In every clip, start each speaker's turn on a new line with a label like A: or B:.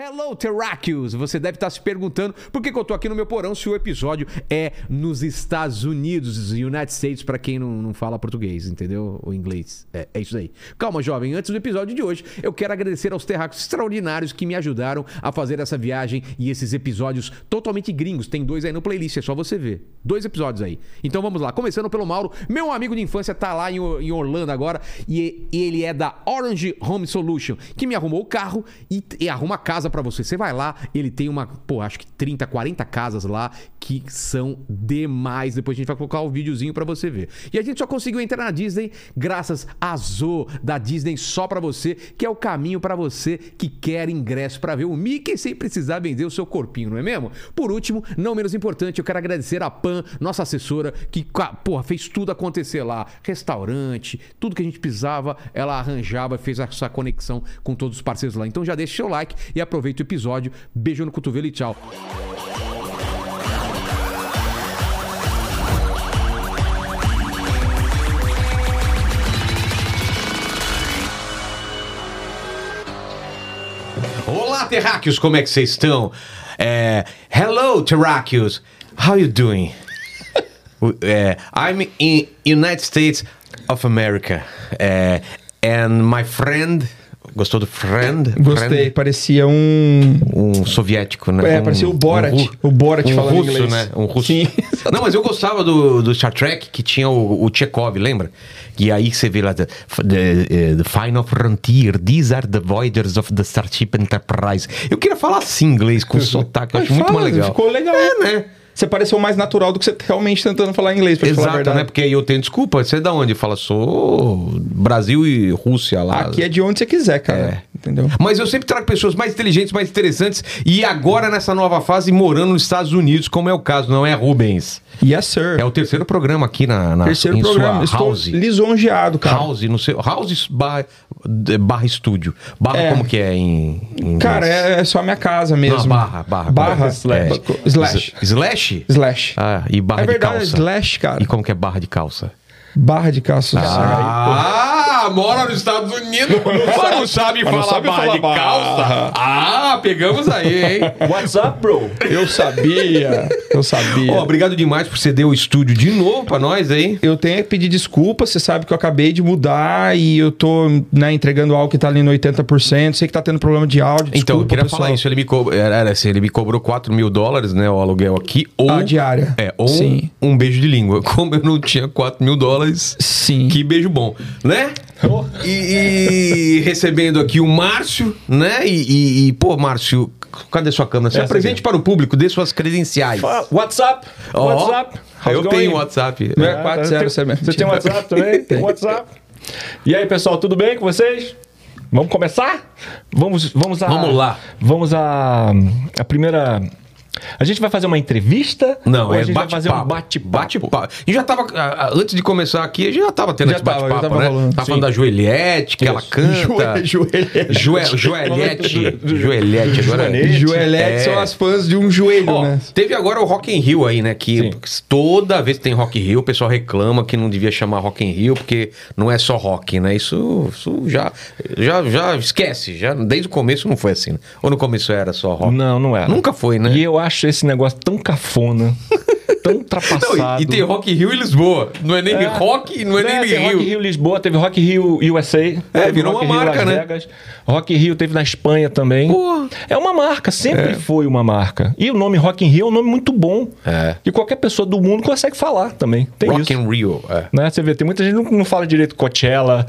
A: Hello, Terráqueos! Você deve estar se perguntando por que, que eu tô aqui no meu porão se o episódio é nos Estados Unidos, United States, para quem não, não fala português, entendeu? Ou inglês. É, é isso aí. Calma, jovem. Antes do episódio de hoje, eu quero agradecer aos terráqueos extraordinários que me ajudaram a fazer essa viagem e esses episódios totalmente gringos. Tem dois aí no playlist, é só você ver. Dois episódios aí. Então vamos lá. Começando pelo Mauro, meu amigo de infância, tá lá em, O- em Orlando agora e ele é da Orange Home Solution, que me arrumou o carro e, e arruma a casa pra você. Você vai lá, ele tem uma, pô, acho que 30, 40 casas lá que são demais. Depois a gente vai colocar o videozinho pra você ver. E a gente só conseguiu entrar na Disney graças a Zo da Disney só pra você, que é o caminho pra você que quer ingresso pra ver o Mickey sem precisar vender o seu corpinho, não é mesmo? Por último, não menos importante, eu quero agradecer a Pan, nossa assessora, que, ca- porra, fez tudo acontecer lá. Restaurante, tudo que a gente precisava, ela arranjava e fez essa conexão com todos os parceiros lá. Então já deixa seu like e aproveita o episódio. Beijo no cotovelo e tchau. Olá, Terráqueos, como é que vocês estão? É, hello, Terráqueos. How you doing? É, I'm in United States of America. É, and my friend... Gostou do friend?
B: Gostei,
A: Friend?
B: parecia um.
A: Um soviético, né?
B: É,
A: um,
B: parecia o Borat.
A: ru-
B: O Borat
A: um
B: falando
A: russo,
B: inglês.
A: né? Um russo.
B: Sim.
A: Não, mas eu gostava do, do Star Trek, que tinha o, o Chekhov, lembra? E aí você vê lá the, the, eh, the Final Frontier, these are the voiders of the Starship Enterprise. Eu queria falar assim inglês com sotaque, eu acho
B: Mas
A: muito
B: fala,
A: mais legal.
B: Ficou legal.
A: É, né?
B: Você pareceu mais natural do que você tá realmente tentando falar inglês, pra te falar a
A: Exato,
B: verdade.
A: né? Porque aí eu tenho desculpa. Você é da onde? Fala, sou Brasil e Rússia lá.
B: Aqui é de onde você quiser, cara. Entendeu?
A: Mas eu sempre trago pessoas mais inteligentes, mais interessantes. E agora, nessa nova fase, morando nos Estados Unidos, como é o caso, não é, Rubens?
B: Yes, sir.
A: É o terceiro programa aqui na, na
B: Terceiro
A: em sua
B: programa. Estou
A: house.
B: lisonjeado, cara.
A: House, no seu. House barra, de- barra estúdio. Barra
B: É.
A: como que é em. em inglês?
B: Cara, é, é só a minha casa mesmo.
A: Não, barra, barra. é?
B: Barra.
A: slash.
B: Slash. Slash.
A: S- Slash?
B: Slash.
A: Ah, e barra
B: é
A: de
B: verdade, é
A: calça.
B: slash, cara.
A: E como que é barra de calça?
B: Barra de calça.
A: Ah, mora nos Estados Unidos, mas não sabe
B: Mas não sabe falar barra.
A: Ah, pegamos aí, hein?
C: What's up, bro?
B: Eu sabia. Eu sabia.
A: Ó, obrigado demais por ceder o estúdio de novo pra nós aí.
B: Eu tenho que pedir desculpa, você sabe que eu acabei de mudar e eu tô né, entregando algo que tá ali no 80%. Sei que tá tendo problema de áudio, desculpa,
A: Então, eu queria
B: pessoal.
A: falar isso. Ele me, co... era, era assim, ele me cobrou 4 mil dólares, né? O aluguel aqui. Ou.
B: A diária.
A: É, ou
B: Sim.
A: um beijo de língua. Como eu não tinha 4 mil dólares.
B: Sim.
A: Que beijo bom, né? E, e recebendo aqui o Márcio, né? E, e- e, pô, Márcio, cadê sua câmera? Se
C: Essa
A: apresente para o público, dê suas credenciais.
C: What's up?
A: Ó,
C: What's up? How's
A: eu
C: going?
A: tenho um WhatsApp.
B: Não é
C: Ah,
B: 4-0, você
C: tem-
B: mesmo.
C: Você tem WhatsApp também? Tem WhatsApp? E aí, pessoal, tudo bem com vocês? Vamos começar? Vamos, vamos a...
A: Vamos lá.
C: Vamos a... A primeira... A gente vai fazer uma entrevista?
A: Não,
C: ou a
A: é
C: gente vai fazer um
A: bate-papo.
C: bate-papo?
A: Bate-papo. E já tava. ah, ah, Antes de começar aqui, já tava tendo
B: Já
A: esse
B: tava, já
A: bate-papo,
B: tava
A: né?
B: rolando,
A: tava
B: sim.
A: falando da Joelhete, que ela canta.
B: Joelhete.
A: Joe- Joelhete. Joelhete, agora.
C: Joelhete.
B: Joelete
A: É.
B: são as fãs de um joelho,
A: Ó,
B: né?
A: teve agora o Rock in Rio aí, né? Que toda vez que tem Rock in Rio, o pessoal reclama que não devia chamar Rock in Rio, porque não é só rock, né? Isso, isso já, já, já esquece. Já, desde o começo não foi assim. né? Ou no começo era só rock?
C: Não, não era.
A: Nunca foi, né?
C: E eu acho esse negócio tão cafona, tão ultrapassado.
A: Não, e, e tem Rock in Rio e Lisboa. Não é nem rock e não é,
C: Né,
A: nem
C: tem
A: Rio. É,
C: Rock in Rio Lisboa, teve Rock in Rio USA. teve
A: virou
C: Rock
A: uma
C: in Rio
A: marca,
C: Las
A: né?
C: Vegas, Rock in Rio teve na Espanha também.
A: Porra.
C: É uma marca, sempre foi uma marca. E o nome Rock in Rio é um nome muito bom.
A: É.
C: E qualquer pessoa do mundo consegue falar também. Tem
A: Rock
C: isso.
A: in Rio. é.
C: Né? Você vê, tem muita gente que não, não fala direito Coachella,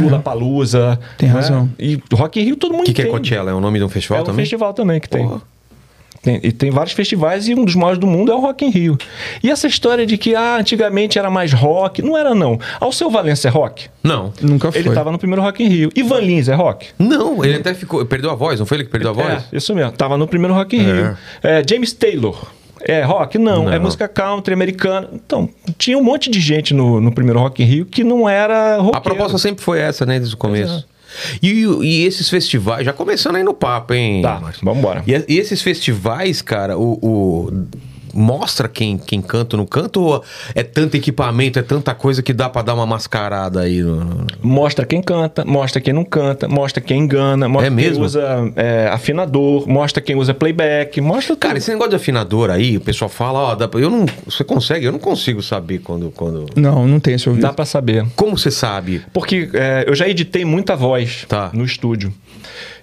C: Lula Palusa. né?
B: Tem razão.
C: E Rock in Rio todo mundo
A: O É. que, que é
C: entende.
A: Coachella? É o nome de um festival
C: É um
A: também?
C: festival também que tem.
A: Porra.
C: Tem- E tem vários festivais e um dos maiores do mundo é o Rock in Rio. E essa história de que ah, antigamente era mais rock, não era não. Ao seu Valença é rock?
A: Não.
B: Nunca foi.
C: Ele tava no primeiro Rock in Rio. Ivan Lins é rock?
A: Não, ele até ficou. Perdeu a voz, não foi ele que perdeu a voz?
C: É, isso mesmo. Tava no primeiro Rock in Rio. É, James Taylor. É rock? Não,
A: Não.
C: É música country americana. Então, tinha um monte de gente no, no primeiro Rock in Rio que não era rock.
A: A proposta sempre foi essa, né? Desde o começo. E, e esses festivais, já começando aí no papo, hein?
C: Tá,
A: Márcio?
C: vambora.
A: E, e esses festivais, cara, o, o mostra quem, quem canta ou não canta? Ou é tanto equipamento, é tanta coisa que dá pra dar uma mascarada aí? no- no-
C: Mostra quem canta, mostra quem não canta, mostra quem engana, mostra
A: É
C: quem
A: mesmo?
C: usa é, afinador, mostra quem usa playback, mostra tudo.
A: Cara, esse negócio de afinador aí, o pessoal fala, ó, dá pra- eu não, você consegue, eu não consigo saber quando, quando...
B: Não, não tem esse ouvido.
C: dá pra saber.
A: Como você sabe?
C: Porque é, eu já editei muita voz
A: Tá.
C: no estúdio.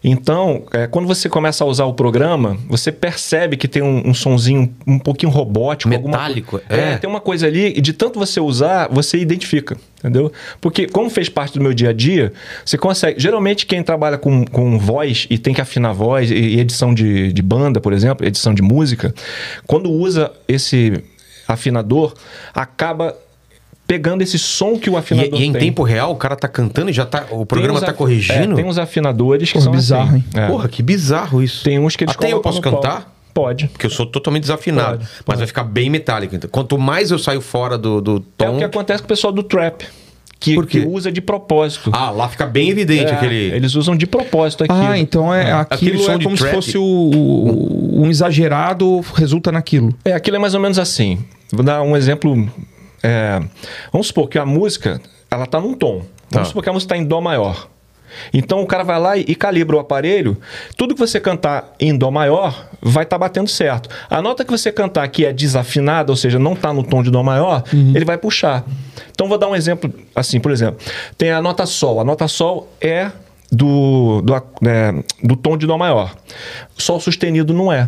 C: Então, é, quando você começa a usar o programa, você percebe que tem um, um sonzinho um pouquinho robótico. alguma
A: Metálico,
C: coi- é.
A: é.
C: tem uma coisa ali, e de tanto você usar, você identifica, entendeu? Porque, como fez parte do meu dia a dia, você consegue. Geralmente, quem trabalha com, com voz e tem que afinar voz, e, e edição de, de banda, por exemplo, edição de música, quando usa esse afinador, acaba. Pegando esse som que o
A: E,
C: afinador
A: e é em
C: tem.
A: tempo real, o cara tá cantando e já tá. O programa
C: Tem uns
A: tá
C: af-
A: corrigindo.
C: é, tem uns afinadores que
B: Porra,
C: são
B: bizarro,
C: assim.
B: hein?
C: É.
A: Porra, que bizarro isso.
C: Tem uns que eles
A: Até ah, eu
C: colocam
A: posso
C: no palco.
A: cantar?
C: Pode. É
A: Porque eu sou totalmente desafinado.
C: Pode,
A: mas vai ficar bem metálico. Então, quanto mais eu saio fora do, do
C: É o
A: tom.
C: que acontece com o pessoal do trap, que,
A: Então- Por quê?
C: que usa de propósito.
A: Ah, lá fica bem evidente
C: É,
A: aquele.
C: Eles usam de propósito aqui.
B: Ah, então é,
A: Aquele
B: aquilo
A: som
B: é
A: de
B: como se
A: trap.
B: fosse o, o- um exagerado resulta naquilo.
C: É, aquilo é mais ou menos assim. Vou dar um exemplo. é, vamos supor que a música, ela tá num tom. Vamos supor que a música tá em dó maior. Então o cara vai lá e, e calibra o aparelho. Tudo que você cantar em dó maior vai estar batendo certo. A nota que você cantar que é desafinada, ou seja, não tá no tom de dó maior, ele vai puxar. Então vou dar um exemplo assim, por exemplo, tem a nota sol. A nota sol é do do, ac- é, do tom de dó maior. Sol sustenido não é.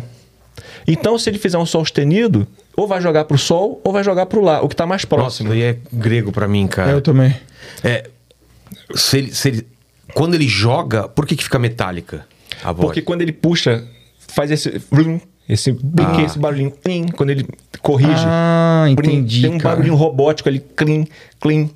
C: Então, se ele fizer um sol sustenido, ou vai jogar pro sol ou vai jogar pro lá, o que tá mais
A: Nossa,
C: próximo. É,
A: isso aí é grego pra mim,
B: Eu
A: cara.
B: também.
A: É. Se ele, se ele- quando ele joga, por que, que fica metálica a voz?
C: Porque quando ele puxa, faz esse vrum, esse blim, esse barulhinho clim, quando ele corrige.
B: Ah,
C: blim,
B: entendi,
C: Tem um
B: cara.
C: barulhinho robótico ali, clim, clim.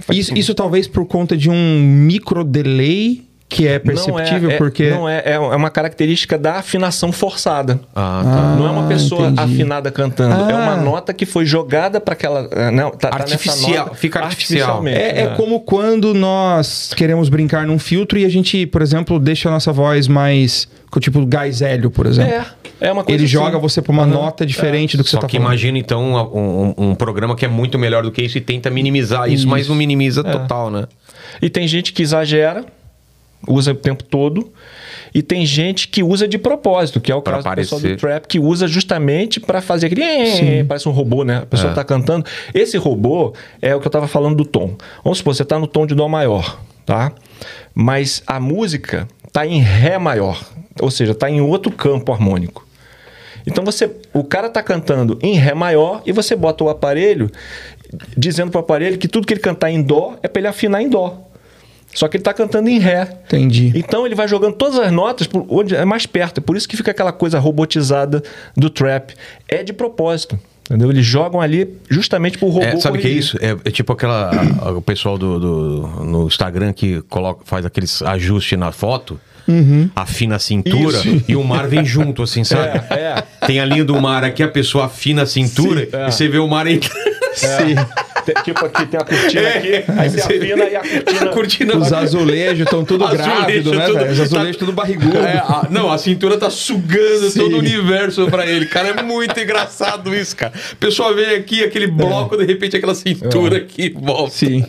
C: Faz
B: Isso,
C: clim.
B: isso talvez por conta de um micro delay que é perceptível,
C: não é, é-
B: porque.
C: Não é, é uma característica da afinação forçada.
A: Ah,
C: não é uma pessoa
B: entendi.
C: afinada cantando, é
B: Ah.
C: uma nota que foi jogada para aquela. eh, Não, tá, tá nessa
A: Artificial,
C: nota
A: fica artificial.
C: artificialmente,
B: É, é como quando nós queremos brincar num filtro e a gente, por exemplo, deixa a nossa voz mais. com Tipo gás hélio, por exemplo.
C: É, é uma coisa
B: Ele
C: assim.
B: joga você pra uma
C: Aham.
B: nota diferente do que você
A: É. Só
B: tá
A: que
B: falando.
A: imagina, então, um, um- um programa que é muito melhor do que isso e tenta minimizar isso, mas não minimiza
C: É.
A: total, né?
C: E tem gente que exagera, usa o tempo todo. E tem gente que usa de propósito, que é o
A: Pra
C: caso do pessoal do
A: aparecer.
C: trap, que usa justamente para fazer aquele. "Eh", Parece um robô, né? A
A: É.
C: pessoa tá cantando. Esse robô é o que eu tava falando do tom. Vamos supor, você tá no tom de Dó maior, tá? Mas a música tá em Ré maior, ou seja, tá em outro campo harmônico. Então você, o cara tá cantando em ré maior e você bota o aparelho dizendo pro aparelho que tudo que ele cantar em dó é para ele afinar em dó. Só que ele tá cantando em ré.
B: Entendi.
C: Então ele vai jogando todas as notas por onde é mais perto. Por isso que fica aquela coisa robotizada do trap. É de propósito. Entendeu? Eles jogam ali justamente pro robô.
A: É, sabe o que é
C: corrigir.
A: isso? É, é tipo aquela. a- a- o pessoal do, do- no Instagram que coloca, faz aqueles ajustes na foto, afina a cintura e o mar vem junto, assim, sabe?
C: Uhum. É,
A: Tem a linha do mar aqui, a pessoa afina a cintura e você vê o mar entrando. É.
C: Tem- tipo aqui, tem a cortina aqui, aí você afina e a cortina.
A: Cortina
B: Os azulejos estão tudo
A: Azulejo,
B: grávido, né,
A: tudo-
B: velho? Os azulejos
A: tá-
B: tudo barrigudo.
A: É, a- não, a cintura tá sugando
B: Sim.
A: todo o universo pra ele. Cara, é muito engraçado isso, cara. O pessoal vem aqui, aquele bloco, de repente aquela cintura aqui volta.
B: É. Sim.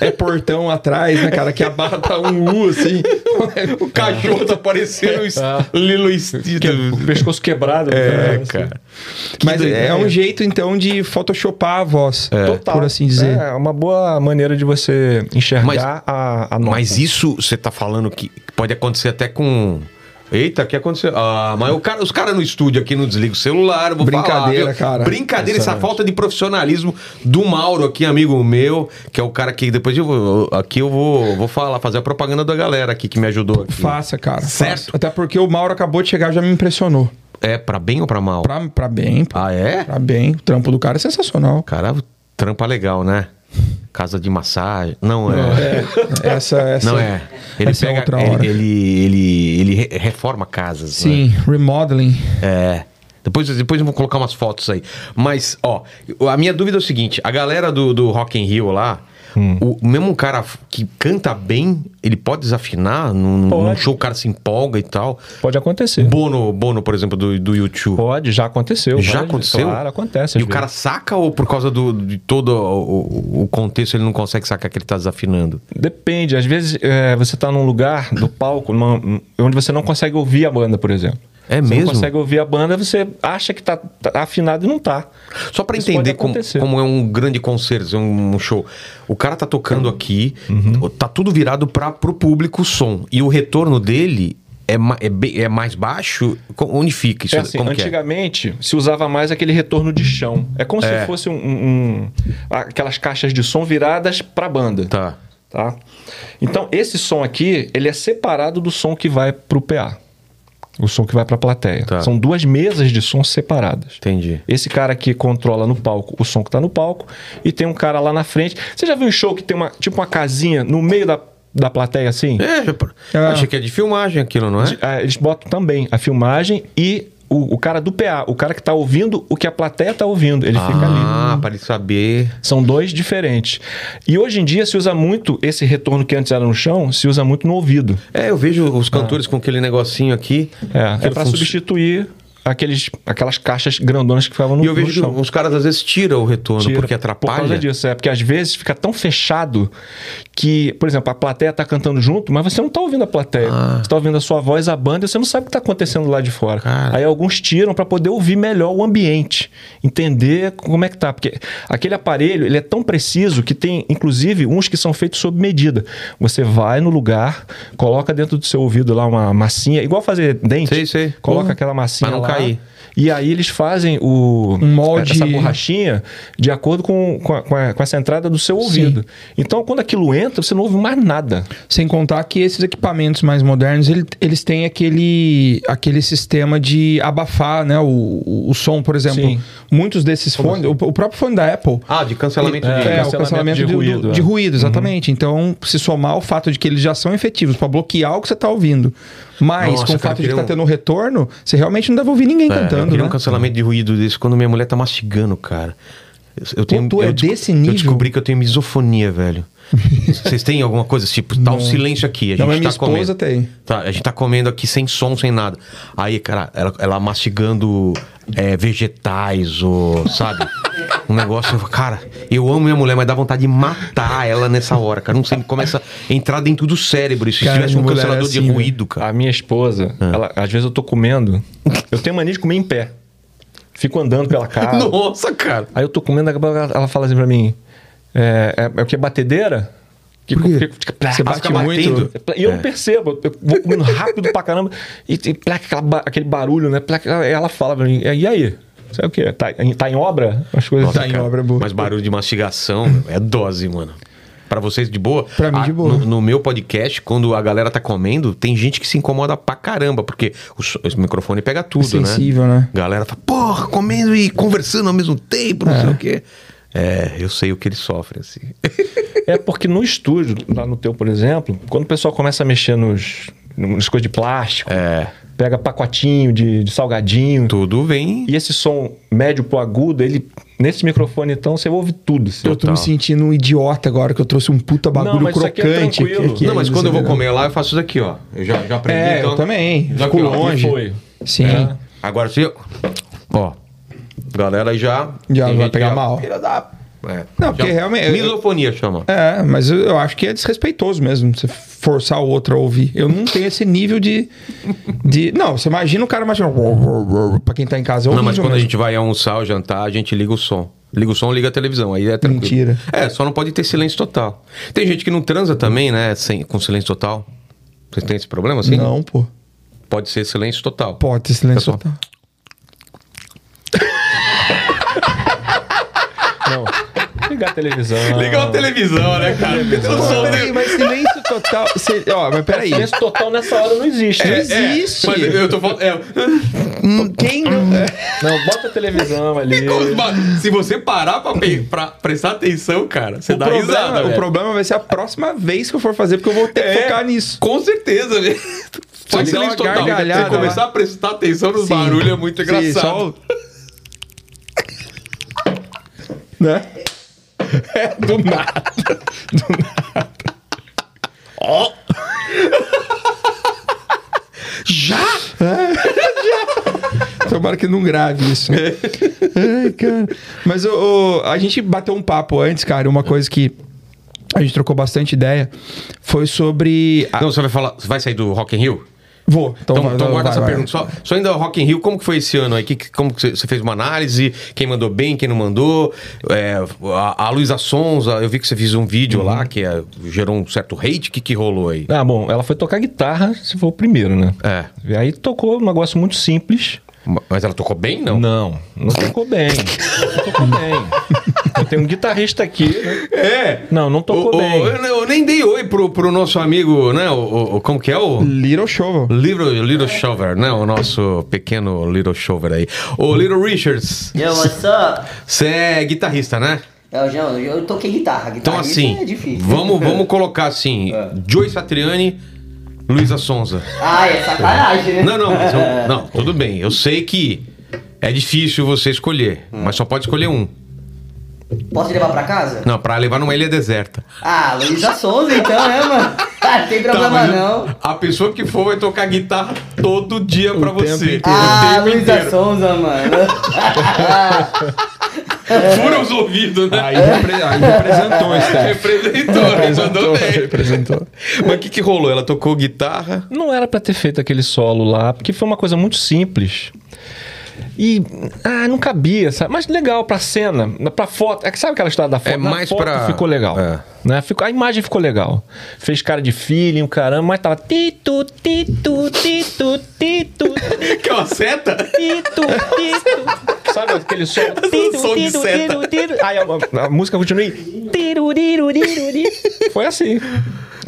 B: É portão atrás, né, cara? Que a barra tá um U, assim.
A: O cachorro tá parecendo
B: É.
A: um Lilo e Stitch.
C: O pescoço quebrado.
A: É,
C: né?
A: cara.
B: Mas
A: doideira.
B: é um jeito, então, de photoshopar a voz.
C: Total.
B: Por assim dizer.
C: É uma boa maneira de você enxergar
A: Mas-
C: a, a nota.
A: Mas isso você tá falando que pode acontecer até com. Eita, o que aconteceu? Ah, mas o cara, os caras no estúdio aqui não desligam o celular, eu vou
B: Brincadeira,
A: falar, viu?
B: cara.
A: Brincadeira, essa falta de profissionalismo do Mauro aqui, amigo meu, que é o cara que depois eu vou, aqui eu vou, vou falar, fazer a propaganda da galera aqui que me ajudou aqui.
B: Faça, cara.
A: Certo.
B: faça. Até porque o Mauro acabou de chegar já me impressionou.
A: É, pra bem ou pra mal?
B: Pra, pra bem, pra,
A: Ah, é?
B: pra Tá bem. O trampo do cara é sensacional.
A: Cara, trampa legal, né? Casa de massagem. Não, é.
B: É, essa, essa,
A: Não é. Ele
B: essa é
A: pega.
B: outra
A: ele-
B: hora.
A: Ele, ele, ele re- reforma casas. né?
B: Sim, remodeling.
A: É. Depois, depois eu vou colocar umas fotos aí. Mas, ó, a minha dúvida é o seguinte: a galera do, do Rock in Rio lá,
C: Hum.
A: O, mesmo um cara f- que canta bem, ele pode desafinar num, num
C: Pode.
A: show, o cara se empolga e tal.
C: Pode acontecer.
A: Bono, Bono por exemplo, do, do YouTube.
C: Pode, já aconteceu.
A: Já
C: várias-
A: aconteceu?
C: Claro, acontece.
A: E
C: às
A: o cara
C: vezes.
A: saca ou por causa do, de todo o, o- o contexto ele não consegue sacar que ele tá desafinando?
C: Depende. Às vezes é, você tá num lugar do palco numa- onde você não consegue ouvir a banda, por exemplo.
A: É
C: você
A: mesmo?
C: não consegue ouvir a banda, você acha que tá, tá afinado e não tá.
A: Só pra
C: Isso
A: entender
C: pode
A: como,
C: acontecer.
A: como é um grande concerto, um, um show. O cara tá
C: Uhum.
A: tocando aqui, tá tudo virado para pro público o som. E o retorno dele é, ma- é, bem- é mais baixo? Co- Onde fica isso?
C: É assim,
A: como que é?
C: antigamente se usava mais aquele retorno de chão. É como
A: É.
C: se fosse um, um- um- aquelas caixas de som viradas pra banda.
A: Tá.
C: tá? Então, esse som aqui, ele é separado do som que vai pro PA. O som que vai pra plateia.
A: Tá.
C: São duas mesas de som separadas.
A: Entendi.
C: Esse cara aqui controla no palco o som que tá no palco e tem um cara lá na frente. Você já viu um show que tem uma, tipo uma casinha no meio da, da plateia assim?
A: É, eu-
B: Ah.
A: achei que é de filmagem aquilo, não é?
C: De- ah, eles botam também a filmagem e o, o cara do PA, o cara que tá ouvindo o que a plateia tá ouvindo. Ele fica né? ali.
A: Ah, pra ele saber.
C: São dois diferentes. E hoje em dia se usa muito esse retorno que antes era no chão, se usa muito no ouvido.
A: É, eu vejo os cantores com aquele negocinho aqui.
C: É, é
A: Aquilo
C: para
A: func-
C: substituir aqueles, aquelas caixas grandonas que ficavam no,
A: E eu
C: no
A: vejo
C: chão.
A: que os caras às vezes tiram o retorno
C: Tira.
A: porque atrapalha.
C: Por causa disso, é. Porque às vezes fica tão fechado que, por exemplo, a plateia tá cantando junto, mas você não tá ouvindo a plateia.
A: Ah.
C: Você tá ouvindo a sua voz, a banda, e você não sabe o que tá acontecendo lá de fora.
A: Cara.
C: Aí alguns tiram para poder ouvir melhor o ambiente, entender como é que tá. Porque aquele aparelho, ele é tão preciso que tem, inclusive, uns que são feitos sob medida. Você vai no lugar, coloca dentro do seu ouvido lá uma massinha, igual fazer dente.
A: Sei, sei.
C: Coloca
A: Uhum.
C: aquela massinha
A: Pra não
C: lá,
A: cair.
C: E aí eles fazem o
B: Um molde.
C: essa borrachinha caixinha de acordo com, com, a, com, a, com essa entrada do seu ouvido. Então, quando aquilo entra, você não ouve mais nada.
B: Sem contar que esses equipamentos mais modernos, ele- eles têm aquele, aquele sistema de abafar né, o, o- o som, por exemplo.
C: Sim.
B: Muitos desses fones, o, o próprio fone da Apple.
A: Ah, de cancelamento de.
B: É,
C: É,
B: o
C: cancelamento
B: cancelamento
C: de
B: de, do-
C: ruído,
B: do-
C: é.
B: de ruído, exatamente. Então, se somar o fato de que eles já são efetivos para bloquear o que você tá ouvindo, mas
A: Nossa,
B: com
A: cara, eu
B: o fato de
A: queria
B: que tá
A: um-
B: tendo um retorno, você realmente não deve ouvir ninguém
A: É, eu
B: cantando,
A: queria
B: né?
A: um cancelamento de ruído desse quando minha mulher tá mastigando, cara. Eu- Eu tenho,
B: tu é
A: eu desco-
B: desse
A: Eu
B: nível?
A: descobri que eu tenho misofonia, velho. Vocês têm alguma coisa tipo, tá um silêncio aqui, a gente
B: Não, mas
A: tá
B: minha esposa
A: comendo.
B: tem.
A: Tá, a gente tá comendo aqui sem som, sem nada. Aí, cara, ela, ela mastigando é, vegetais, ou, sabe? Um negócio, eu falo, cara, eu amo minha mulher, mas dá vontade de matar ela nessa hora, cara. Não sei, começa a entrar dentro do cérebro. Se
B: Cara,
A: tivesse um
B: minha mulher é
A: cancelador de
B: assim,
A: ruído, cara.
C: A minha esposa,
B: Ah.
C: ela, às vezes eu tô comendo, eu tenho mania de comer em pé. Fico andando pela
B: Ah.
C: casa.
A: Nossa, cara.
C: Aí eu tô comendo, ela- ela fala assim pra mim: é, é, é o que? Batedeira? Que, que- que- plá,
B: Você
C: fica
B: bate
C: batendo. É
B: muito? É.
C: E eu não percebo, eu vou comendo rápido pra caramba. E, e plá, aquela ba- aquele barulho, né? Plá, ela fala pra mim: e aí? Sabe o quê? Tá, em- tá em obra? As coisas
B: Tá em obra boa.
A: Mas barulho de mastigação meu, é dose, mano. Pra vocês de boa? Ah,
B: Pra mim, de boa.
A: No, no meu podcast, quando a galera tá comendo, tem gente que se incomoda pra caramba, porque o, so- esse microfone pega tudo,
B: Sensível,
A: né?
B: né?
A: Galera fala, porra, comendo e conversando ao mesmo tempo, não sei o quê. É, eu sei o que eles sofrem, assim.
C: É porque no estúdio, lá no teu, por exemplo, quando o pessoal começa a mexer nos, nas coisas de plástico,
A: É.
C: pega pacotinho de, de salgadinho,
A: Tudo vem.
C: e esse som médio pro agudo, ele nesse microfone então você ouve tudo. assim.
B: Eu tô me sentindo um idiota agora que eu trouxe um puta bagulho
C: mas isso aqui é
B: crocante.
C: tranquilo.
B: aqui, aqui
A: não, mas
B: ainda,
A: quando eu vou
B: entendeu?
A: comer lá, eu faço isso daqui, ó. Eu já, já aprendi.
B: né? É,
A: então-
B: eu também.
A: Já
B: Fico
A: que, ó, aqui
B: longe.
C: foi.
B: Sim.
A: É. Agora se eu. Ó. Galera aí já.
B: Já
A: tem
B: vai
A: gente
B: pegar
A: já-
B: mal.
A: Filha da- É.
B: Não, porque
A: Já-
B: realmente-
A: Misofonia chama.
B: É, mas eu, eu acho que é desrespeitoso mesmo você forçar o outro a ouvir. Eu não tenho esse nível de. de não, você imagina o cara imaginando. Pra quem tá em casa, é
A: Não,
B: horrível
A: mas quando a
B: mesmo.
A: gente vai almoçar ou jantar, a gente liga o som. Liga o som, liga a televisão, aí é tranquilo.
B: Mentira.
A: É, só não pode ter silêncio total. Tem gente que não transa também, né, sem, com silêncio total. Vocês têm esse problema assim?
B: Não, pô.
A: Pode ser silêncio total.
B: Pode ter silêncio
A: Pessoal.
B: total.
C: Não. Ligar a televisão.
A: Ligou a televisão, né, cara? Porque tem o som dele.
B: mas silêncio total. se- ó, mas peraí.
C: Silêncio total nessa hora não existe.
B: Não
C: né?
B: existe.
A: É, Mas eu tô falando. É,
B: Quem não.
C: Não, bota a televisão
B: É.
C: ali.
A: se você parar pra, pe- pra prestar atenção, cara, você
B: O
A: dá
B: problema, é
A: risada.
B: o
A: velho.
B: problema vai ser a próxima vez que eu for fazer, porque eu vou ter que
A: É,
B: focar nisso.
A: Com certeza, velho. Faz
B: dá uma
A: silêncio total.
B: gargalhada
A: Você
B: lá.
A: começar a prestar atenção nos
B: Sim.
A: barulhos é muito
B: Sim,
A: engraçado.
B: só o- Né? É, do nada.
A: Já?
B: É. Tomara que não grave isso.
A: É.
B: Ai, cara. Mas ô, ô, a gente bateu um papo antes, cara. Uma coisa que a gente trocou bastante ideia foi sobre. a-
A: Não, você vai falar. Você vai sair do Rock in Rio?
B: Vou.
A: Então,
B: vai-
A: então guarda
B: vai- vai-
A: essa
B: vai.
A: pergunta. Só, só ainda Rock in Rio, como que foi esse ano aí? Que, que- como que você- você fez uma análise? Quem mandou bem, quem não mandou? É, a, a Luísa Sonza, eu vi que você fez um
B: Uhum.
A: vídeo lá que é, gerou um certo hate. O que, que rolou aí?
C: Ah, bom, ela foi tocar guitarra, se for o primeiro, né?
A: É.
C: E aí tocou um negócio muito simples.
A: Mas ela tocou bem, não?
C: Não, não, tocou bem. Não tocou bem. Eu tenho um guitarrista aqui, né?
A: É!
C: Não, não tocou
A: O- o-
C: bem.
A: eu, eu nem dei oi pro, pro nosso amigo, né? O, o- o- como que é o.
B: Little Show.
A: Little, Little Shover, né? O nosso pequeno Little Shover aí. O Little Richards,
D: Yo, what's up?
A: você é guitarrista, né?
D: É, Eu, já, eu toquei guitarra.
A: Então
D: Guitarra
A: assim,
D: é difícil. É.
A: vamos, vamos colocar assim, Joyce Satriani, Luísa Sonza.
D: Ah, é sacanagem, né?
A: Não, não, mas eu- não, tudo bem. Eu sei que é difícil você escolher,
D: Hum.
A: mas só pode escolher um.
D: Posso levar pra casa?
A: Não, pra levar numa ilha deserta.
D: Ah, Luísa Souza, então, né, mano? Ah, não tem
A: Tá,
D: problema,
A: mas
D: não.
A: A pessoa que for vai tocar guitarra todo dia pra
B: tempo
A: você.
B: inteiro.
D: Ah,
A: O tempo
D: Luísa
A: inteiro.
D: Souza, mano.
A: Fura os ouvidos, né?
B: Aí, repre- aí representou esse cara.
A: Representou, mandou bem.
B: Representou.
A: Mas o que, que rolou? Ela tocou guitarra.
C: Não era pra ter feito aquele solo lá, porque foi uma coisa muito simples. E ah, não cabia, sabe? Mas legal pra cena, pra foto. É que sabe aquela história da foto?
A: É
C: Na
A: mais
C: foto
A: pra-
C: ficou legal.
A: É.
C: Né? Ficou, a imagem ficou legal. Fez cara de filho, caramba, mas tava tito, tito, tito, tito,
A: Que é uma seta?
C: tito, tito. Sabe aquele som? Tito,
A: som de
C: tito,
A: seta.
C: tito, tito. Aí a, a música continua e... tiru, tiru, tiru, tiru. Foi assim.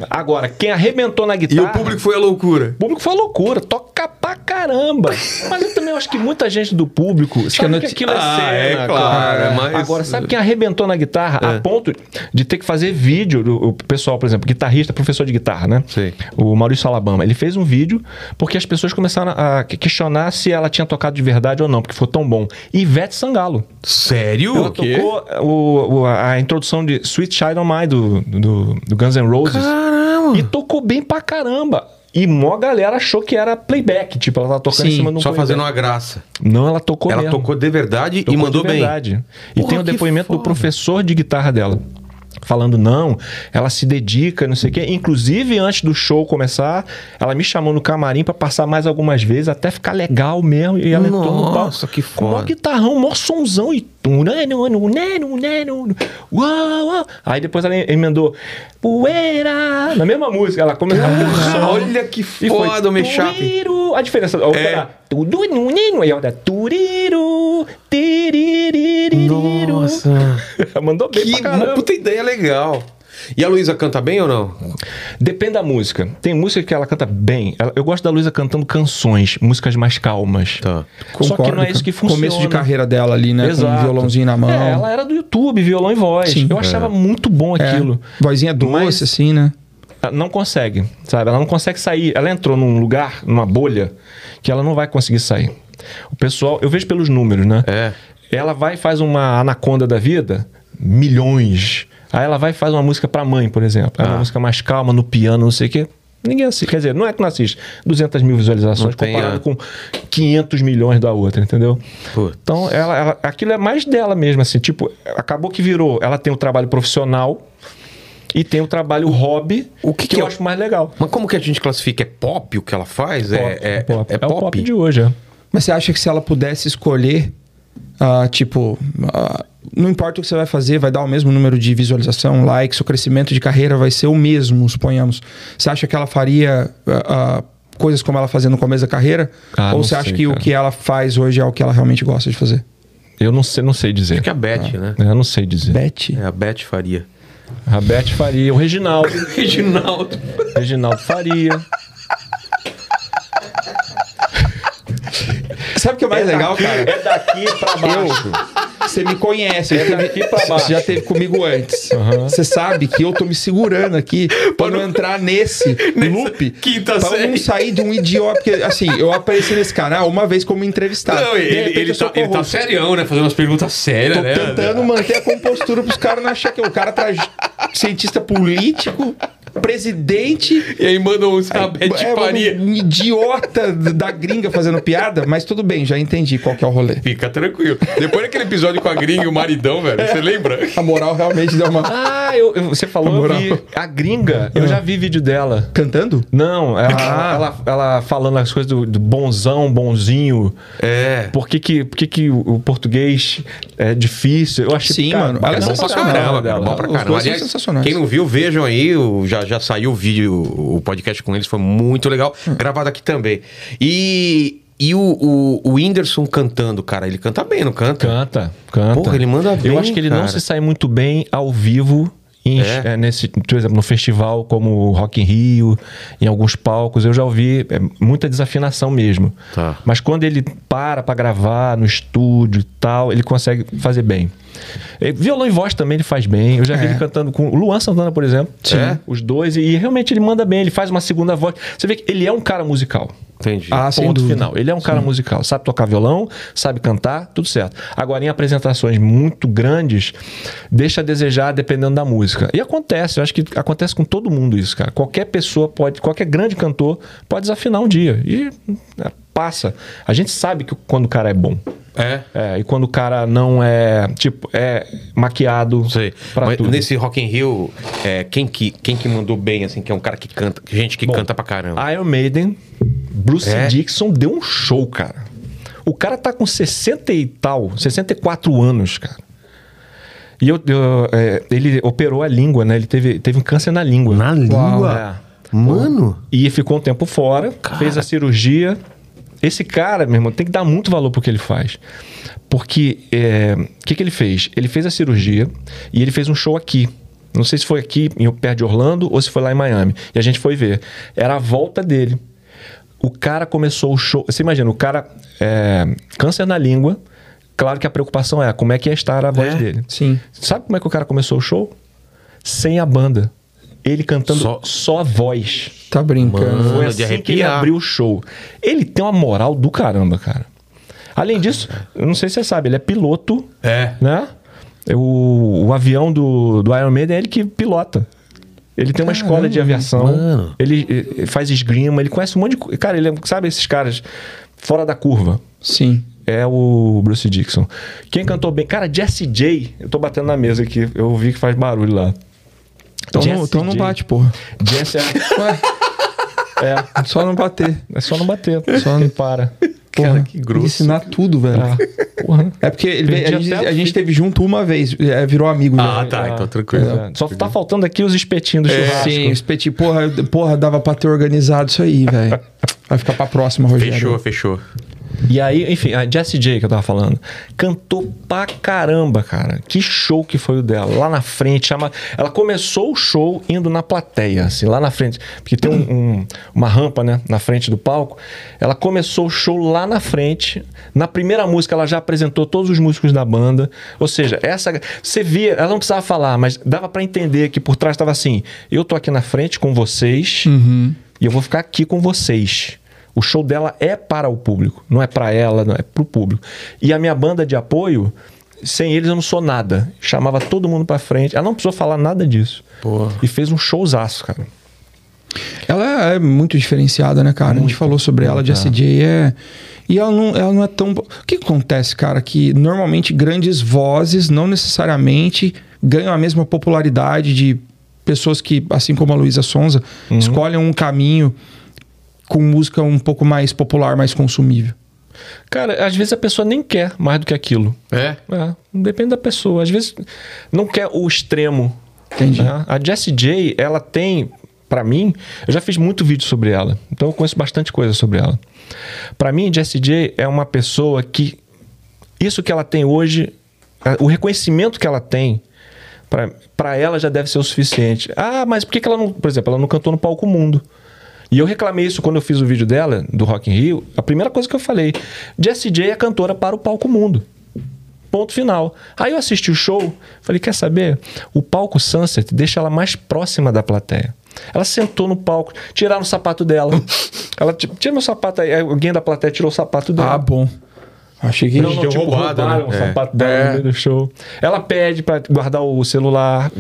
C: Agora, quem arrebentou na
A: E
C: guitarra...
A: o público foi a loucura.
C: O público foi uma loucura, toca pra caramba. Mas eu também acho que muita gente do público sabe que,
B: não te-
C: aquilo é
A: Ah,
C: cena.
A: é, claro, é, mas-
C: Agora, sabe quem arrebentou na guitarra a ponto de ter que fazer vídeo? O o pessoal, por exemplo, guitarrista, professor de guitarra, né?
A: Sei.
C: O Maurício Alabama. Ele fez um vídeo porque as pessoas começaram a questionar se ela tinha tocado de verdade ou não, porque foi tão bom. E Ivete Sangalo.
A: Sério?
C: Ela tocou o- o- a a introdução de Sweet Child on My do, do, do Guns N' Roses.
A: Caramba!
C: E tocou bem pra caramba. E mó galera achou que era playback. Tipo, ela tava tocando em
B: Sim,
C: cima de um
A: Só
C: playback.
A: fazendo uma graça.
C: Não, ela tocou
A: Ela
C: mesmo.
A: tocou de verdade
C: Tocou
A: e mandou
C: de
A: bem.
C: verdade. E
A: Porra,
C: tem o
A: que
C: depoimento do
A: foda.
C: professor de guitarra dela. Falando, não, ela se dedica, não sei o quê. Inclusive, antes do show começar, ela me chamou no camarim pra passar mais algumas vezes, até ficar legal mesmo. E ela entrou no
A: Nossa,
C: palco.
A: que
C: com Mó
A: foda.
C: guitarrão, mó sonzão e. tum, né, nu, nu, né, nu, né, nu, nu. Uau, uau. Aí depois ela emendou. Poeira! Na mesma música, ela começou.
A: Porra, olha que
C: E foi
A: foda o mashup.
C: turiru. A diferença da outra
A: É.
C: era tudo nu, nino, aí olha, turiru, tiriririru. Mandou bem
A: um Que
C: pra caramba.
A: uma puta ideia legal. E a Luísa canta bem ou não?
C: Depende da música. Tem música que ela canta bem. Ela- Eu gosto da Luísa cantando canções, músicas mais calmas.
A: Tá.
C: Só que não é
B: com-
C: isso que funciona.
B: Começo de carreira dela ali, né? Com um violãozinho na mão.
C: É, ela era do YouTube, violão e voz.
B: Sim.
C: Eu achava muito bom
B: É,
C: aquilo.
B: Vozinha doce,
C: Mas-
B: assim, né?
C: Ela não consegue, sabe? Ela não consegue sair. Ela entrou num lugar, numa bolha, que ela não vai conseguir sair. O pessoal, eu vejo pelos números, né?
A: É.
C: Ela vai e faz uma anaconda da vida, milhões. Aí ela vai e faz uma música pra mãe, por exemplo. É uma
A: Ah.
C: música mais calma, no piano, não sei o quê. Ninguém assiste. Quer dizer, não é que não assiste. 200 mil visualizações
A: Não tem,
C: comparado
A: é.
C: com 500 milhões da outra, entendeu?
A: Putz.
C: Então, ela, ela- aquilo é mais dela mesmo, assim. Tipo, acabou que virou. Ela tem o trabalho profissional e tem o trabalho hobby,
A: o que que
C: eu
A: é o-
C: acho mais legal.
A: Mas como que a gente classifica? É pop o que ela faz? é, é,
C: pop.
A: é
C: o
A: pop?
C: pop de hoje, é.
B: Mas você acha que se ela pudesse escolher, ah, tipo, ah, não importa o que você vai fazer, vai dar o mesmo número de visualização, likes, o crescimento de carreira vai ser o mesmo, suponhamos. Você acha que ela faria ah, ah, coisas como ela fazia no começo da carreira?
C: Ah,
B: Ou
C: não
B: você acha
C: sei,
B: que o
C: cara.
B: que ela faz hoje é o que ela realmente gosta de fazer?
C: Eu não sei, não sei dizer.
A: Acho que é a Beth, né?
C: Eu não sei dizer.
B: Beth?
A: É, a Beth faria.
C: A Beth Faria, o Reginaldo.
A: Reginaldo.
C: Reginaldo Faria.
B: Sabe o que é mais legal, cara?
C: É daqui pra baixo.
B: Você me conhece,
C: É
B: você teve-
C: daqui pra
B: você
C: baixo.
B: já teve comigo antes. Você sabe que eu tô me segurando aqui pra não entrar nesse loop.
A: quinta
B: pra eu não
A: série.
B: sair de um idiota. Porque, assim, eu apareci nesse canal uma vez como entrevistado.
A: Não,
B: Ah, De
A: ele,
B: repente,
A: ele,
B: eu sou
A: tá, ele tá
B: co-host.
A: serião, né? Fazendo umas perguntas sérias,
B: Tô
A: né?
B: tentando manter a compostura pros caras não achar que o cara tá cientista político, presidente
A: E aí mandam uns cabete de
B: é,
A: farinha.
B: um idiota da gringa fazendo piada, mas tudo bem, já entendi qual que é o rolê.
A: Fica tranquilo. Depois daquele episódio com a gringa e o maridão,
B: É.
A: velho, você lembra?
B: A moral realmente deu uma.
C: Ah, eu, eu- você falou
B: Na moral.
C: eu vi. a gringa. Eu já vi vídeo dela.
B: Cantando?
C: Não, ela,
B: Ah.
C: ela, ela falando as coisas do, do bonzão, bonzinho.
A: É.
C: Por que que, por que, que o, o português é difícil? Eu achei
B: Sim, mano.
C: Ela é
A: Bom
B: Olha só.
A: pra
B: Sensacional,
A: caramba,
C: dela.
A: cara. Bom pra
B: Os dois
A: caramba.
B: são
A: Aliás,
B: sensacionais.
A: quem não viu, vejam aí. o- já, já saiu o vídeo, o podcast com eles foi muito legal.
B: Hum.
A: Gravado aqui também. E, e o, o, o Whindersson cantando, cara. Ele canta bem, não canta?
C: Canta, canta.
A: Porra, ele manda bem,
C: Eu acho que ele não
A: cara.
C: se sai muito bem ao vivo. Em,
A: É?
C: é, nesse, por exemplo, no festival como o Rock in Rio, em alguns palcos, eu já ouvi é, muita desafinação mesmo.
A: Tá.
C: Mas quando ele para pra gravar no estúdio e tal, ele consegue fazer bem. É, Violão e voz também ele faz bem. Eu já vi
B: É.
C: ele cantando com o Luan Santana, por exemplo.
A: Sim. É?
C: Os dois. E, e realmente ele manda bem, ele faz uma segunda voz. Você vê que ele é um cara musical.
A: Entendi.
B: Ah, sem
C: Ponto
B: dúvida.
C: final. Ele é um cara musical, sabe tocar violão, sabe cantar, tudo certo. Agora, em apresentações muito grandes, deixa a desejar dependendo da música. E acontece, eu acho que acontece com todo mundo isso, cara. Qualquer pessoa pode, qualquer grande cantor pode desafinar um dia. E é, passa. A gente sabe que quando o cara é bom.
A: É.
C: É, e quando o cara não é, tipo, é maquiado
A: Não sei.
C: pra
A: Mas
C: tudo.
A: nesse Rock in Rio, é, quem, que, quem que mandou bem, assim, que é um cara que canta, gente que
C: Bom, ah,
A: canta pra caramba.
C: Iron Maiden, Bruce
A: É?
C: Dixon deu um show, cara. O cara tá com 60 e tal, 64 anos, cara. E eu, eu, é, ele operou a língua, né? Ele teve, teve um câncer na língua.
A: Na língua? Mano,
C: E ficou um tempo fora, fez a cirurgia. Esse cara, meu irmão, tem que dar muito valor pro que ele faz. Porque é, o que, que ele fez? Ele fez a cirurgia e ele fez um show aqui. Não sei se foi aqui, em perto de Orlando, ou se foi lá em Miami. E a gente foi ver. Era a volta dele. O cara começou o show. Você imagina, o cara. É, câncer na língua. Claro que a preocupação é como é que ia estar a voz
A: É?
C: dele.
B: Sim.
C: Sabe como é que o cara começou o show? Sem a banda. Ele cantando
A: Só-
C: só, a voz.
B: Tá brincando.
A: Mano.
C: Foi
A: de
C: assim que ele
A: arrepiar.
C: abriu o show. Ele tem uma moral do caramba, cara. Além disso, eu não sei se você sabe, ele é piloto,
A: É.
C: né? O, o avião do, do Iron Maiden é ele que pilota. Ele tem uma escola de aviação.
A: mano.
C: Ele, eh, faz esgrima, ele conhece um monte de... co- Cara, ele é- sabe esses caras fora da curva?
B: Sim.
C: É o Bruce Dixon. Quem cantou bem? Cara, Jesse J. Eu tô batendo na mesa aqui. Eu ouvi que faz barulho lá.
B: Então, não,
C: Jesse
B: então não
C: J.
B: bate, porra.
C: Jesse é, é,
B: É, só não bater.
C: é só não bater.
B: Só
C: Só
B: não-
C: não para.
B: Porra,
A: Cara, que grosso.
B: Ensinar tudo, velho.
C: Porra.
B: É porque ele-
C: Perdi
B: a, gente,
C: até o
B: a gente
C: fio.
B: teve junto uma vez, é, virou amigo. já.
A: Ah, tá, então tranquilo.
C: É, Só tá faltando aqui os espetinhos do churrasco.
B: É, Sim, os peti, porra, eu- porra, dava pra ter organizado isso aí, velho. Vai ficar pra próxima, Rogério.
A: Fechou,
C: é.
A: fechou.
C: E aí, enfim, a Jessie J que eu tava falando, cantou pra caramba, cara. Que show que foi o dela. Lá na frente, chama... ela começou o show indo na plateia, assim, lá na frente. Porque tem um- um- uma rampa, né, na frente do palco. Ela começou o show lá na frente. Na primeira música, ela já apresentou todos os músicos da banda. Ou seja, essa. Você via, ela não precisava falar, mas dava pra entender que por trás tava assim: eu tô aqui na frente com vocês e eu vou ficar aqui com vocês. O show dela é para o público, não é para ela, não é para o público. E a minha banda de apoio, sem eles eu não sou nada. Chamava todo mundo para frente. Ela não precisou falar nada disso. E fez um showzaço, cara.
B: Ela é muito diferenciada, né, cara? a gente falou sobre ela, de SJ é. E ela não, ela não é tão. O que acontece, cara? Que normalmente grandes vozes não necessariamente ganham a mesma popularidade de pessoas que, assim como a Luísa Sonza, escolhem um caminho com música um pouco mais popular, mais consumível.
C: Cara, às vezes a pessoa nem quer mais do que aquilo.
A: É?
C: É, depende da pessoa. Às vezes não quer o extremo.
B: Entendi.
C: né? A Jessie J, ela tem, pra mim, eu já fiz muito vídeo sobre ela, então eu conheço bastante coisa sobre ela. Pra mim, Jessie J é uma pessoa que isso que ela tem hoje, a- o reconhecimento que ela tem pra- pra ela já deve ser o suficiente. Ah, mas por que, que ela não, por exemplo, ela não cantou no palco mundo? E eu reclamei isso quando eu fiz o vídeo dela do Rock in Rio. A primeira coisa que eu falei, Jessie J é cantora para o palco mundo. Ponto final. Aí eu assisti o show, falei, quer saber? O palco Sunset deixa ela mais próxima da plateia. Ela sentou no palco, tiraram o sapato dela. Ela, ti- tira meu sapato aí. Aí Alguém da plateia tirou o sapato dela.
B: Ah, bom. Achei que.
C: Não, não,
A: deu
C: tipo,
A: roubada,
C: roubaram
A: né?
C: o
A: É.
C: sapato dela
B: É.
C: no meio do show. Ela pede pra guardar o celular.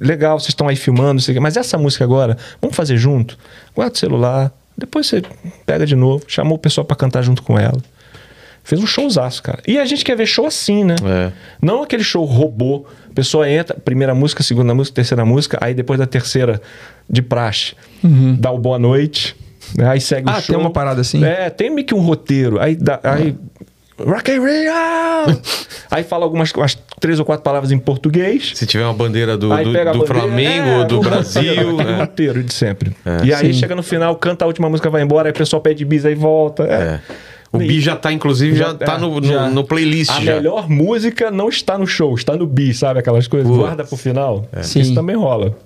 C: Legal, vocês estão aí filmando, não sei o quê. mas essa música agora, vamos fazer junto? Guarda o celular, depois você pega de novo. Chamou o pessoal pra cantar junto com ela. Fez um showzaço, cara. E a gente quer ver show assim, né?
A: É.
C: Não aquele show robô. A pessoa entra, primeira música, segunda música, terceira música, aí depois da terceira, de praxe, dá o boa noite, né? aí segue o
B: Ah,
C: show.
B: tem uma parada assim?
C: É, tem meio que um roteiro. Aí. Dá, aí Rock and Rio! aí fala algumas umas três ou quatro palavras em português.
A: Se tiver uma bandeira do,
C: Aí
A: do,
C: pega a
A: do
C: bandeira,
A: Flamengo,
C: é,
A: do
C: o
A: Brasil.
C: roteiro, aquele
A: né? É.
C: roteiro de sempre. e aí
B: Sim.
C: chega no final, canta a última música, vai embora, aí o pessoal pede bis, aí volta. É.
A: É. O Bi já tá, inclusive, já,
C: Já-
A: tá
C: é,
A: no, no-
B: já.
A: no playlist
C: A
A: já.
C: melhor música não está no show, está no bis, sabe? Aquelas coisas.
A: Putz. É.
C: Guarda pro final.
B: Sim.
C: Isso também rola.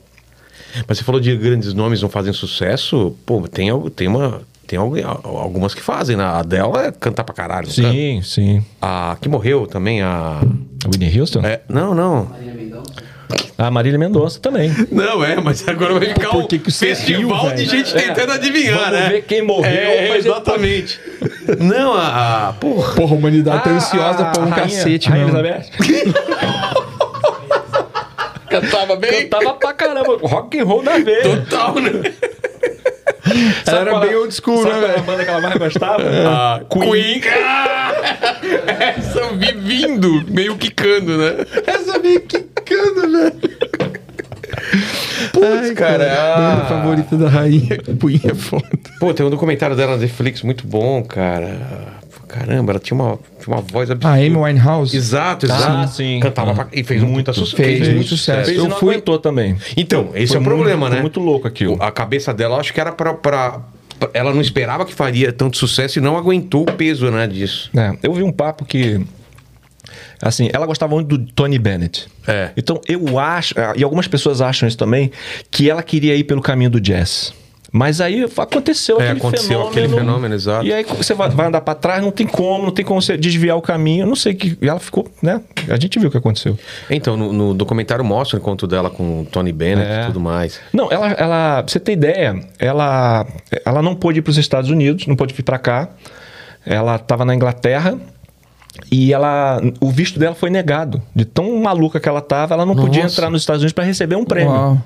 A: Mas você falou de grandes nomes não fazem sucesso. Pô, tem, al- tem uma. Tem al- algumas que fazem, né? A dela é cantar pra caralho. não canta?
C: sim.
A: A que morreu também, a.
C: A Whitney Houston?
A: é, não, não.
C: A Marília Mendonça também.
A: Não, é, mas agora vai ficar um
B: Por que que
A: é
B: você riu, velho?
A: gente tentando adivinhar, né? É,
C: Vamos ver quem morreu pra gente-
A: exatamente. tá- não, a. a- porra.
B: Porra, a humanidade tá
C: Ah,
B: ansiosa
C: ah,
B: por um
C: rainha-
B: cacete,
C: rainha
B: mano.
C: Elizabeth?
A: Cantava Tá bem.
C: Cantava pra caramba. é Rock and roll da veia.
A: Total, né?
B: Ela
C: Sabe
B: era
C: qual
B: bem
C: era-
B: old school,
C: sabe
B: né,
C: qual é? era a
B: velho?
C: banda que ela mais gostava?
A: Ah, Queen. Ah! Essa eu vi vindo, meio quicando, né?
B: Essa meio quicando, velho.
A: Putz, cara.
B: Banda favorita da rainha. Punha é foda.
A: Pô, tem um documentário dela na Netflix muito bom, cara. Caramba, ela tinha uma, tinha uma voz
B: A
A: absurda.
B: Ah, Amy Winehouse
A: Exato, exato.
C: Ah, sim.
A: Cantava pra... e fez muito sucesso.
B: fez muito sucesso.
C: Fez
B: Eu
C: e não
B: fui-
C: aguentou também.
A: Então, esse é o
C: Foi
A: problema,
C: muito-
A: né?
C: foi muito louco aquilo.
A: A cabeça dela, eu acho que era pra, pra- pra- Ela não esperava que faria tanto sucesso e não aguentou o peso, né, disso.
C: É, eu vi um papo que. Assim, ela gostava muito do Tony Bennett.
A: É.
C: Então eu acho, ah, e algumas pessoas acham isso também, que ela queria ir pelo caminho do jazz. Mas aí aconteceu
A: É,
C: aquele
A: aconteceu
C: fenômeno.
A: aquele fenômeno, exato.
C: E aí você vai, vai andar pra trás, não tem como, não tem como você desviar o caminho. eu Não sei que. e Ela ficou, né? A gente viu o que aconteceu.
A: Então, no, no documentário mostra o encontro dela com o Tony Bennett
C: É.
A: e tudo mais.
C: Não, ela, ela, pra você ter ideia, ela, ela não pôde ir para os Estados Unidos, não pôde vir para cá. Ela estava na Inglaterra e ela, o visto dela foi negado. De tão maluca que ela estava, ela não podia
A: Nossa.
C: entrar nos Estados Unidos para receber um prêmio.
B: Uau.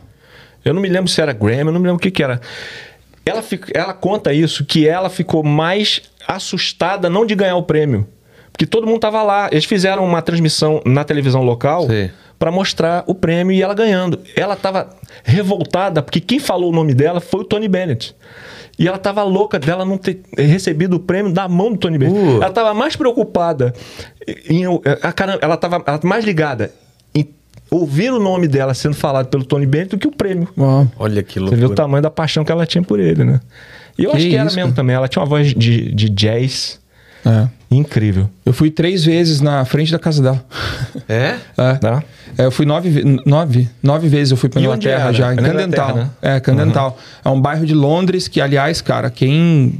C: Eu não me lembro se era Grammy, eu não me lembro o que, que era. Ela, fica- ela conta isso, que ela ficou mais assustada não de ganhar o prêmio. Porque todo mundo tava lá. Eles fizeram uma transmissão na televisão local
A: Sim.
C: para mostrar o prêmio e ela ganhando. Ela tava revoltada, porque quem falou o nome dela foi o Tony Bennett. E ela tava louca dela não ter recebido o prêmio da mão do Tony Bennett.
A: Uh.
C: Ela tava mais preocupada em. em- a cara- Ela tava ela mais ligada em ouvir o nome dela sendo falado pelo Tony Bennett do que o prêmio.
B: Uau.
A: Olha que
C: Você
A: loucura.
C: viu o tamanho da paixão que ela tinha por ele, né? E eu
B: Que
C: acho que era
B: isso,
C: mesmo
B: cara.
C: também. Ela tinha uma voz de, de jazz
B: É.
C: incrível.
B: Eu fui três vezes na frente da casa dela.
A: É?
B: É.
C: Tá?
B: É, eu fui nove, ve- nove, nove vezes eu fui pra
C: E onde
B: Inglaterra
C: era?
B: já, em
C: Na
B: Candental.
A: né?
C: Inglaterra,
B: É, Candental. É um bairro de Londres que, aliás, cara, quem.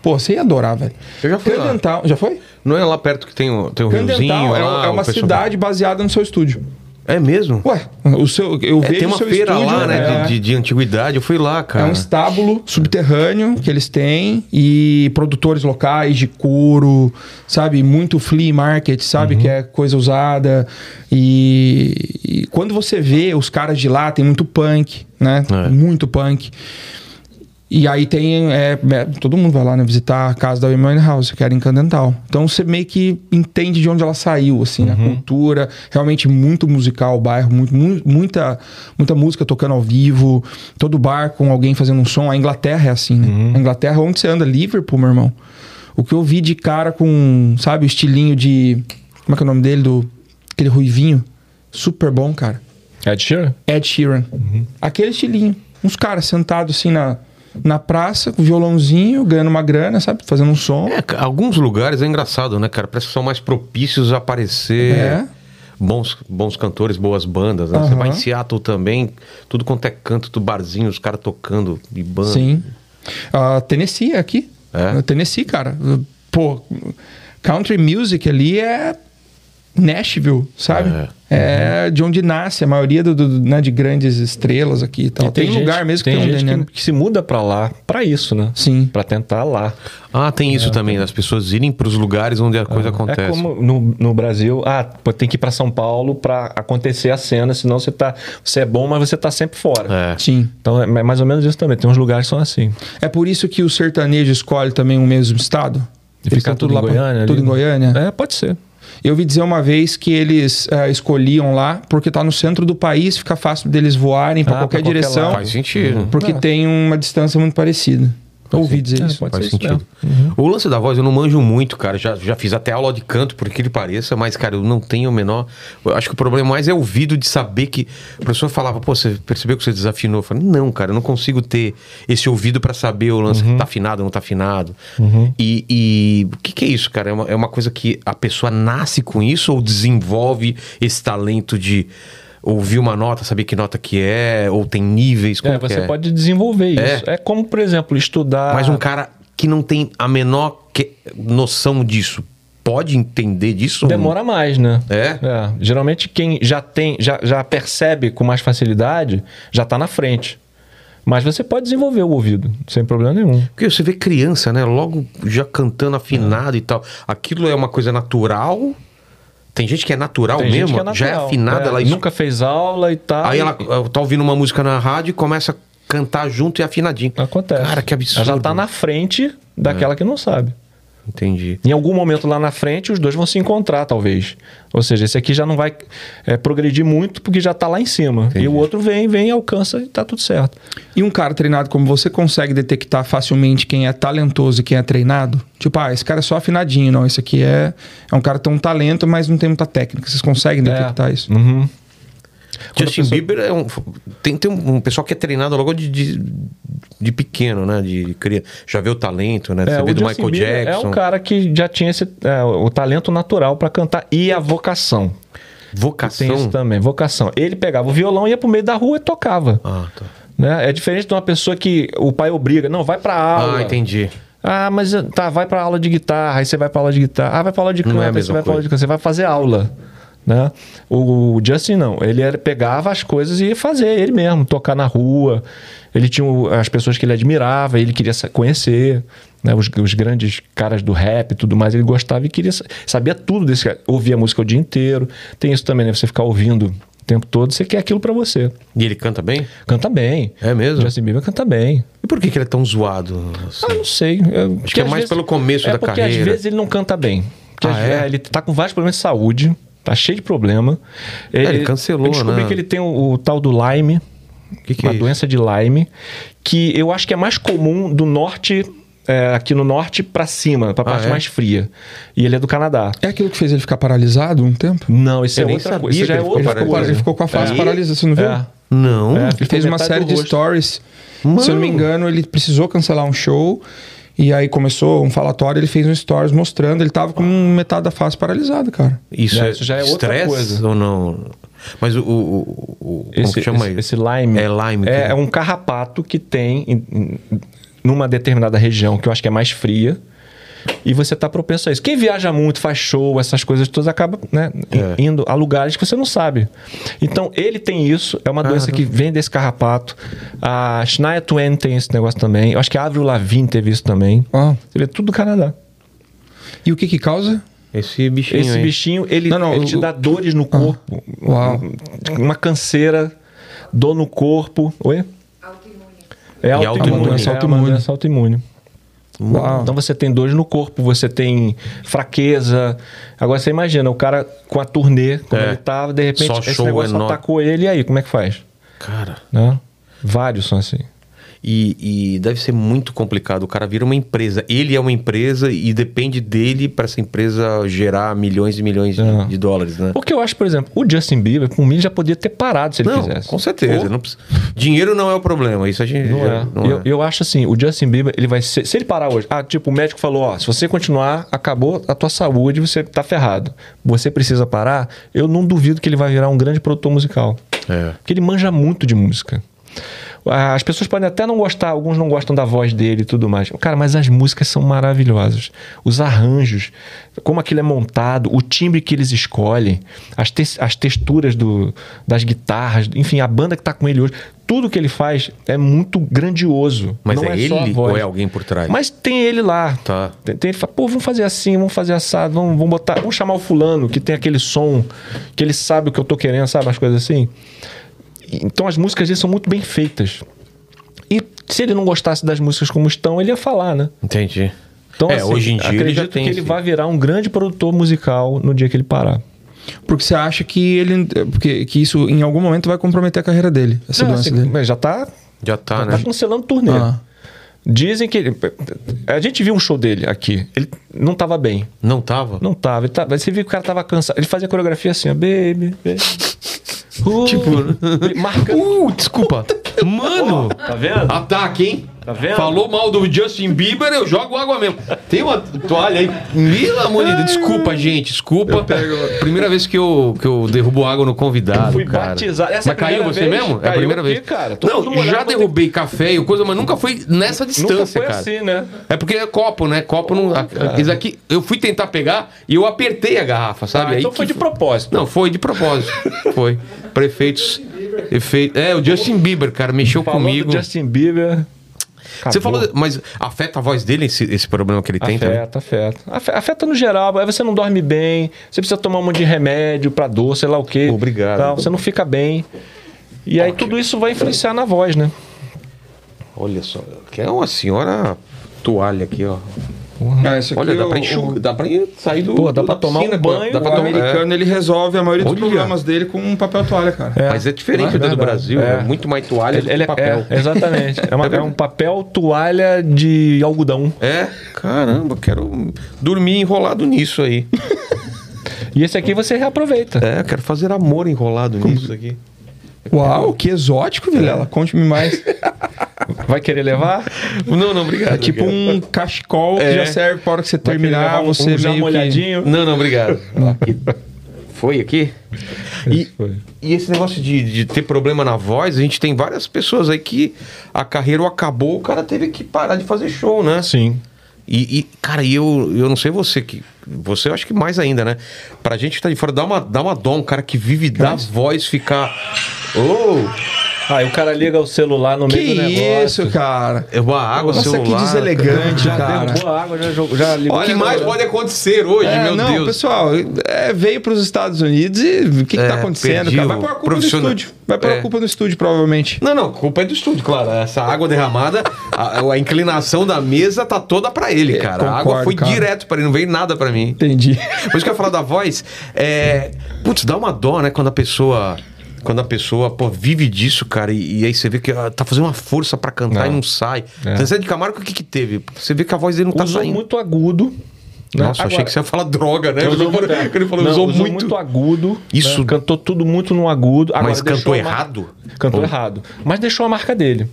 B: Pô, você ia adorar, velho.
A: Eu já fui lá.
B: Candental. Já foi?
A: Não é lá perto que tem o, tem o riozinho?
B: Candental é,
A: lá,
B: um- é
A: o
B: uma
A: pessoal-
B: cidade baseada no seu estúdio.
A: É mesmo?
B: Ué, o seu, eu
A: É,
B: vejo
A: tem uma
B: o seu
A: feira
B: estúdio,
A: lá, né?
B: é.
A: De, de- de antiguidade. Eu fui lá,
B: É
A: cara.
B: um estábulo subterrâneo que eles têm e produtores locais de couro, sabe? Muito flea market,
A: Uhum.
B: sabe? Que é coisa usada. E, e quando você vê os caras de lá, tem muito punk, né?
A: É.
B: Muito punk. E aí tem. é, é, todo mundo vai lá né, visitar a casa da Amy House, que era em Candental. Então você meio que entende de onde ela saiu, assim, né? Cultura, realmente muito musical o bairro, muito, mu- muita, muita música tocando ao vivo, todo bar com alguém fazendo um som. A Inglaterra é assim, né? A Inglaterra, onde você anda? Liverpool, meu irmão. O que eu vi de cara com, sabe, o estilinho de. Como é que é o nome dele? Do, aquele ruivinho. Super bom, cara.
C: Ed Sheeran?
B: Ed Sheeran.
C: Uhum.
B: Aquele estilinho. Uns caras sentados assim na, na praça, com violãozinho, ganhando uma grana, sabe? Fazendo um som.
A: É, ca- alguns lugares é engraçado, né, cara? Parece que são mais propícios a aparecer
B: É.
A: bons, bons cantores, boas bandas. Né? Você
B: Aham.
A: vai em Seattle também, tudo quanto é canto, do barzinho, os caras tocando e banda.
B: Sim. Ah, Tennessee é aqui.
A: É?
B: Tennessee, cara. Pô, country music ali é Nashville, sabe? É, de onde nasce a maioria do, do- né, de grandes estrelas aqui e tal.
C: E
B: Tem,
C: gente-
B: lugar mesmo que tem,
C: tem
B: um
C: gente
B: DNA.
C: que, que se muda pra lá, pra isso, né?
B: Sim.
C: Pra tentar lá.
A: Ah, tem isso também, das pessoas irem para os lugares onde a coisa
C: É
A: acontece.
C: como no, no Brasil, ah, pô, tem que ir pra São Paulo pra acontecer a cena, senão você tá, você é bom, mas você tá sempre fora.
A: É.
B: Sim.
C: Então é mais ou menos isso também. Tem uns lugares que são assim.
B: É por isso que o sertanejo escolhe também o mesmo estado?
C: E
B: Eles
C: ficar
B: estão
C: tudo, em
B: lá pra-
C: Goiânia. ali.
B: Tudo em Goiânia?
C: É, pode ser.
B: Eu ouvi dizer uma vez que eles ah, escolhiam lá porque tá no centro do país, fica fácil deles voarem para
C: Ah, pra
B: qualquer
C: qualquer
B: direção,
C: lado.
A: Faz sentido.
B: porque tem uma distância muito parecida. ouvi dizer
C: É,
B: isso.
C: pode
A: Faz
C: ser isso
A: sentido.
C: mesmo. Uhum.
A: O lance da voz eu não manjo muito, cara. Já, já fiz até aula de canto, por que ele pareça, mas, cara, eu não tenho o menor. Eu acho que o problema mais é o ouvido de saber que. A pessoa falava, pô, você percebeu que você desafinou? Eu falei, não, cara, eu não consigo ter esse ouvido pra saber o lance
C: Uhum.
A: que tá afinado ou não tá afinado. E, e o que, que é isso, cara? É uma, é uma coisa que a pessoa nasce com isso ou desenvolve esse talento de ouvir uma nota, saber que nota que é, ou tem níveis? Como
C: É,
A: que
C: você
A: é?
C: pode desenvolver
A: É.
C: isso. É como, por exemplo, estudar.
A: Mas um cara que não tem a menor que- noção disso, pode entender disso?
C: Demora mais, né?
A: É?
C: Geralmente quem já tem, já, já percebe com mais facilidade, já tá na frente. Mas você pode desenvolver o ouvido, sem problema nenhum.
A: Porque você vê criança, né? Logo já cantando afinado e tal. Aquilo é uma coisa natural? Tem gente que é natural
C: Tem gente
A: mesmo?
C: que natural.
A: já é afinada, ela
C: Nunca fez aula e tal.
A: Aí ela eh, tá ouvindo uma música na rádio e começa a cantar junto e é afinadinho.
C: Acontece.
A: Cara, que absurdo. É.
C: Ela já tá na frente daquela que não sabe.
A: Entendi.
C: Em algum momento lá na frente, os dois vão se encontrar, talvez. Ou seja, esse aqui já não vai é, progredir muito porque já tá lá em cima. E o outro vem, vem, alcança e tá tudo certo.
B: E um cara treinado como você consegue detectar facilmente quem é talentoso e quem é treinado? Tipo, ah, esse cara é só afinadinho, não. Esse aqui é, é um cara tão talento, mas não tem muita técnica. Vocês conseguem detectar isso?
C: Uhum.
A: Justin Bieber é um. Tem, tem um, um pessoal que é treinado logo de, de, de pequeno, né? De criança. Já vê o talento, né?
C: É,
A: você
C: o
A: vê do
C: Justin
A: Michael
C: Bieber
A: Jackson.
C: É um cara que já tinha esse, é, o talento natural pra cantar e a vocação.
A: Vocação.
C: Tem isso também, vocação. Ele pegava o violão, ia pro meio da rua e tocava.
A: Ah, tá.
C: Né? É diferente de uma pessoa que o pai obriga, não, vai pra aula.
A: Ah, entendi.
C: Ah, mas tá, vai pra aula de guitarra, aí você vai pra aula de guitarra. Ah, vai pra aula de
A: Não
C: canto,
A: é a
C: aí você
A: mesma
C: vai pra aula
A: coisa.
C: de canto. Você vai fazer aula, né? O Justin não, ele era- pegava as coisas e ia fazer ele mesmo, tocar na rua. Ele tinha o- as pessoas que ele admirava, ele queria sa- conhecer, né? Os, os grandes caras do rap e tudo mais, ele gostava e queria... sa- Sabia tudo desse cara, ouvia música o dia inteiro. Tem isso também, né? Você ficar ouvindo o tempo todo, você quer aquilo pra você.
A: E ele canta bem?
C: Canta bem.
A: É mesmo?
C: Justin Bieber canta bem.
A: E por que, que ele é tão zoado? assim?
C: Ah, não sei. Eu- porque
A: que é
C: às
A: mais pelo começo
C: é
A: da
C: porque
A: carreira.
C: às vezes ele não canta bem. Porque
A: Ah,
C: às-
A: é?
C: é, ele tá com vários problemas de saúde, tá cheio de problema.
A: É, ele cancelou,
C: eu descobri
A: né?
C: que ele tem o, o tal do Lyme,
A: Que que é
C: uma
A: isso?
C: doença de Lyme, que eu acho que é mais comum do norte, é, aqui no norte, pra cima, pra
A: Ah,
C: parte
A: é?
C: mais fria. E ele é do Canadá.
B: É aquilo que fez ele ficar paralisado um tempo?
C: Não, esse
A: Eu
C: é
A: nem
C: outra
A: sabia
C: coisa. Isso
A: que
C: já é
A: ele ficou
C: outra
A: parado.
C: coisa.
B: Ele ficou com a face
C: É.
B: paralisada, você não viu?
C: É.
A: Não.
C: É,
B: Ele
C: ficou
B: fez uma
C: metade
B: série
C: do
B: de
C: rosto.
B: stories.
A: Mano.
B: Se eu não me engano, ele precisou cancelar um show. E aí começou um falatório, ele fez um stories mostrando, ele tava com
C: Ah.
B: metade da face paralisada, cara.
A: Isso,
C: Já-
A: é,
C: isso já é outra
A: estresse
C: coisa.
A: ou não? Mas o. o, o- o- como
C: Esse,
A: que chama
C: esse,
A: ele?
C: esse Lyme.
A: É Lyme.
C: É,
A: que-
C: é um carrapato que tem em- em- numa determinada região, que eu acho que é mais fria. E você tá propenso a isso. Quem viaja muito, faz show, essas coisas todas, acaba né,
A: É.
C: indo a lugares que você não sabe. Então, ele tem isso. É uma
A: Ah,
C: doença que vem desse carrapato. A Shania Twain tem esse negócio também. Eu acho que a Avril Lavigne teve isso também.
B: Uau.
C: Você vê tudo do Canadá.
B: E o que que causa?
A: Esse bichinho.
C: Esse
A: aí.
C: bichinho, ele,
B: Não, não,
C: ele te
B: eu-
C: dá dores
A: Ah,
C: no corpo.
B: Uau.
C: Uma canseira, dor no corpo. Oi? É
A: E autoimune.
C: autoimune. É
B: Autoimune.
C: autoimune. É autoimune.
B: Uau.
C: Então você tem dores no corpo, você tem fraqueza. Agora você imagina, o cara com a turnê, como
A: É.
C: ele tava, de repente
A: Só
C: esse
A: show
C: negócio
A: enorme.
C: atacou ele, e aí, como é que faz?
A: Cara.
C: Né? Vários são assim.
A: E, e deve ser muito complicado. O cara vira uma empresa. Ele é uma empresa e depende dele pra essa empresa gerar milhões e milhões de,
C: É.
A: de dólares, né?
C: O que eu acho, por exemplo, o Justin Bieber, por mim, já podia ter parado se ele
A: não,
C: quisesse.
A: com certeza. Não precisa- Dinheiro não é o problema. Isso a gente.
C: Não
A: já-
C: é.
A: não
C: eu,
A: é.
C: eu acho assim, o Justin Bieber, ele vai ser. Se ele parar hoje, ah, tipo, o médico falou, ó, se você continuar, acabou a tua saúde, você tá ferrado. Você precisa parar, eu não duvido que ele vai virar um grande produtor musical.
A: É.
C: Porque ele manja muito de música. As pessoas podem até não gostar, alguns não gostam da voz dele e tudo mais. Cara, mas as músicas são maravilhosas. Os arranjos, como aquilo é montado, o timbre que eles escolhem, as, te- as texturas do, das guitarras, enfim, a banda que tá com ele hoje. Tudo que ele faz é muito grandioso.
A: Mas
C: Não
A: é
C: só a
A: ele
C: voz.
A: ou é alguém por trás?
C: Mas tem ele lá.
A: Tá.
C: Tem, tem ele fala, pô, vamos fazer assim, vamos fazer assado, vamos, vamos botar. Vamos chamar o fulano que tem aquele som, que ele sabe o que eu tô querendo, sabe? As coisas assim. Então as músicas dele são muito bem feitas. E se ele não gostasse das músicas como estão, ele ia falar, né?
A: Entendi.
C: Então,
A: é,
C: assim,
A: hoje em dia ele
C: acredito
A: já tem.
C: que ele
A: esse-
C: vai virar um grande produtor musical no dia que ele parar.
B: Porque você acha que ele. Porque, que isso em algum momento vai comprometer a carreira dele. Essa
C: Não,
B: doença
C: assim,
B: dele.
C: mas já tá,
A: Já tá,
C: já
A: né?
C: tá cancelando turnê.
B: Ah.
C: Dizem que ele. A gente viu um show dele aqui. Ele não tava bem.
A: Não tava?
C: Não tava. Ele tava você viu que o cara tava cansado. Ele fazia coreografia assim, ó, baby, baby. Uh, tipo, marcando.
A: Uh, desculpa. Mano!
C: Tá vendo?
A: Ataque, hein?
C: Tá vendo?
A: Falou mal do Justin Bieber, eu jogo água mesmo. Tem uma toalha aí. Pelo amor de Deus. Desculpa, gente. Desculpa. Primeira vez que eu, que eu derrubo água no convidado.
C: Fui
A: cara.
C: batizado. Essa é a
A: mas caiu
C: primeira
A: você
C: vez.
A: mesmo? é a
C: Caiu
A: primeira
C: aqui,
A: vez.
C: cara. Todo mundo
A: Não,
C: olhava,
A: já
C: botei-
A: derrubei café e coisa, mas nunca foi nessa distância,
C: Nunca foi
A: cara.
C: assim, né?
A: É porque é copo, né? Copo não. a- Isso aqui, eu fui tentar pegar e eu apertei a garrafa, sabe?
C: Ah, então
A: Aí
C: foi
A: que-
C: de propósito.
A: Não, foi de propósito. foi. Prefeitos. Efeito. É, o Justin Bieber, cara, mexeu
C: Falou
A: comigo.
C: do Justin Bieber.
A: Você
C: Acabou.
A: falou, mas afeta a voz dele esse, esse problema que ele tem também?
C: Afeta, afeta. Afe- Afeta no geral. Aí você não dorme bem, você precisa tomar um monte de remédio pra dor, sei lá o quê.
A: Obrigado.
C: Tal, Você não fica bem. E aí tudo isso vai influenciar na voz, né?
A: Olha só, que é uma senhora toalha aqui, ó.
C: é,
B: Ah, isso aqui
A: Olha, dá
B: o-
A: pra enxugar, dá pra sair do.
C: Pô, dá
A: do-
C: pra
A: da
C: tomar um
A: piscina,
C: banho,
A: Dá
B: O,
A: pra tomar.
B: americano ele resolve a maioria dos
A: Olha.
B: problemas dele com um papel toalha, cara.
A: é. Mas é diferente
C: É
A: do do
C: verdade.
A: Brasil,
C: É.
A: é muito mais toalha do
C: Ele, ele
A: que
C: é,
A: papel.
C: é, exatamente. É, uma- é um papel toalha de algodão.
A: É, caramba, quero dormir enrolado nisso aí.
C: E esse aqui você reaproveita.
A: É, quero fazer amor enrolado nisso aqui.
B: Uau, que exótico, Vilela. Conte-me mais.
C: É. Vai querer levar?
A: Não, não, obrigado.
B: É tipo um cachecol que já serve para a hora que você
C: É. Vai querer levar
B: terminar,
C: um-
B: você
C: um já
B: meio que...
C: molhadinho.
A: Não, não, obrigado. Foi aqui? E, e esse negócio de, de ter problema na voz, a gente tem várias pessoas aí que a carreira acabou, o cara teve que parar de fazer show, né?
C: Sim.
A: E, e, cara, e eu, eu não sei você que. Você eu acho que mais ainda, né? Pra gente que tá de fora, dá uma, dá uma dó, um cara que vive da voz ficar. Ô!
C: Aí o cara liga o celular no
B: Que
C: meio do negócio.
B: isso, cara.
A: eu vou a é água,
B: Nossa,
A: celular.
B: que deselegante,
C: Já
B: cara.
C: derrubou a água, já, jogou- já ligou.
A: O que mais pode acontecer hoje,
B: É,
A: meu
B: não,
A: Deus?
B: pessoal, é, veio para os Estados Unidos e o que, que
A: É,
B: tá acontecendo,
A: perdi
B: cara?
A: o
B: Vai pôr a culpa no
A: profissional.
B: estúdio. Vai pôr
A: É.
B: a culpa no estúdio, provavelmente.
A: Não, não, culpa é do estúdio, claro. Essa água derramada, a, a inclinação da mesa tá toda pra ele, cara. a água
B: É, concordo,
A: foi
B: cara.
A: direto pra ele, não veio nada pra mim.
B: Entendi.
A: Por isso que eu ia falar da voz, é. Putz, dá uma dó, né, quando a pessoa. Quando a pessoa, pô, vive disso, cara, e, e aí você vê que ela tá fazendo uma força pra cantar
C: Não.
A: e não sai. Zezé de Camargo, o que que teve? Você vê que a voz dele não tá
C: Usou
A: saindo.
C: muito agudo. né?
A: Nossa, achei
C: Agora-
A: que você ia falar droga, né?
C: Usou muito, é.
A: Quando ele falou,
C: Não,
A: usou,
C: usou
A: muito.
C: agudo.
A: Isso.
C: né? Cantou tudo muito no agudo. Agora,
A: Mas
C: deixou
A: cantou
C: a marca-
A: errado?
C: Cantou
A: Ou-
C: errado. Mas deixou a marca dele.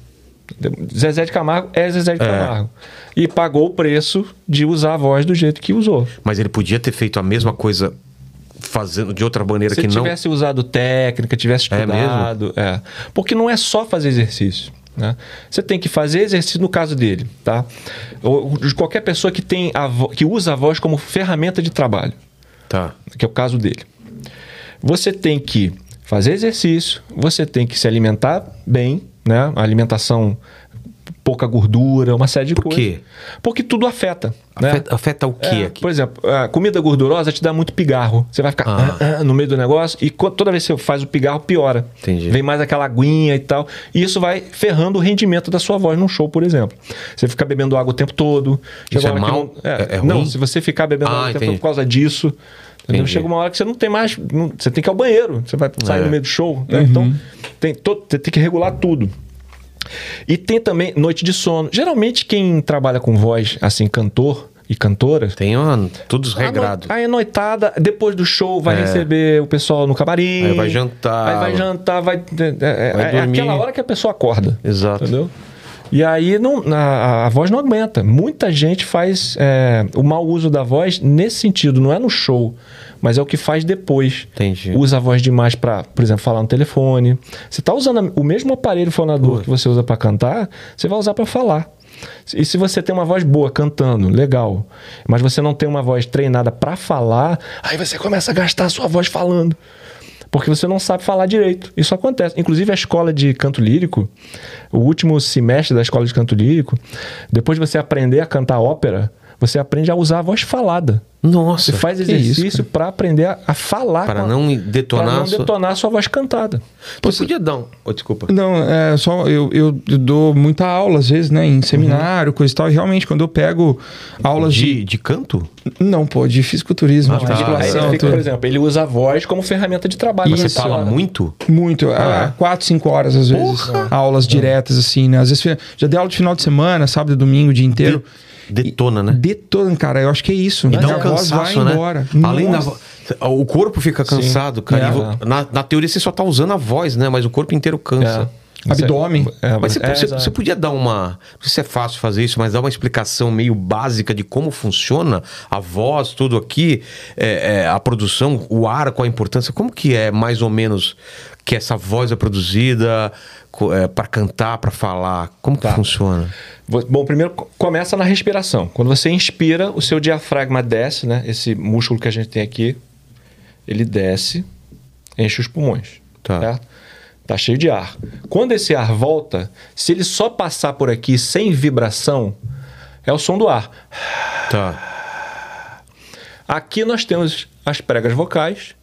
C: Zezé de Camargo é Zezé de Camargo. E pagou o preço de usar a voz do jeito que usou.
A: Mas ele podia ter feito a mesma coisa fazendo de outra maneira
C: Se
A: É que
C: ele
A: não.
C: tivesse usado técnica, tivesse
A: É mesmo?
C: estudado. É Porque não é só fazer exercício. Né? Você tem que fazer exercício no caso dele, tá? Ou de qualquer pessoa que, tem a vo- que usa a voz como ferramenta de trabalho
A: Tá.
C: que é o caso dele. Você tem que fazer exercício, você tem que se alimentar bem, né? A alimentação pouca gordura, uma série de
A: Por
C: coisas.
A: quê?
C: Porque tudo afeta, né?
A: Afeta, afeta o quê
C: É,
A: aqui?
C: Por exemplo, a comida gordurosa te dá muito pigarro. Você vai ficar
A: Ah.
C: "Ah, ah", no meio do negócio e co- toda vez que você faz o pigarro, piora.
A: Entendi.
C: Vem mais aquela aguinha e tal. E isso vai ferrando o rendimento da sua voz num show, por exemplo. Você fica bebendo água o tempo todo.
A: Isso
C: Chega uma
A: é
C: hora
A: mal?
C: que Não, é,
A: É- é
C: não,
A: ruim?
C: se você ficar bebendo
A: Ah,
C: água o tempo todo
A: entendi.
C: por causa disso. Entendeu?
A: Entendi.
C: Chega uma hora que você não tem mais. não- você tem que ir ao banheiro. Você vai sair
A: É.
C: no meio do show. né? Então, tem, to- você tem que regular tudo. E tem também noite de sono. Geralmente, quem trabalha com voz, assim, cantor e cantora,
A: Tem uma, todos regrados.
C: a noi- Aí é noitada, depois do show, vai
A: É.
C: receber o pessoal no camarim.
A: Aí vai jantar.
C: Aí vai jantar, vai. É, é-
A: Vai
C: é
A: dormir.
C: aquela hora que a pessoa acorda.
A: Exato.
C: Entendeu? E aí não, a, a voz não aguenta. Muita gente faz é, o mau uso da voz nesse sentido, não é no show, mas é o que faz depois.
A: Entendi.
C: Usa a voz demais para, por exemplo, falar no telefone. Você tá usando a- o mesmo aparelho fonador que você usa para cantar, você vai usar para falar. E se você tem uma voz boa cantando, legal, mas você não tem uma voz treinada para falar, aí você começa a gastar a sua voz falando. Porque você não sabe falar direito. Isso acontece. Inclusive, a escola de canto lírico, o último semestre da escola de canto lírico, depois de você aprender a cantar ópera, você aprende a usar a voz falada.
A: Nossa.
C: Você faz
B: que é isso,
C: exercício pra aprender a, a falar.
A: Pra
C: com a-
A: não detonar
C: pra não
A: a sua-
C: detonar a sua voz cantada.
A: Você podia dar um. Ô, desculpa.
B: Não, é só eu, eu dou muita aula às vezes, né,
A: Uhum.
B: em seminário, coisa e tal. E realmente quando eu pego aulas de,
A: De, de canto?
B: não, pô, de fisiculturismo,
A: Ah,
B: de
A: tá.
C: Tipo, Aí
B: musculação,
C: ele fica,
B: tudo.
C: por exemplo, ele usa a voz como ferramenta de trabalho.
A: Você
C: Você
A: fala muito?
B: Muito, ah,
A: é?
B: quatro, cinco horas às vezes. né,
A: Ah.
B: Aulas diretas, assim, né? Às vezes fi- já dei aula de final de semana, sábado, domingo, o dia inteiro.
A: Detona, né?
B: Detonando, cara, eu acho que é isso.
A: E dá
B: a
A: um
B: voz vai
A: cansaço, né?
B: embora.
A: Além da
B: Nossa.
A: vo- O corpo fica cansado, cara.
B: É.
A: E vo- Na, na teoria você só tá usando a voz, né? Mas o corpo inteiro cansa.
B: Abdômen.
C: É,
A: Mas você,
C: é,
A: você-
C: exato.
A: você podia dar uma. Não sei se é fácil fazer isso, mas dar uma explicação meio básica de como funciona a voz, tudo aqui, é, é, a produção, o ar, qual a importância. Como que é mais ou menos que essa voz é produzida para cantar, para falar? Como que funciona?
C: é Vo- Bom, primeiro co- começa na respiração. Quando você inspira, o seu diafragma desce, né? Esse músculo que a gente tem aqui, ele desce, enche os pulmões.
A: Tá.
C: certo? Tá cheio de ar. Quando esse ar volta, se ele só passar por aqui sem vibração, é o som do ar.
A: Tá.
C: Aqui nós temos as pregas vocais,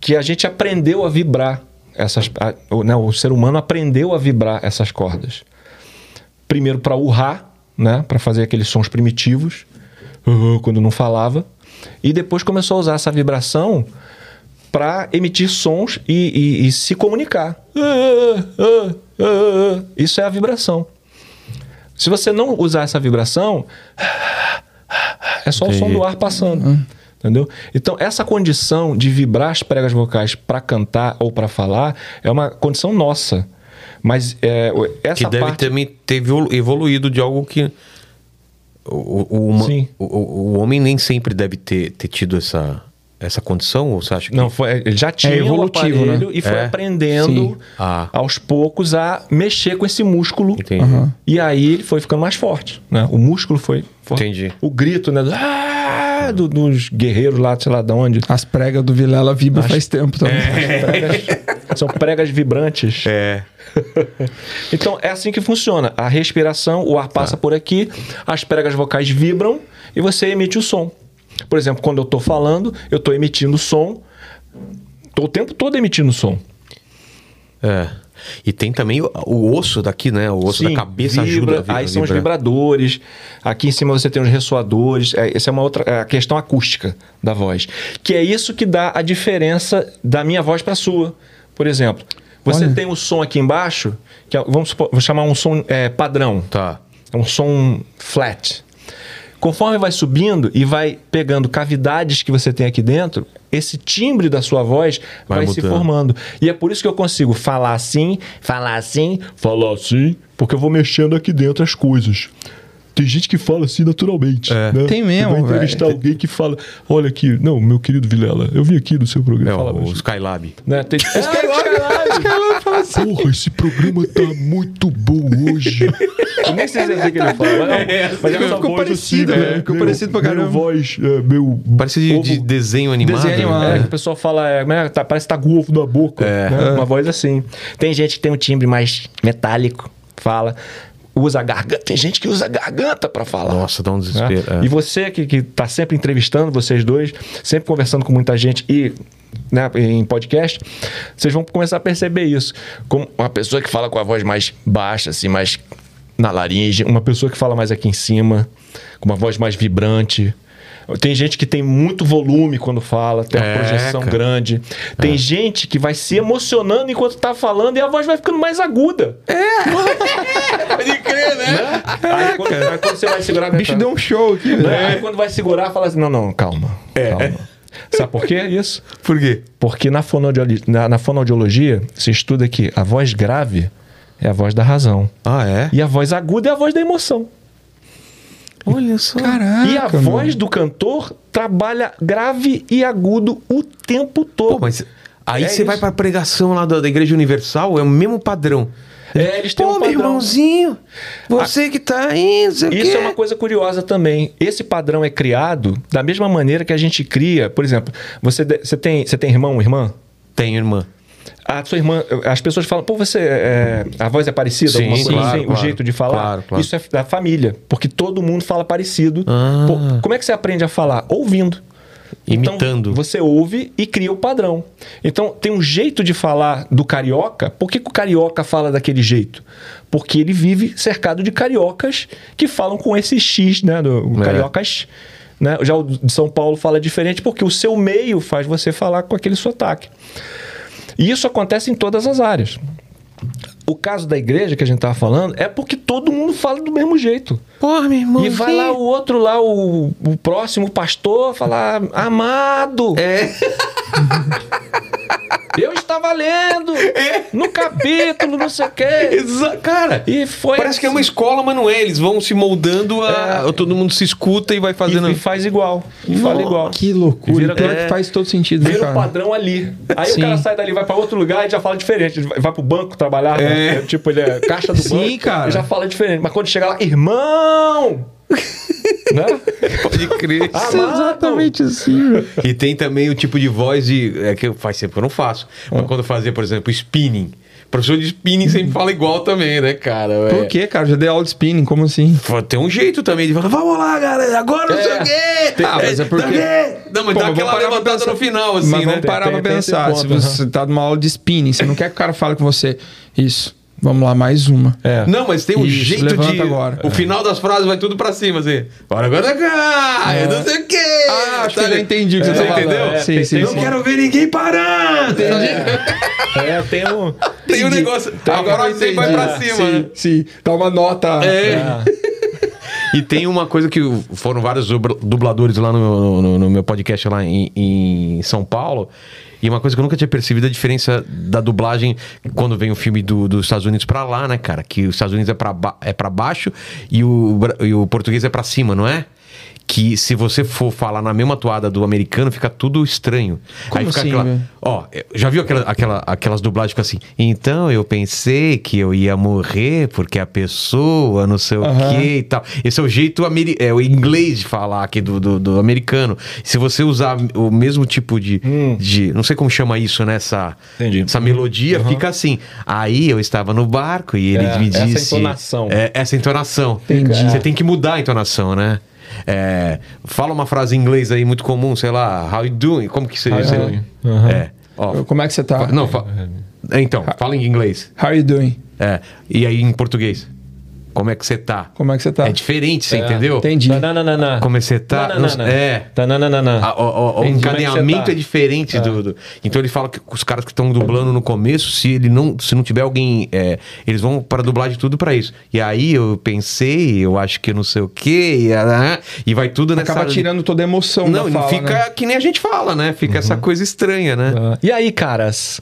C: que a gente aprendeu a vibrar. Essas, a- o, né, o ser humano aprendeu a vibrar essas cordas. Primeiro para urrar, né, para fazer aqueles sons primitivos, uh, quando não falava. E depois começou a usar essa vibração para emitir sons e, e- e se comunicar. Uh, uh, uh, uh. Isso é a vibração. Se você não usar essa vibração, é só o som do ar passando. Entendeu? Então, essa condição de vibrar as pregas vocais para cantar ou para falar é uma condição nossa. Mas é, o-
A: Que
C: essa
A: deve
C: parte.
A: também ter evolu- evoluído de algo que. O, o, o, uma-
C: Sim.
A: o- o- o homem nem sempre deve ter, ter tido essa, essa condição, ou você acha que.
C: Não, foi, ele já tinha
B: evolutivo,
C: o aparelho
B: né?
C: e foi
A: É.
B: Sim.
C: aprendendo
A: Ah.
C: aos poucos a mexer com esse músculo. Uhum.
A: Entendi.
C: E aí ele foi ficando mais forte, né? O músculo foi forte.
A: Entendi.
C: O grito, né? do- "Ah!" do- dos guerreiros lá, sei lá de onde.
B: As pregas do Vilela vibra faz tempo também.
C: São pregas vibrantes.
A: É.
C: Então é assim que funciona. A respiração, o
A: Tá.
C: ar passa por aqui, as pregas vocais vibram e você emite o som. Por exemplo, quando eu estou falando, eu estou emitindo som. Tô o tempo todo emitindo som.
A: É. E tem também o, o osso daqui, né? O osso
C: Sim,
A: da cabeça
C: vibra,
A: ajuda. a vi-
C: Aí são os
A: vibrar.
C: vibradores. Aqui em cima você tem os ressoadores. É, essa é uma outra é a questão acústica da voz. Que é isso que dá a diferença da minha voz para a sua. Por exemplo, você
B: Olha.
C: tem um som aqui embaixo, que é- vamos supor- vou chamar um som é, padrão.
A: Tá.
C: É um som flat. Conforme vai subindo e vai pegando cavidades que você tem aqui dentro, esse timbre da sua voz
A: Vai
C: vai, se
A: mudando.
C: formando. E é por isso que eu consigo falar assim, falar assim, falar assim, porque eu vou mexendo aqui dentro as coisas. Tem gente que fala assim naturalmente.
A: É.
C: né?
B: Tem mesmo,
C: Eu vou entrevistar
B: velho.
C: alguém que fala: Olha aqui, não, meu querido Vilela, eu vim aqui no seu programa
A: É,
C: falar.
A: o, o
C: mas-
A: Skylab.
C: né? Tem...
B: assim.
C: Porra, esse programa tá muito bom hoje. Eu nem sei dizer o que ele fala, mas, mas essa
B: É, Ficou
C: voz
B: parecido,
C: assim,
B: velho,
C: né?
B: ficou
C: Meu-
B: parecido pra caramba.
C: Meu voz, é, meu...
A: Parece de, de desenho animado.
B: Desenho animado.
C: É,
A: né?
C: que o pessoal fala, é, como é, tá, parece que tá com ovo na boca.
B: É.
C: né? Uma voz assim. Tem gente que tem um timbre mais metálico, fala, usa a garganta. Tem gente que usa a garganta pra falar.
A: Nossa, dá um
C: né?
A: desespero. é.
C: E você que, que tá sempre entrevistando vocês dois, sempre conversando com muita gente e né, em podcast, vocês vão começar a perceber isso. Como uma pessoa que fala com a voz mais baixa, assim, mais na laringe, uma pessoa que fala mais aqui em cima, com uma voz mais vibrante. Tem gente que tem muito volume quando fala, tem uma
A: É,
C: projeção
A: cara. É.
C: grande. Tem gente que vai se emocionando enquanto tá falando e a voz vai ficando mais aguda. É! Pode crer, né? Aí, quando, aí quando você vai segurar...
B: O bicho deu um show aqui, velho.
A: É.
C: Né? Aí quando vai segurar, fala assim: não, não, calma. calma. Sabe por quê isso?
A: Por quê?
C: Porque na, fonoaudioli- na, na fonoaudiologia se estuda que a voz grave É a voz da razão.
A: Ah, é?
C: E a voz aguda é a voz da emoção.
A: Olha só.
B: Caraca.
C: e a
B: meu.
C: voz do cantor trabalha grave e agudo o tempo todo.
A: Pô, mas aí
C: É
A: você
C: isso.
A: vai pra pregação lá da, da Igreja Universal, é o mesmo padrão.
C: É, eles têm
A: Pô,
C: um
A: meu
C: padrão. Ah.
A: irmãozinho, você que tá aí, não sei o
C: Isso
A: quê.
C: é uma coisa curiosa também. Esse padrão é criado da mesma maneira que a gente cria. Por exemplo, você, de- você, tem, você tem irmão ou irmã?
A: Tem, irmã.
C: A sua irmã, as pessoas falam, pô, você. é, a voz é parecida?
A: Sim,
C: alguma coisa
A: claro,
C: assim?
A: claro,
C: o jeito de falar?
A: claro, claro.
C: Isso é da família, porque todo mundo fala parecido.
A: Ah.
C: Pô, como é que você aprende a falar? Ouvindo. Então,
A: Imitando.
C: você ouve e cria o padrão. Então, tem um jeito de falar do carioca. Por que, que o carioca fala daquele jeito? Porque ele vive cercado de cariocas que falam com esse X, né? Do, o
A: É.
C: Cariocas. Né? Já o de São Paulo fala diferente porque o seu meio faz você falar com aquele sotaque. E isso acontece em todas as áreas. O caso da igreja que a gente tava falando é porque todo mundo fala do mesmo jeito.
A: Porra, meu irmãozinho.
C: E vai lá o outro, lá o, o próximo pastor, falar: Amado,
A: É.
C: eu estava lendo no capítulo, não sei o quê.
A: Exa- Cara,
C: E foi. assim.
A: parece que é uma escola, mas não é. Eles vão se moldando,
B: É.
A: a... todo mundo se escuta e vai fazendo.
C: E, e faz igual. E fala igual.
B: Que loucura.
C: Vira-
A: Então,
B: Pior
C: é.
B: que faz todo sentido, né,
C: Vira o
B: cara?
C: padrão ali. Aí
B: Sim.
C: o cara sai dali, vai pra outro lugar e já fala diferente. Ele vai- Vai pro banco trabalhar, né? É, tipo, ele é caixa do
B: Sim,
C: banco.
B: cara.
C: e Já tá fala diferente. Mas quando chega lá, irmão! né?
A: Pode crer.
C: Ah,
B: Isso é exatamente assim, velho.
A: E tem também o tipo de voz de. É que eu- faz tempo que eu não faço.
B: Hum.
A: Mas quando eu fazia, por exemplo, spinning. Professor de spinning sempre fala igual também, né, cara? É.
B: Por quê, cara? Já dei aula de spinning, como assim?
A: Pô, Tem um jeito também de falar, vamos lá, galera, agora não sei o quê.
B: Tem- Ah, mas é
A: Dá-
B: porque-
A: Não, mas
B: Pô,
A: dá
B: mas vamos
A: aquela
B: parar pra
A: levantada
B: pensar.
A: no final, assim,
B: Mas
A: né?
B: vamos parar
C: Tem-
B: pra
C: tem esse
B: pensar.
C: ponto,
B: Se você tá numa aula de spinning, você não quer que o cara fale com você. Isso. Vamos lá, mais uma.
C: É.
A: Não, mas tem um
B: Isso,
A: jeito
B: levanta
A: de.
B: agora.
A: O final das frases vai tudo pra cima, assim. Bora agora cá! eu Não sei o quê!
B: É. Ah, acho que eu já
A: ligado?
B: entendi o que
A: É,
B: você tá
A: você
B: falando.
A: entendeu?
B: É, sim,
C: tem-
B: sim,
C: tem-
B: sim.
A: Não quero ver ninguém parando!
C: É, tem um.
A: Tem um negócio. Agora você vai pra
B: Tá, Entendi.
A: cima, né?
B: Sim, sim. Dá uma nota.
A: É. E tem uma coisa que foram vários dubla- dubladores lá no, no- no meu podcast lá em, em São Paulo. E uma coisa que eu nunca tinha percebido é a diferença da dublagem quando vem o filme do- dos Estados Unidos pra lá, né, cara? Que os Estados Unidos é pra, ba- é pra baixo e o, bra- e o português é pra cima, não é? Que se você for falar na mesma toada do americano, fica tudo estranho.
B: Como
A: fica
B: assim,
A: aquela-
B: velho?
A: Ó, eu- já viu aquela, aquela- aquelas dublagens que fica assim? Então eu pensei que eu ia morrer porque a pessoa não sei o
B: Aham.
A: quê e tal. Esse é o jeito ameri- é, o inglês de falar aqui do, do, do americano. Se você usar o mesmo tipo de.
B: Hum.
A: de não sei como chama isso, né? Essa,
C: Entendi.
A: essa melodia, fica assim. Aí eu estava no barco e ele
C: É,
A: me
C: essa
A: disse.
C: entonação.
A: É, essa entonação.
B: Entendi.
A: Você tem que mudar a entonação, né? É, fala uma frase em inglês aí muito comum, sei lá, how you doing? Como que seria?
B: How you
A: sei lá?
B: doing?
A: É. Ó,
B: Como é que você tá?
A: Fa- Não, fa- É, então, fala em inglês.
B: How you doing?
A: É. E aí em português? Como é que você tá?
B: Como é que você tá?
A: É diferente, você entendeu?
B: Entendi.
C: Nananana.
A: Como é que você tá?
C: Nananana.
A: Não sei- é.
C: Nananana.
A: A- o- o- o
C: Entendi, como é que
A: encadeamento
C: você tá.
A: é diferente do, do- Então ele fala que os caras que estão dublando no começo, se ele não, se não tiver alguém, é, eles vão para dublagem tudo para isso. E aí eu pensei, eu acho que eu não sei o quê, e, ah, ah, e vai tudo nessa
B: Acaba tirando toda a emoção
A: Não,
B: da fala,
A: fica
B: né?
A: que nem a gente fala, né? Fica essa coisa estranha, né? É.
C: Ah, E aí, caras?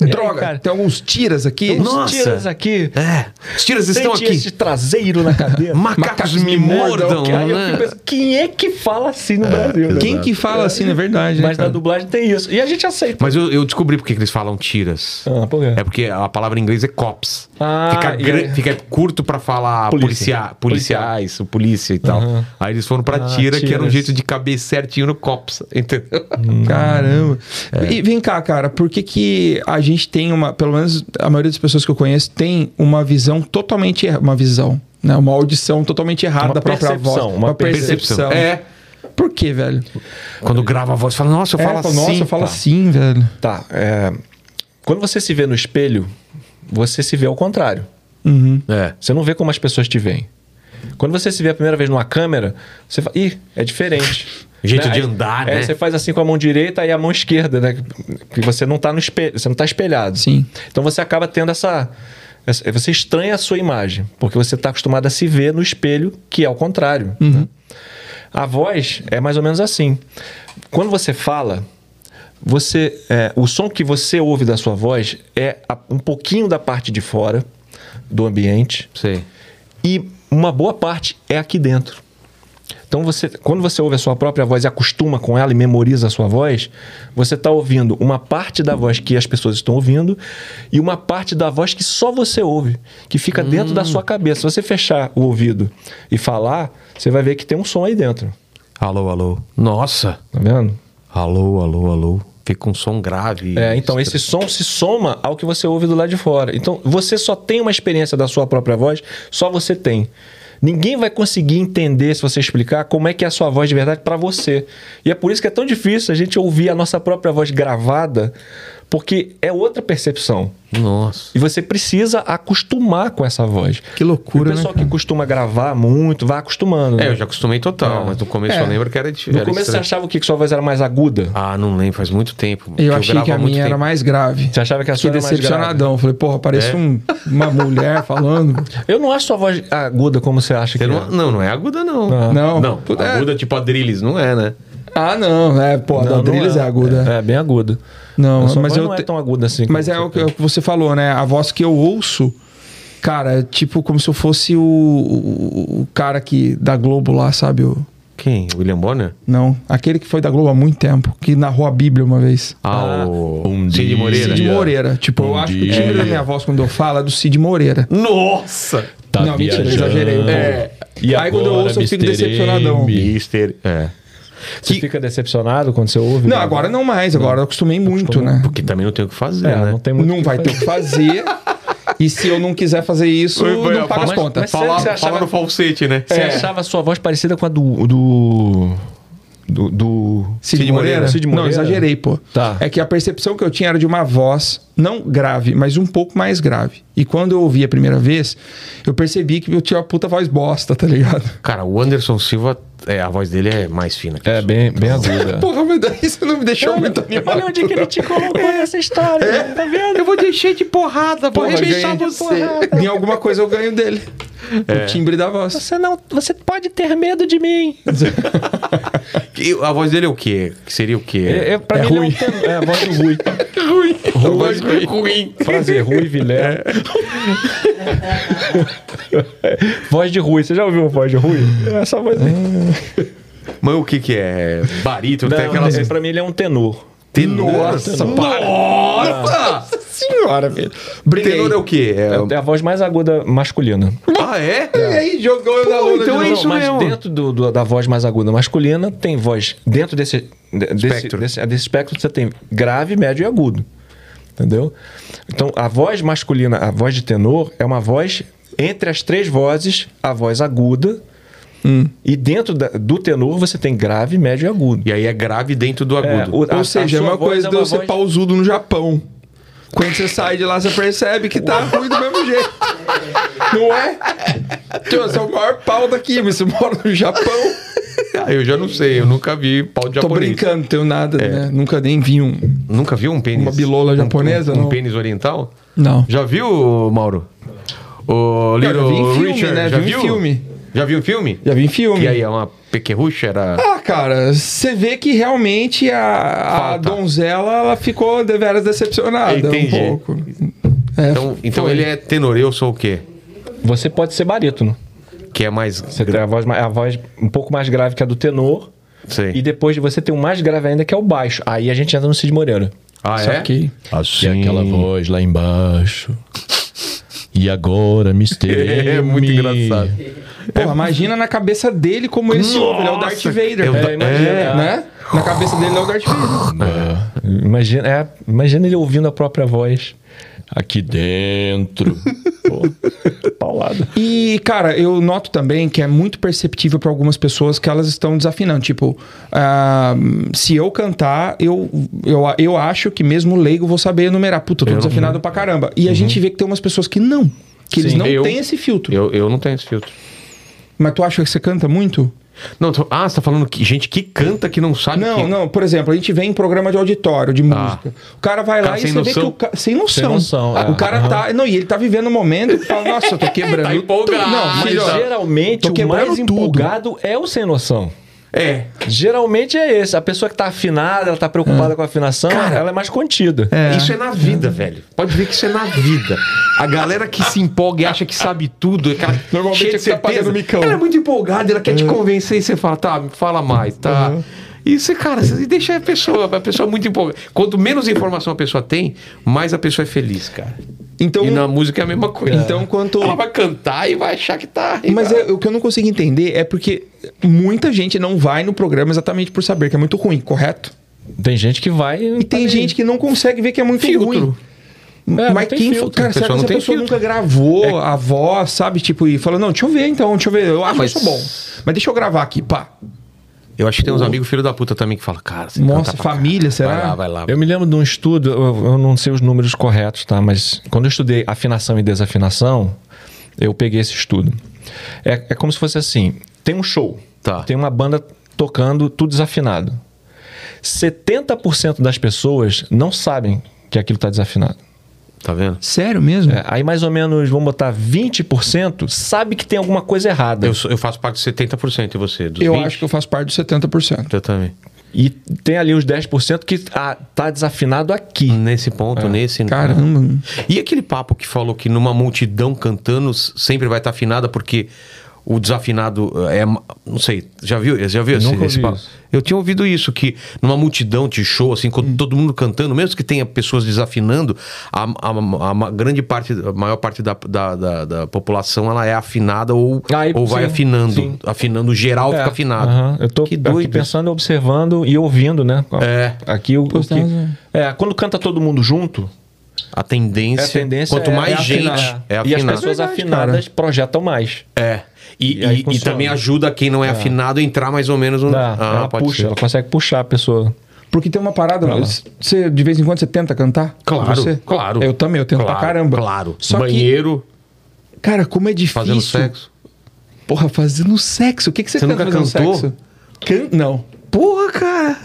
B: Droga,
C: cara.
B: tem alguns tiras aqui.
A: Tem uns
C: Os tiras aqui.
A: É. Os tiras estão
C: Sente
A: aqui.
C: esse traseiro na cadeira.
A: Macacos, me mordam,
C: que aí eu
A: né?
C: fico pensando, Quem é que fala assim no Brasil? né?
B: Quem que fala assim, na verdade? né,
C: Mas na
B: cara?
C: dublagem tem isso. E a gente aceita.
A: Mas eu, eu descobri por que que eles falam tiras.
C: Ah, por quê?
A: É porque a palavra em inglês é cops.
C: Ah,
A: fica,
C: e
A: gran-
C: aí-
A: fica curto pra falar
C: Polícia.
A: policia- policiais, polícia e tal. Aí eles foram pra
C: Ah,
A: tira, que era um
C: tiras.
A: jeito de caber certinho no cops, entendeu?
B: Caramba.
C: É.
B: E vem cá, cara, por que, que a gente tem uma, pelo menos a maioria das pessoas que eu conheço tem uma visão totalmente errada, uma visão, né? Uma audição totalmente errada
C: Uma
B: da própria voz.
C: percepção, uma
A: percepção.
B: É. Por que, velho?
A: Quando grava a voz, fala, nossa, eu
B: É,
A: falo
B: fala,
A: assim.
B: nossa, eu falo
A: tá.
B: assim, velho.
C: Tá. é, Quando você se vê no espelho, você se vê ao contrário.
B: Uhum.
A: É.
C: Você não vê como as pessoas te veem. Quando você se vê a primeira vez numa câmera, você fala, ih, é diferente.
A: Jeito de
C: Aí-
A: andar,
C: é,
A: né?
C: Você faz assim com a mão direita e a mão esquerda, né? Porque você não tá no espelho, você não tá espelhado.
B: Sim.
C: Então você acaba tendo essa. essa- Você estranha a sua imagem, porque você tá acostumado a se ver no espelho, que é o contrário.
A: Uhum.
C: né? A voz é mais ou menos assim. Quando você fala, você, é, o som que você ouve da sua voz é a- um pouquinho da parte de fora do ambiente
A: Sei.
C: e uma boa parte é aqui dentro. Então você, quando você ouve a sua própria voz e acostuma com ela e memoriza a sua voz, você está ouvindo uma parte da voz que as pessoas estão ouvindo e uma parte da voz que só você ouve, que fica dentro da sua cabeça. Se você fechar o ouvido e falar, você vai ver que tem um som aí dentro.
A: Alô, alô. Nossa.
C: Tá vendo?
A: Alô, alô, alô. Fica um som grave.
C: É, então esse som se soma ao que você ouve do lado de fora. Então você só tem uma experiência da sua própria voz, só você tem. Ninguém vai conseguir entender se você explicar como é que é a sua voz de verdade pra você. E é por isso que é tão difícil a gente ouvir a nossa própria voz gravada, porque é outra percepção.
A: Nossa.
C: E você precisa acostumar com essa voz.
B: Que loucura,
C: E O pessoal
B: né, cara?
C: que costuma gravar muito vai acostumando.
A: É,
C: né?
A: eu já acostumei total, mas no começo
B: É.
A: eu lembro que era difícil.
C: No começo é- você achava o quê? que sua voz era mais aguda?
A: Ah, não lembro, faz muito tempo. porque
B: Eu achei
A: gravo
B: que
A: há
B: a
A: muito
B: minha era
A: tempo.
B: mais grave.
C: Você achava que a sua
B: Fiquei
C: era mais grave? É?
B: decepcionadão. Falei, porra, parece um- uma mulher falando.
C: Eu não acho sua voz aguda como você acha
A: Você
C: que
A: não,
C: é.
A: não, não é aguda, não.
B: Não.
A: Não,
B: Puta, é.
A: aguda tipo a Drilis, não é, né?
B: Ah, não. É, pô, a da Drilis é, aguda.
C: É, é, bem aguda.
B: Não,
C: A sua
B: mas
C: voz
B: eu
C: não é
B: te-
C: tão aguda assim.
B: Mas é
C: como
B: o que, é o que você falou, né? A voz que eu ouço, cara, é tipo como se eu fosse o, o, o cara que da Globo lá, sabe? O,
A: Quem? William Bonner?
B: não, aquele que foi da Globo há muito tempo, que narrou a Bíblia uma vez.
A: Ah, o Cid Moreira.
B: Cid Moreira. Tipo, eu acho que o timbre da minha voz quando eu falo é do Cid Moreira.
A: Nossa!
E: Tá
B: não, mentira, eu exagerei. um
A: É.
B: pouco.
E: E
B: Aí quando eu
E: agora,
B: ouço, eu fico
E: Mr.
B: decepcionadão.
E: M?
A: Mister. É.
C: Você fica decepcionado quando você ouve?
B: Não, agora não mais, agora eu acostumei muito, né?
A: Porque também não tem o que fazer,
C: É,
A: né?
C: não tem muito.
B: Não vai ter o que fazer. E se eu não quiser fazer isso, não paga as
C: mas-
B: contas.
C: mas sério que você achava-
A: falsete, né?
C: Você
B: É.
C: achava a sua voz parecida com a do. do. do. do-
B: Cid,
A: Cid
B: Moreira?
A: Moreira?
C: Cid
B: Não,
C: Moreira?
B: exagerei, pô.
C: Tá.
B: É que a percepção que eu tinha era de uma voz, não grave, mas um pouco mais grave. E quando eu ouvi a primeira vez, eu percebi que eu tinha uma puta voz bosta, tá ligado?
A: Cara, o Anderson Silva, é, a voz dele é mais fina. que
C: É,
A: isso.
C: bem, bem aguda.
B: Porra, mas daí você não me deixou muito animado. É?
C: onde é que ele te colocou nessa história, tá vendo?
F: Eu vou deixar de porrada, vou
B: Porra,
F: arrebentar
B: ganhei.
F: você.
B: Em alguma coisa eu ganho dele. O timbre da voz.
C: É. Você não. Você pode ter medo de mim.
A: E a voz dele é o quê? Que seria o quê?
C: É, é, pra
B: É
C: mim
B: Rui.
C: ele é, um tenor. é a voz do Rui.
B: A voz ruim.
C: Prazer, Rui Vilé. voz de Rui. Você já ouviu a voz de Rui? É Essa voz aí.
A: Mas o que que é? Barito, tem
C: Não,
A: aquela...
C: é, pra mim ele é um tenor.
A: Tenor. Nossa, para.
B: Nossa senhora, velho. Briguei.
A: Tenor é o quê?
C: É
A: É-
C: a voz mais aguda masculina.
A: Ah, é?
B: E aí, jogou eu na lona
A: então
B: de
A: é
B: novo.
A: isso
C: mas
A: mesmo.
C: dentro do- do- da voz mais aguda masculina, tem voz. Dentro desse, de- desse,
A: Espectro.
C: Desse, desse espectro, você tem grave, médio e agudo. Entendeu? Então, a voz masculina, a voz de tenor, é uma voz entre as três vozes, a voz aguda.
B: Hum.
C: E dentro da- do tenor, você tem grave, médio e agudo.
A: E aí é grave dentro do agudo.
C: a-
B: Ou
C: a
B: seja, é
C: sua
B: uma
C: voz
B: coisa
C: é
B: de
C: uma
B: eu ser
C: voz-
B: pausudo no Japão. Quando você sai de lá, você percebe que tá ruim do mesmo jeito. Não é? Tio, você é o maior pau daqui, mas você mora no Japão.
A: Ah, eu já não sei, eu nunca vi pau de
B: Tô brincando, não tenho nada, né? Nunca nem vi um.
A: Nunca viu um pênis?
B: Uma bilola
A: um-
B: japonesa,
A: Um, um
B: não?
A: pênis oriental?
B: Não.
A: Já viu, Mauro? O
B: Cara,
A: Little
B: eu vi em filme,
A: Richard,
B: né?
A: já
B: Vi em
A: viu?
B: filme.
A: Já viu em filme?
B: Já vi em filme.
A: E aí, é uma pequerrucha? Era...
B: Ah, cara, você vê que realmente a, a
A: Falta.
B: donzela ela ficou deveras decepcionada
A: Entendi.
B: um pouco. É,
A: então então
B: foi.
A: ele é tenor, eu sou o quê?
C: Você pode ser barítono.
A: Que é mais...
C: Você tem a voz, ma- a voz um pouco mais grave que a do tenor.
B: tá-
A: Sei.
C: E depois de você tem o mais grave ainda, que é o baixo. Aí a gente entra no Cid Moreira.
A: Ah, é?
B: Saquei.
E: E
A: Assim.
E: aquela voz lá embaixo. E agora, Mr.
A: É,
E: M?
A: muito engraçado.
B: Porra, imagina na cabeça dele como ele se ouve. Ele é o Darth
A: Nossa,
B: Vader.
A: eu-
B: É, imagina,
A: é.
B: né? Na cabeça dele ele é o Darth Vader.
C: Imagina, é, imagina ele ouvindo a própria voz.
E: Aqui dentro.
C: Paulado.
B: E, cara, eu noto também que é muito perceptível pra algumas pessoas que elas estão desafinando. Tipo, ah, se eu cantar, eu, eu, eu acho que mesmo leigo vou saber enumerar. Puta, eu tô desafinado pra caramba. E a gente vê que tem umas pessoas que não. Que eles
A: Uhum. Sim,
B: não
A: eu-
B: têm esse filtro.
A: Eu, eu não tenho esse filtro.
B: Mas tu acha que você canta muito?
A: Não, tô- ah, você tá falando que gente que canta que não sabe é.
B: Não,
A: que...
B: não. Por exemplo, a gente vem em programa de auditório, de música. O cara vai lá
A: Ah. Cara
B: e
A: sem
B: você vê que
A: noção.
B: o cara. Sem noção.
E: Sem noção, é.
B: O cara tá. Não, e ele tá vivendo um momento que fala, nossa, eu tô quebrando.
A: Tá empolgado.
B: tudo. Não,
A: Mas
B: filho, ó,
C: Geralmente,
B: tô
C: o
B: quebrando
C: mais
B: tudo.
C: empolgado é o sem noção.
A: É.
C: Geralmente é esse. A pessoa que tá afinada, ela tá preocupada com a afinação, ela é mais contida.
A: Isso é na vida, velho. Pode ver que isso é na vida. A galera que se empolga e acha que sabe tudo, é aquela
C: Normalmente
A: cheia
C: é
A: de
C: que tá
A: certeza.
C: pagando micão.
A: Ela é muito empolgada, ela quer
B: É.
A: te convencer e você fala, tá, me fala mais, tá. E você, cara, você deixa a pessoa, a pessoa muito empolgada. Quanto menos informação a pessoa tem, mais a pessoa é feliz, cara.
B: Então-
A: e na música é a mesma coisa.
B: Então, quanto-
A: Ela vai cantar e vai achar que tá.
B: Mas é- o que eu não consigo entender é porque muita gente não vai no programa exatamente por saber que é muito ruim, correto?
C: Tem gente que vai.
B: E tem gente que não consegue ver que é muito
A: Filtro.
B: ruim.
C: É, não
B: Mas
C: tem
B: quem.
C: filtro.
B: Cara,
A: A
B: será que
A: pessoa não
B: essa
A: tem
B: pessoa
A: filtro. É.
B: nunca gravou a voz, sabe? Tipo, e falou: não, deixa eu ver então, deixa eu ver. Eu acho
A: mas-
B: isso bom. Mas deixa eu gravar aqui, pá.
A: Eu acho que tem uns amigos filho da puta também que falam, cara, você
B: Nossa,
A: canta pra
B: família, será?
A: Vai lá, vai lá.
C: Eu me lembro de um estudo, eu, eu não sei os números corretos, tá? Mas quando eu estudei afinação e desafinação, eu peguei esse estudo. É, é como se fosse assim: tem um show,
A: Tá.
C: tem uma banda tocando tudo desafinado. 70% das pessoas não sabem que aquilo está desafinado.
A: Tá vendo?
B: Sério mesmo?
C: É, aí mais ou menos, vamos botar 20% sabe que tem alguma coisa errada.
A: Eu, sou- eu faço parte de 70% e você, dos
B: Eu
A: 20?
B: acho que eu faço parte dos 70%.
A: Eu também.
C: E tem ali os 10% que ah, tá desafinado aqui.
A: Nesse
C: É.
A: ponto, nesse.
B: Caramba.
A: E aquele papo que falou que numa multidão cantando s- sempre vai estar afinada porque o desafinado eh, é. ma- Não sei, já viu, já viu esse,
C: Nunca
A: esse
C: ouvi
A: papo?
C: isso.
A: Eu tinha ouvido isso, que numa multidão de show, assim, com
C: Hum.
A: todo mundo cantando, mesmo que tenha pessoas desafinando, a, a- a ma- grande parte, a maior parte da, da, da- da população ela é afinada ou,
C: Aí,
A: ou vai
C: sim,
A: afinando.
C: sim. É.
A: Afinando geral, fica afinado.
C: Aham, Eu tô
A: Que
C: aqui
A: doido
C: pensando, observando e ouvindo, né?
A: É.
C: Aqui o, o
B: tá
C: que-
B: razão.
C: é, quando canta todo mundo junto,
A: A tendência.
C: é a tendência
A: quanto
C: é-
A: mais
C: é afinar.
A: gente é
C: E as
A: afinada.
C: pessoas
B: Verdade,
C: afinadas projetam mais.
A: É. E,
C: E aí
A: e- e
C: funciona.
A: também ajuda quem não é, afinado a entrar mais ou menos no. Ah,
C: Dá, ela puxa, ela consegue puxar a pessoa.
B: Porque tem uma parada, você de vez em quando você tenta cantar?
A: Claro,
B: Você?
A: claro.
B: Eu também, eu tento
A: claro,
B: pra caramba.
A: Claro.
B: Só
A: Banheiro,
B: que, cara, como é difícil.
A: fazendo sexo.
B: Porra, fazendo sexo. O que, que você,
A: Você
B: canta
A: nunca
B: fazendo
A: cantou?
B: sexo? Can... Não.
A: Porra, cara.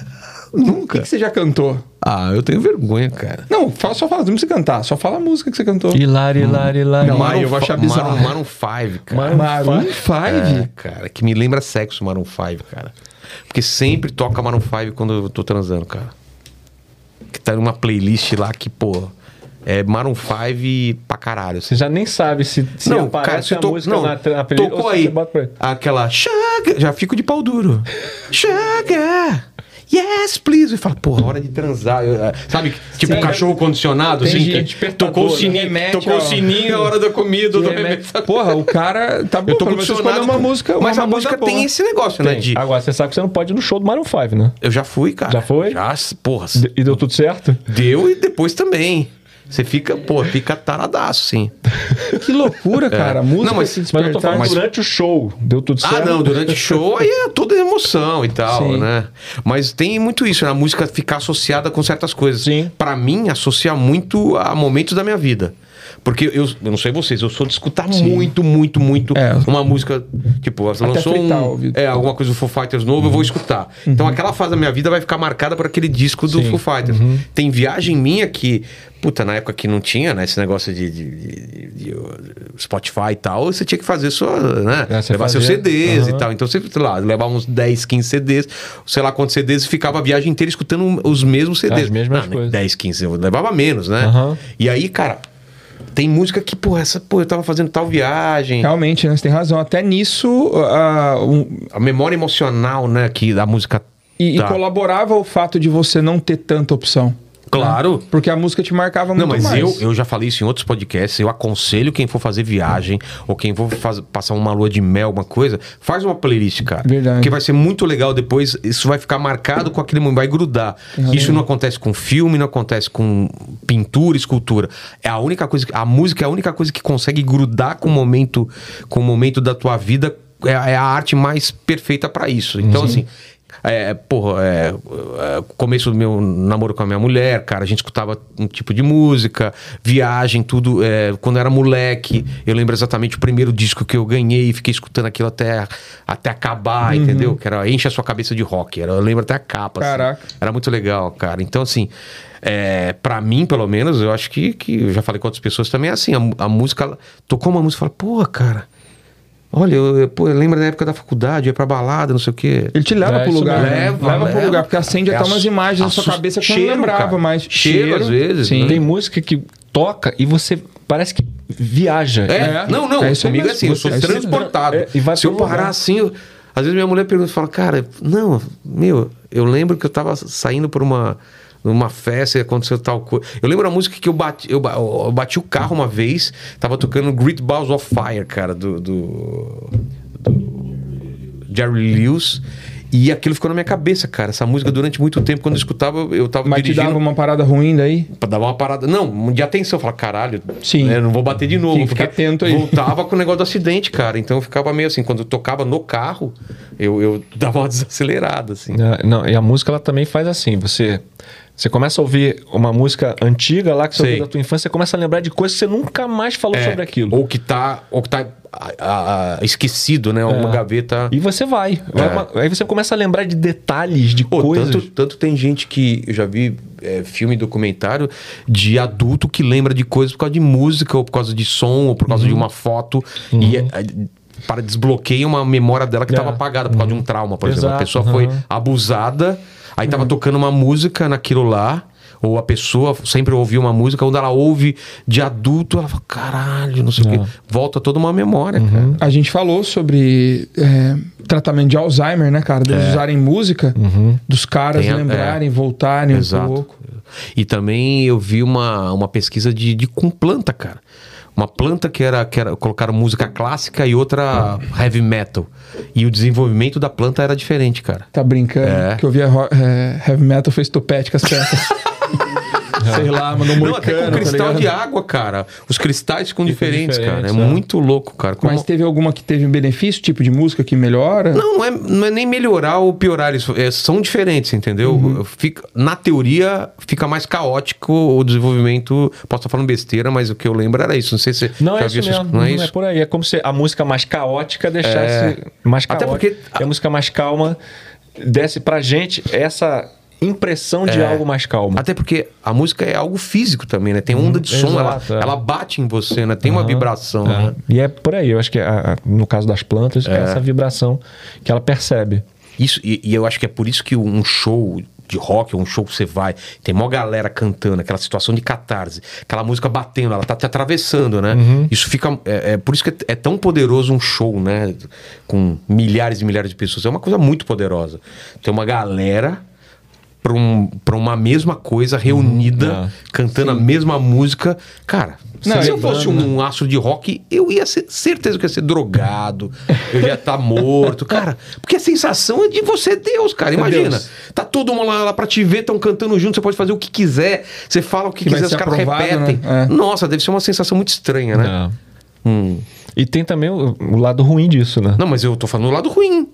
B: O que,
A: Nunca.
B: que você já cantou?
A: Ah, eu tenho vergonha, cara.
B: Não, fala, só fala, não precisa cantar. Só fala a música que você cantou.
C: Hilari, hilari, hilari.
B: Não, aí eu vou achar bizarro.
A: Maroon 5, cara.
B: Maroon
A: É,
B: Five?
A: cara, que me lembra sexo Maroon 5, cara. Porque sempre toca Maroon 5 quando eu tô transando, cara. Que tá numa playlist lá que, pô, é Maroon 5 pra caralho. assim.
C: Você já nem sabe se, se
A: não,
C: aparece
A: cara, se
C: a
A: to...
C: música
A: não,
C: na, na playlist
A: tocou
C: ou se
A: aí
C: você bota pra ele.
A: aquela sugar, já fico de pau duro. Sugar, yes, please. E fala, porra, hora de transar. Eu, ah, sabe, tipo
B: Sim.
A: cachorro condicionado,
B: Tem
A: assim,
B: gente
A: que
B: despertador,
A: tocou o
B: né?
A: sininho,
B: Remete
A: tocou
B: ao-
A: o sininho, é hora da comida, do bebê.
B: Remete- É. Porra, o cara tá bom,
A: Eu tô
B: pelo menos você
A: condicionado.
B: escolheu uma música,
A: mas
B: uma
A: a
B: banda
A: música
B: boa.
A: tem esse negócio, né? De,
C: Agora, você sabe que você não pode ir no show do Maroon 5, né?
A: eu já fui, cara.
C: Já foi?
A: Já, porra.
C: De- E deu tudo certo?
A: Deu e depois também. Você fica, pô, fica taradaço, assim. sim.
B: Que loucura, cara. A música
A: Não, mas-
B: se
C: Mas eu tô
B: despertar.
C: falando
A: Mas-
C: durante o show. Deu tudo certo?
A: Ah, não, durante o show aí é toda emoção e tal,
B: Sim.
A: né? Mas tem muito isso, né? A música ficar associada com certas coisas.
C: Sim.
A: Pra mim, associa muito a momentos da minha vida. Porque eu, eu não sei vocês, eu sou de escutar muito, muito, muito
B: É.
A: uma música. Tipo, você lançou
B: fritar o
A: um,
B: ouvido. Uhum.
A: é, alguma coisa do Foo Fighters novo, eu vou escutar. Então aquela fase da minha vida vai ficar marcada por aquele disco do Foo Fighters.
B: Uhum.
A: Tem viagem minha que. Puta, na época que não tinha, né? Esse negócio de, de- de- de- de Spotify e tal, você tinha que fazer sua. Né?
C: É, você
A: levar seus
C: fazia.
A: CDs
C: Aham.
A: e tal. Então você, sei lá, levava uns 10, 15 CDs, sei lá quantos CDs, e ficava a viagem inteira escutando os mesmos CDs.
C: As mesmas
A: né,
C: coisas.
A: 10, 15, eu levava menos, né?
C: Aham.
A: E aí, cara, tem música que, pô, essa, pô, eu tava fazendo tal viagem.
B: Realmente, né? Você tem razão. Até nisso, ah, um-
A: A memória emocional, né, que da música.
B: e, e
A: tá.
B: colaborava o fato de você não ter tanta opção.
A: Claro.
B: Porque a música te marcava muito
A: Não, mas
B: mais.
A: eu, eu já falei isso em outros podcasts. Eu aconselho quem for fazer viagem ou quem for faz- passar uma lua de mel, uma coisa, faz uma playlist, cara.
B: Verdade.
A: Porque vai ser muito legal depois. Isso vai ficar marcado com aquele momento, vai grudar. Isso não acontece com filme, não acontece com pintura, escultura. É a única coisa. que- A música é a única coisa que consegue grudar com o momento, com o momento da tua vida. É, é a arte mais perfeita pra isso. Então, assim. É, porra, é, é, começo do meu namoro com a minha mulher, cara, a gente escutava um tipo de música, viagem, tudo. é, quando eu era moleque, eu lembro exatamente o primeiro disco que eu ganhei e fiquei escutando aquilo até, até acabar, entendeu? Que era Enche a Sua Cabeça de Rock. Era, eu lembro até a capa. assim.
B: Caraca.
A: Era muito legal, cara. Então, assim, é, para mim, pelo menos, eu acho que, que eu já falei com outras pessoas também, é assim, a, mu- a música, ela- tocou uma música e fala, pô, cara. Olha, eu, eu- pô, eu lembro da época da faculdade, eu ia pra balada, não sei o quê.
B: Ele te leva
C: É,
B: pro
C: isso
B: lugar.
C: mesmo.
B: né?
A: Leva,
B: leva pro
A: leva.
B: lugar, porque acende
A: É
B: até
A: ass-
B: umas imagens na sua
A: assus-
B: cabeça que eu
A: cheiro,
B: não lembrava
A: cara.
B: mais.
A: Cheiro, às vezes,
B: Sim.
A: né?
B: Tem
G: Tem música que toca e você parece que viaja.
A: É, não, não.
B: É isso aí
A: comigo é
B: mesmo.
A: assim, eu sou
B: Você-
A: transportado.
G: é, e vai
A: Se eu
G: pro lugar.
A: parar assim, eu- às vezes minha mulher pergunta e fala, cara, não, meu, eu lembro que eu tava saindo por uma numa festa e aconteceu tal coisa. Eu lembro a música que eu bati, eu, ba- eu bati o carro uma vez, tava tocando Great Balls of Fire, cara, do- do Jerry Lewis. E aquilo ficou na minha cabeça, cara. Essa música durante muito tempo, quando eu escutava, eu- eu tava
B: Mas te
A: dirigindo.
B: dava uma parada ruim daí?
A: Pra dar uma parada. Não, de atenção. Falar, caralho,
B: Sim.
A: né, não vou bater de novo.
B: Tem que ficar atento aí.
A: Voltava com o negócio do acidente, cara. Então eu ficava meio assim, quando eu tocava no carro, eu, eu dava uma desacelerada, assim.
G: É, Não, e a música ela também faz assim, você você começa a ouvir uma música antiga lá que você
A: Sei.
G: ouviu da tua infância, você começa a lembrar de coisas que você nunca mais falou
A: É,
G: sobre aquilo.
A: Ou que tá, ou que tá ah, ah, ah, esquecido, né? Alguma
G: É.
A: gaveta.
G: E você vai. vai
A: É.
G: uma- aí você começa a lembrar de detalhes, de
A: Pô,
G: coisas.
A: tanto, tanto tem gente que eu já vi é, filme e documentário de adulto que lembra de coisas por causa de música, ou por causa de som, ou por causa
G: Uhum.
A: de uma foto. E é, é, para desbloqueia uma memória dela que
G: É.
A: estava apagada por causa de um trauma, por exemplo. A
G: Exato,
A: pessoa
G: uhum.
A: foi abusada, aí tava tocando uma música naquilo lá. Ou a pessoa sempre ouvia uma música, quando ela ouve de adulto, ela fala, caralho, não sei
G: É.
A: o quê. Volta toda uma memória,
G: Uhum.
A: cara.
B: A gente falou sobre é, tratamento de Alzheimer, né, cara? Deles usarem música, dos caras
A: É. Uhum. Tem a- é.
B: lembrarem, voltarem um
A: Exato.
B: pouco.
A: E também eu vi uma, uma pesquisa de, de com planta, cara. Uma planta que era, que era. Colocaram música clássica e outra heavy metal. E o desenvolvimento da planta era diferente, cara.
B: Tá brincando?
A: É.
B: Que eu via ro- é, heavy metal, fez topete com as peças. Sei lá, mandou um
A: Não, até com
B: moicano, tá
A: cristal
B: ligado?
A: de água, cara. Os cristais ficam diferentes, cara. É
G: diferentes, é.
A: muito louco, cara. Como-
B: Mas teve alguma que teve um benefício, tipo de música que melhora?
A: Não, não é, não é nem melhorar ou piorar isso. É, são diferentes, entendeu? Fica- na teoria, fica mais caótico o desenvolvimento. Posso estar falando besteira, mas o que eu lembro era isso. Não sei se
G: Não
A: já
G: é isso
A: viu
G: mesmo,
A: Não é isso? É.
G: por aí. É como se a música mais caótica deixasse mais
A: Até
G: caótica.
A: porque-
G: E a música mais calma desse pra gente essa impressão
A: É.
G: de algo mais calmo.
A: Até porque a música é algo físico também, né? Tem onda de som,
G: exato,
A: ela,
G: é. Uhum,
A: ela bate em você, né? Tem uma vibração, né?
G: É. E é por aí, eu acho que a- a- no caso das plantas, é essa vibração que ela percebe.
A: Isso, e, e eu acho que é por isso que um show de rock, ou um show que você vai, tem mó galera cantando, aquela situação de catarse, aquela música batendo, ela tá te atravessando, né?
G: Uhum.
A: Isso fica. É, é por isso que é, é tão poderoso um show, né? Com milhares e milhares de pessoas. É uma coisa muito poderosa. Tem uma galera. Pra, um, pra uma mesma coisa
G: Uhum,
A: reunida,
G: é.
A: cantando a mesma música. Cara,
B: Não,
A: se eu
B: é
A: fosse
B: banda,
A: um astro de rock, eu ia ser certeza que eu ia ser drogado, eu ia estar morto, cara. Porque a sensação é de você é Deus, cara. Imagina.
B: Deus.
A: Tá todo mundo lá, lá pra te ver, estão cantando junto, você pode fazer o que quiser, você fala o que,
B: Que vai
A: quiser, os
B: ser
A: caras
B: aprovado,
A: repetem.
B: né? É.
A: Nossa, deve ser uma sensação muito estranha, né?
G: É.
B: Hum.
G: E tem também o, o lado ruim disso, né?
A: Não, mas eu tô falando do lado ruim.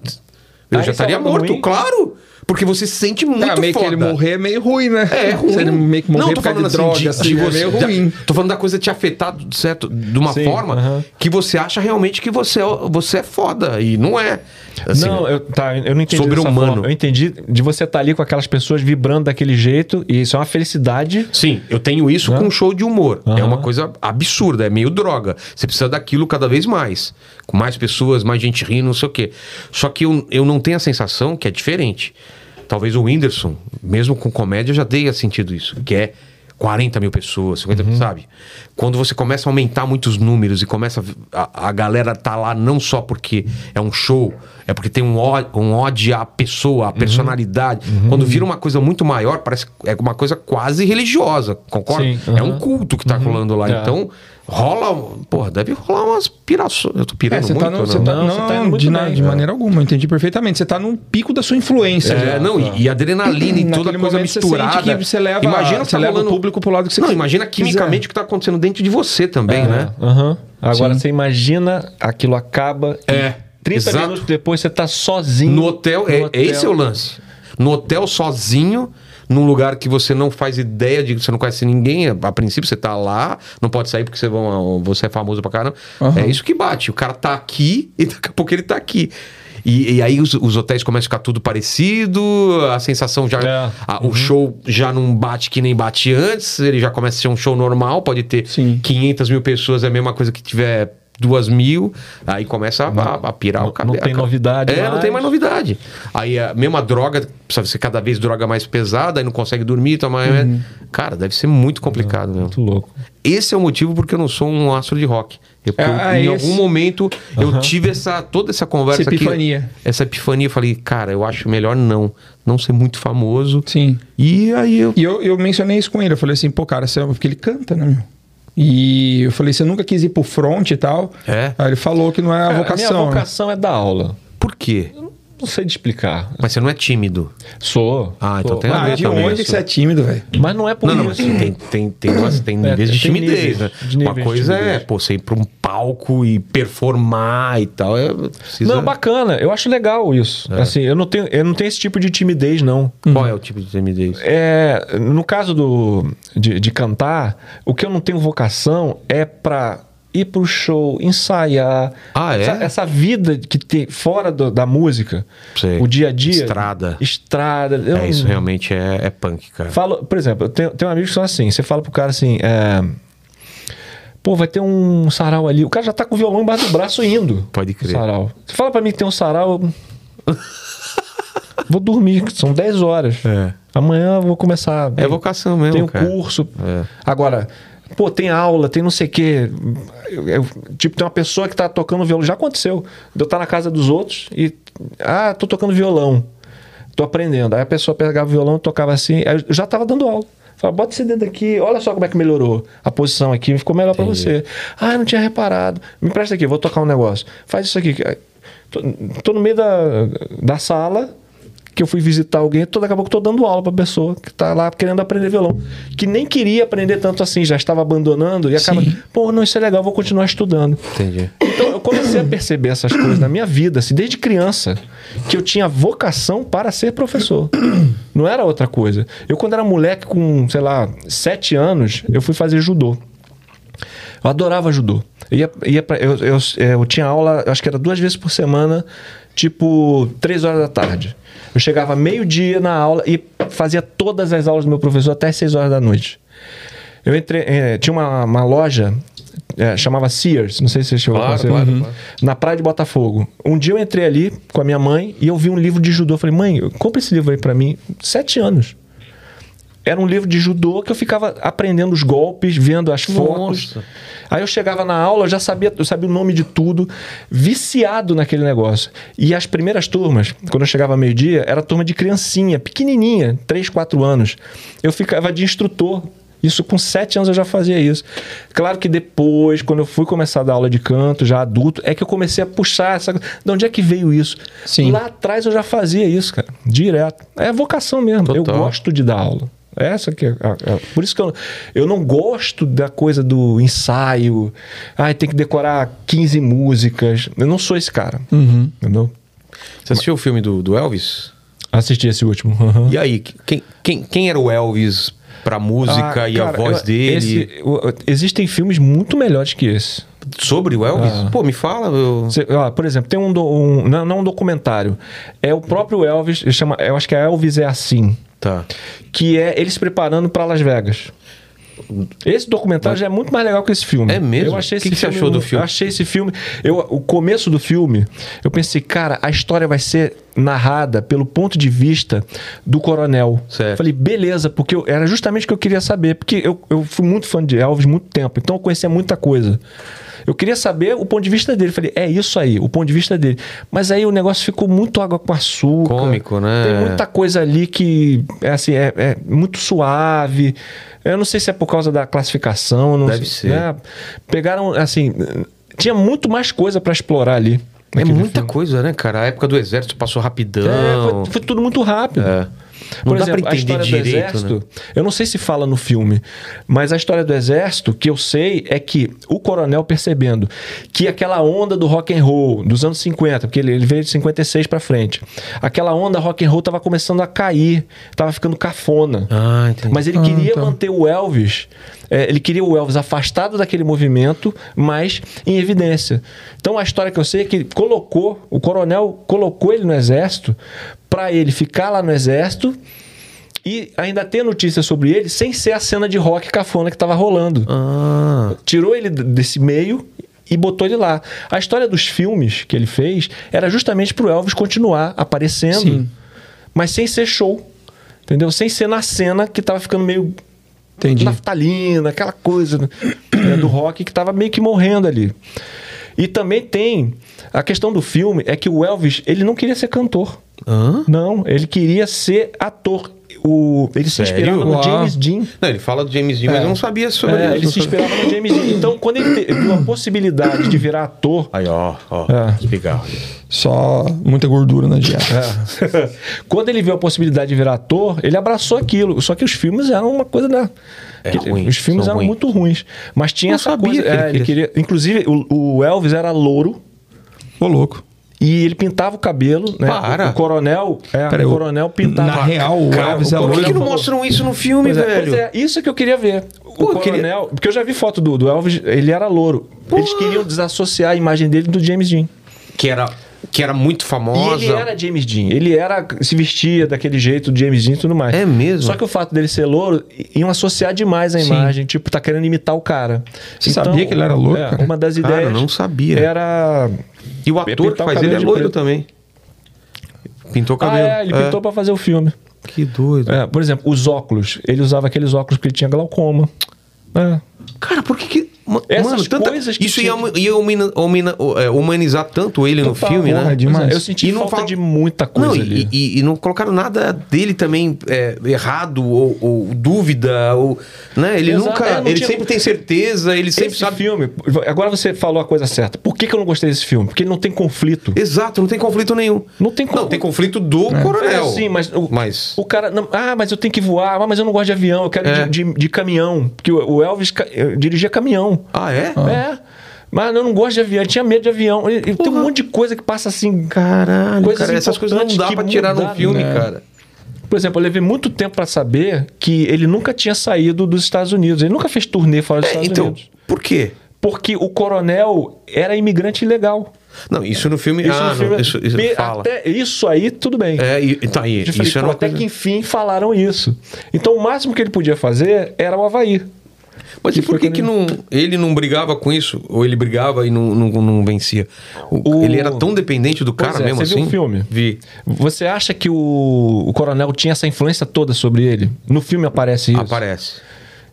A: Eu
G: Ah, esse é
A: já
G: o
A: estaria
G: lado
A: morto,
G: ruim?
A: claro. Porque você se sente muito
B: Ah, meio
A: foda.
B: que ele morrer é meio ruim, né?
A: É, é ruim.
B: Se ele meio que morrer
A: não, tô
B: por
A: falando
B: causa de
A: assim,
B: droga,
A: de,
B: assim,
A: de
B: é
A: você,
B: meio ruim.
A: Tô falando da coisa te afetar, certo? De uma
G: Sim,
A: forma
G: aham.
A: que você acha realmente que você é, você é foda. E não é. Assim,
G: não, eu, tá, eu não entendi.
A: sobre
G: dessa
A: humano.
G: forma. Eu entendi de você estar ali com aquelas pessoas vibrando daquele jeito e isso é uma felicidade.
A: Sim, eu tenho isso com um show de humor. É
G: Aham.
A: uma coisa absurda, é meio droga. Você precisa daquilo cada vez mais. Com mais pessoas, mais gente rindo, não sei o quê. Só que eu, eu não tenho a sensação que é diferente. Talvez o Whindersson, mesmo com comédia, já tenha sentido isso. Que é 40 mil pessoas, 50
B: Uhum.
A: mil, sabe? Quando você começa a aumentar muitos números e começa... A, a galera tá lá não só porque é um show, é porque tem um, ó- um ódio à
B: Uhum.
A: pessoa, à personalidade. Quando vira uma coisa muito maior, parece que é uma coisa quase religiosa, concorda?
G: Sim,
A: É
G: aham.
A: um culto que
B: Uhum.
A: tá rolando lá.
G: É.
A: Então, rola... um, Porra, deve rolar umas pirações. Eu tô
B: É,
A: pirando
B: você
A: muito,
B: tá no. você
A: não?
B: tá-
G: Não,
B: não,
G: você tá indo muito
B: de, na-
G: bem,
B: de
G: cara.
B: maneira alguma, eu entendi perfeitamente. Você tá no pico da sua influência.
A: É,
B: já.
A: não, e, e adrenalina e toda
B: Naquele
A: coisa
B: momento você
A: misturada.
B: sente que você leva-
A: imagina que
B: você
A: tá
B: leva o
A: rolando-
B: público pro lado que você
A: Não,
B: quiser. É.
A: imagina quimicamente o que tá acontecendo dentro de você também, né?
C: É,
G: Aham. Agora
B: Sim.
G: você imagina, aquilo acaba. e
A: É,
G: 30
A: exato.
G: minutos depois você tá sozinho.
A: No hotel, é,
G: hotel.
A: esse é o lance. No hotel sozinho, num lugar que você não faz ideia de que você não conhece ninguém, a, a princípio você tá lá, não pode sair porque você, vão, você é famoso pra caramba. É isso que bate. O cara tá aqui e daqui a pouco ele tá aqui. E, e aí os, os hotéis começam a ficar tudo parecido, a sensação já.
G: É.
A: a- O show já não bate que nem bate antes, ele já começa a ser um show normal, pode ter
B: Sim.
A: 500 mil pessoas, é a mesma coisa que tiver duas mil, aí começa a, a, a pirar
C: não-
A: o cabelo.
C: não tem novidade
A: É, não tem mais
C: mais.
A: novidade. Aí a mesma droga, precisa ser cada vez droga mais pesada, aí não consegue dormir, toma
B: Uhum.
A: remédio. Cara, deve ser muito complicado mesmo.
C: Muito louco.
A: Esse é o motivo porque eu não sou um astro de rock. É porque eu,
B: Ah,
A: em
B: esse-
A: algum momento eu tive essa toda essa conversa
B: Essa
A: aqui,
B: epifania.
A: essa epifania, eu falei, cara, eu acho melhor não, não ser muito famoso.
B: Sim.
A: E aí eu
B: E eu, eu mencionei isso com ele. Eu falei assim, pô, cara, você, porque ele canta, né, meu? E eu falei, você nunca quis ir pro front e tal.
A: É.
B: Aí ele falou que não é a
C: Cara,
B: vocação.
C: Minha
B: né?
C: vocação é dar aula.
A: por quê?
C: Não sei te explicar.
A: Mas você não é tímido.
C: Sou.
A: Ah, então
C: sou.
A: tem a
B: Ah,
A: ver
B: de
A: também.
B: onde que você é tímido, velho?
C: Mas não é por
A: Não, não, mas assim,
C: isso.
A: tem, tem, tem, umas- tem
C: É,
A: níveis de
C: tem
A: timidez,
C: níveis,
A: né?
C: de níveis
A: Uma
C: de
A: coisa é,
C: timidez.
A: pô, você ir pra um palco e performar e tal. É, precisa...
C: Não, bacana. Eu acho legal isso.
A: É.
C: Assim, eu não, tenho, eu não tenho esse tipo de timidez, não.
A: Qual é o tipo de timidez?
C: É, no caso do, de, de cantar, o que eu não tenho vocação é pra ir pro show, ensaiar.
A: Ah, é?
C: Essa, essa vida que tem fora do- da música,
A: Sei.
C: o dia a dia.
A: Estrada.
C: Estrada. Eu
A: É,
C: não-
A: isso realmente é, é punk, cara.
C: Falo, por exemplo, eu tenho, tenho amigos que são assim. Você fala pro cara assim, é, pô, vai ter um sarau ali. O cara já tá com o violão embaixo do braço indo.
A: Pode crer.
C: Sarau. Você fala pra mim que tem um sarau. eu- vou dormir, que são 10 horas.
A: É.
C: Amanhã eu vou começar.
A: É vocação mesmo,
C: Tem um
A: cara. É.
C: curso. Agora, pô, tem aula, tem não sei o quê. Eu- eu- tipo, tem uma pessoa que tá tocando violão. Já aconteceu. De Eu estar na casa dos outros e. Ah, tô tocando violão. Tô aprendendo. Aí a pessoa pegava o violão, tocava assim. Aí eu já tava dando aula. Falava, bota esse dedo aqui, olha só como é que melhorou. A posição aqui ficou melhor pra você. Ah, eu não tinha reparado. Me presta aqui, vou tocar um negócio. Faz isso aqui. que- Tô, tô no meio da, da sala, que eu fui visitar alguém, tô, daqui a pouco tô dando aula pra pessoa que tá lá querendo aprender violão. Que nem queria aprender tanto assim, já estava abandonando e acaba, pô, não, isso é legal, vou continuar estudando.
A: Entendi.
C: Então eu comecei a perceber essas coisas na minha vida, assim, desde criança, que eu tinha vocação para ser professor. Não era outra coisa. Eu, quando era moleque, com, sei lá, sete anos, eu fui fazer judô. Eu adorava judô. Eu, ia, ia pra- eu, eu, eh, eu tinha aula, eu acho que era duas vezes por semana, tipo três horas da tarde. Eu chegava meio-dia na aula e fazia todas as aulas do meu professor até as seis horas da noite. Eu entrei. eh, tinha uma, uma loja, eh, chamava Sears, não sei se você chegou a
A: Claro,
C: conhecer.
A: claro,
C: Uhum. Na Praia de Botafogo. Um dia eu entrei ali com a minha mãe e eu vi um livro de judô. Eu falei, mãe, compra esse livro aí pra mim. Sete anos. Era um livro de judô que eu ficava aprendendo os golpes, vendo as fotos.
A: Nossa.
C: Aí eu chegava na aula, eu já sabia, eu sabia o nome de tudo, viciado naquele negócio. E as primeiras turmas, quando eu chegava meio-dia, era turma de criancinha, pequenininha, 3, 4 anos. Eu ficava de instrutor. Isso com 7 anos eu já fazia isso. Claro que depois, quando eu fui começar a dar aula de canto, já adulto, é que eu comecei a puxar essa. De onde é que veio isso?
B: Sim.
C: Lá atrás eu já fazia isso, cara, direto. É vocação mesmo.
A: Total.
C: Eu gosto gosto de dar aula. Essa que é, a- a- Por isso que eu, eu não gosto da coisa do ensaio. Ai, tem que decorar 15 músicas. Eu não sou esse cara.
A: Uhum.
C: Entendeu?
A: Você assistiu o filme do, do Elvis?
C: Assisti esse último. Uhum.
A: E aí, quem, quem, quem era o Elvis pra música
C: Ah,
A: e
C: cara,
A: a voz
C: eu-
A: dele?
C: esse- o- existem filmes muito melhores que esse.
A: Sobre o Elvis?
C: Ah.
A: Pô, me fala. Eu...
C: Cê- ó, por exemplo, tem um, do- um- não, não um documentário. É o próprio Elvis. ele Chama, eu acho que é Elvis é assim.
A: Tá.
C: Que é ele se preparando para Las Vegas. Esse documentário já é muito mais legal que esse filme.
A: É mesmo?
C: Eu achei
A: O que
C: esse
A: que você achou do filme?
C: Eu achei esse filme. Eu, o começo do filme, eu pensei, cara, a história vai ser narrada pelo ponto de vista do coronel.
A: Certo.
C: Falei, beleza, porque eu- era justamente o que eu queria saber. Porque eu, eu fui muito fã de Elvis muito tempo, então eu conhecia muita coisa. Eu queria saber o ponto de vista dele. Falei, é isso aí, o ponto de vista dele. Mas aí o negócio ficou muito água com açúcar.
A: Cômico, né?
C: Tem muita coisa ali que é assim, é, é muito suave. Eu não sei se é por causa da classificação, não
A: Deve
C: sei,
A: ser.
C: né? Pegaram assim, tinha muito mais coisa pra explorar ali.
A: É
C: naquele
A: muita
C: filme.
A: coisa, né, cara? A época do exército passou rapidão.
C: É, foi, foi tudo muito rápido.
A: É. Não
C: Por
A: dá pra
C: exemplo, a
A: entender
C: história do
A: direito,
C: exército,
A: né?
C: eu não sei se fala no filme, mas a história do exército que eu sei é que o coronel percebendo que aquela onda do rock and roll dos anos 50, porque ele, ele veio de 56 pra frente, aquela onda rock and roll tava começando a cair, tava ficando cafona.
A: Ah, entendi.
C: Mas ele queria manter o Elvis, é, ele queria o Elvis afastado daquele movimento, mas em evidência. Então a história que eu sei é que ele colocou, o coronel colocou ele no exército para ele ficar lá no exército e ainda ter notícias sobre ele sem ser a cena de rock cafona que tava rolando.
A: Ah,
C: Tirou ele d- desse meio e botou ele lá. A história dos filmes que ele fez era justamente pro Elvis continuar aparecendo,
B: Sim.
C: mas sem ser show. Entendeu? Sem ser na cena que tava ficando meio
B: Entendi.
C: naftalina, aquela coisa né, do rock que tava meio que morrendo ali. E também tem a questão do filme é que o Elvis, ele não queria ser cantor.
H: Hã?
C: Não, ele queria ser ator. O, ele se
H: Sério?
C: inspirava no
B: Uau.
C: James Dean.
H: Não, ele fala do James Dean, mas eu não sabia sobre
C: É,
H: isso.
C: ele se inspirava no James Dean. Então, quando ele teve a possibilidade de virar ator,
H: Aí, ó, ó.
C: É.
H: Espigarro.
B: Só muita gordura na dieta.
H: É.
C: quando ele viu a possibilidade de virar ator, ele abraçou aquilo. Só que os filmes eram uma coisa da.
H: É
C: que-
H: ruim,
C: os filmes
H: são
C: eram
H: ruins.
C: muito ruins. Mas tinha
H: Não
C: essa coisa.
H: sabia que ele
C: é, ele
H: queria-
C: queria... Inclusive, o, o Elvis era louro.
B: Ô, louco.
C: E ele pintava o cabelo, né?
H: Para.
C: O, o coronel, é,
B: Peraí,
C: o
B: o-
C: coronel pintava.
B: Na real, o Elvis é
H: Por que,
B: loiro.
H: que não mostram isso no filme,
C: Pois é,
H: velho?
C: pois é, isso que eu queria ver. O
H: Pô, eu
C: coronel,
H: queria-
C: porque eu já vi foto do, do Elvis, ele era louro. Eles queriam desassociar a imagem dele do James Dean.
H: Que, era, que era muito famosa.
C: E ele era James Dean. Ele era se vestia daquele jeito do James Dean e tudo mais.
H: É mesmo?
C: Só que o fato dele ser louro i- iam associar demais a imagem, tipo, tá querendo imitar o cara. Então, é,
B: Você sabia que ele era louro, cara?
C: Uma das
H: Cara,
C: ideias
H: eu não sabia.
C: era
H: E o
C: pintar
H: ator que
C: o
H: faz
C: cabelo
H: ele é
C: de
H: loiro
C: preto.
H: também. Pintou o
C: Ah,
H: cabelo.
C: é, ele pintou pra fazer o filme.
H: Que doido.
C: É, por exemplo, os óculos. Ele usava aqueles óculos porque ele tinha glaucoma. É.
H: Cara, por que que... ma-
C: Essas
H: Mano, tanta...
C: coisas que
H: Isso
C: tinha-
H: ia, humi- ia humina- humina- o- é, humanizar tanto ele no
C: Total, é
H: filme,
B: porra,
H: né?
B: de- demais.
C: Eu senti
H: E não
C: falta
H: fala-
C: de muita coisa
H: não, e-
C: ali.
H: E, e não colocaram nada dele também é, errado ou, ou dúvida ou né ele
C: Exato,
H: nunca
C: é, não
H: ele
C: tinha-
H: sempre tem certeza ele sempre
C: Esse
H: sabe
C: filme, agora você falou a coisa certa. Por que, que eu não gostei desse filme? Porque ele não tem conflito.
H: exato não tem conflito nenhum
C: Não tem
H: não
C: como-
H: tem conflito do
C: É,
H: coronel
C: sim, mas o,
H: Mas-
C: o cara. não, ah, mas eu tenho que voar. Ah, mas eu não gosto de avião, eu quero
H: É.
C: de, de- de caminhão. Porque o o Elvis ca- eh, dirigia caminhão.
H: ah é
C: É. Mas eu não gosto de avião, eu tinha medo de avião. E- e Tem um monte de coisa que passa assim.
H: caralho
C: Coisas
H: cara, essas coisas não
C: importantes
H: dá
C: que
H: pra tirar num
C: mudaram,
H: filme
B: né?
H: cara
C: Por exemplo, eu levei muito tempo pra saber que ele nunca tinha saído dos Estados Unidos. Ele nunca fez turnê fora dos
H: É,
C: Estados
H: então
C: Unidos.
H: por quê
C: Porque o coronel era imigrante ilegal.
H: não isso no filme
C: Isso
H: ah,
C: no filme-
H: não, isso, isso
C: Pe-
H: fala
C: até isso aí, tudo bem.
H: é e, tá aí
C: Eu falei,
H: isso é
C: "Pô,
H: uma
C: até
H: coisa...
C: que enfim falaram isso. Então o máximo que ele podia fazer era o Havaí.
H: mas e por que
C: foi
H: que não ele não brigava com isso ou ele brigava e não, não, não vencia O-
C: O-
H: ele era tão dependente do
C: Pois
H: cara
C: é,
H: mesmo
C: você
H: assim
C: viu o filme?
H: vi
C: Você acha que o, o coronel tinha essa influência toda sobre ele? No filme aparece isso.
H: aparece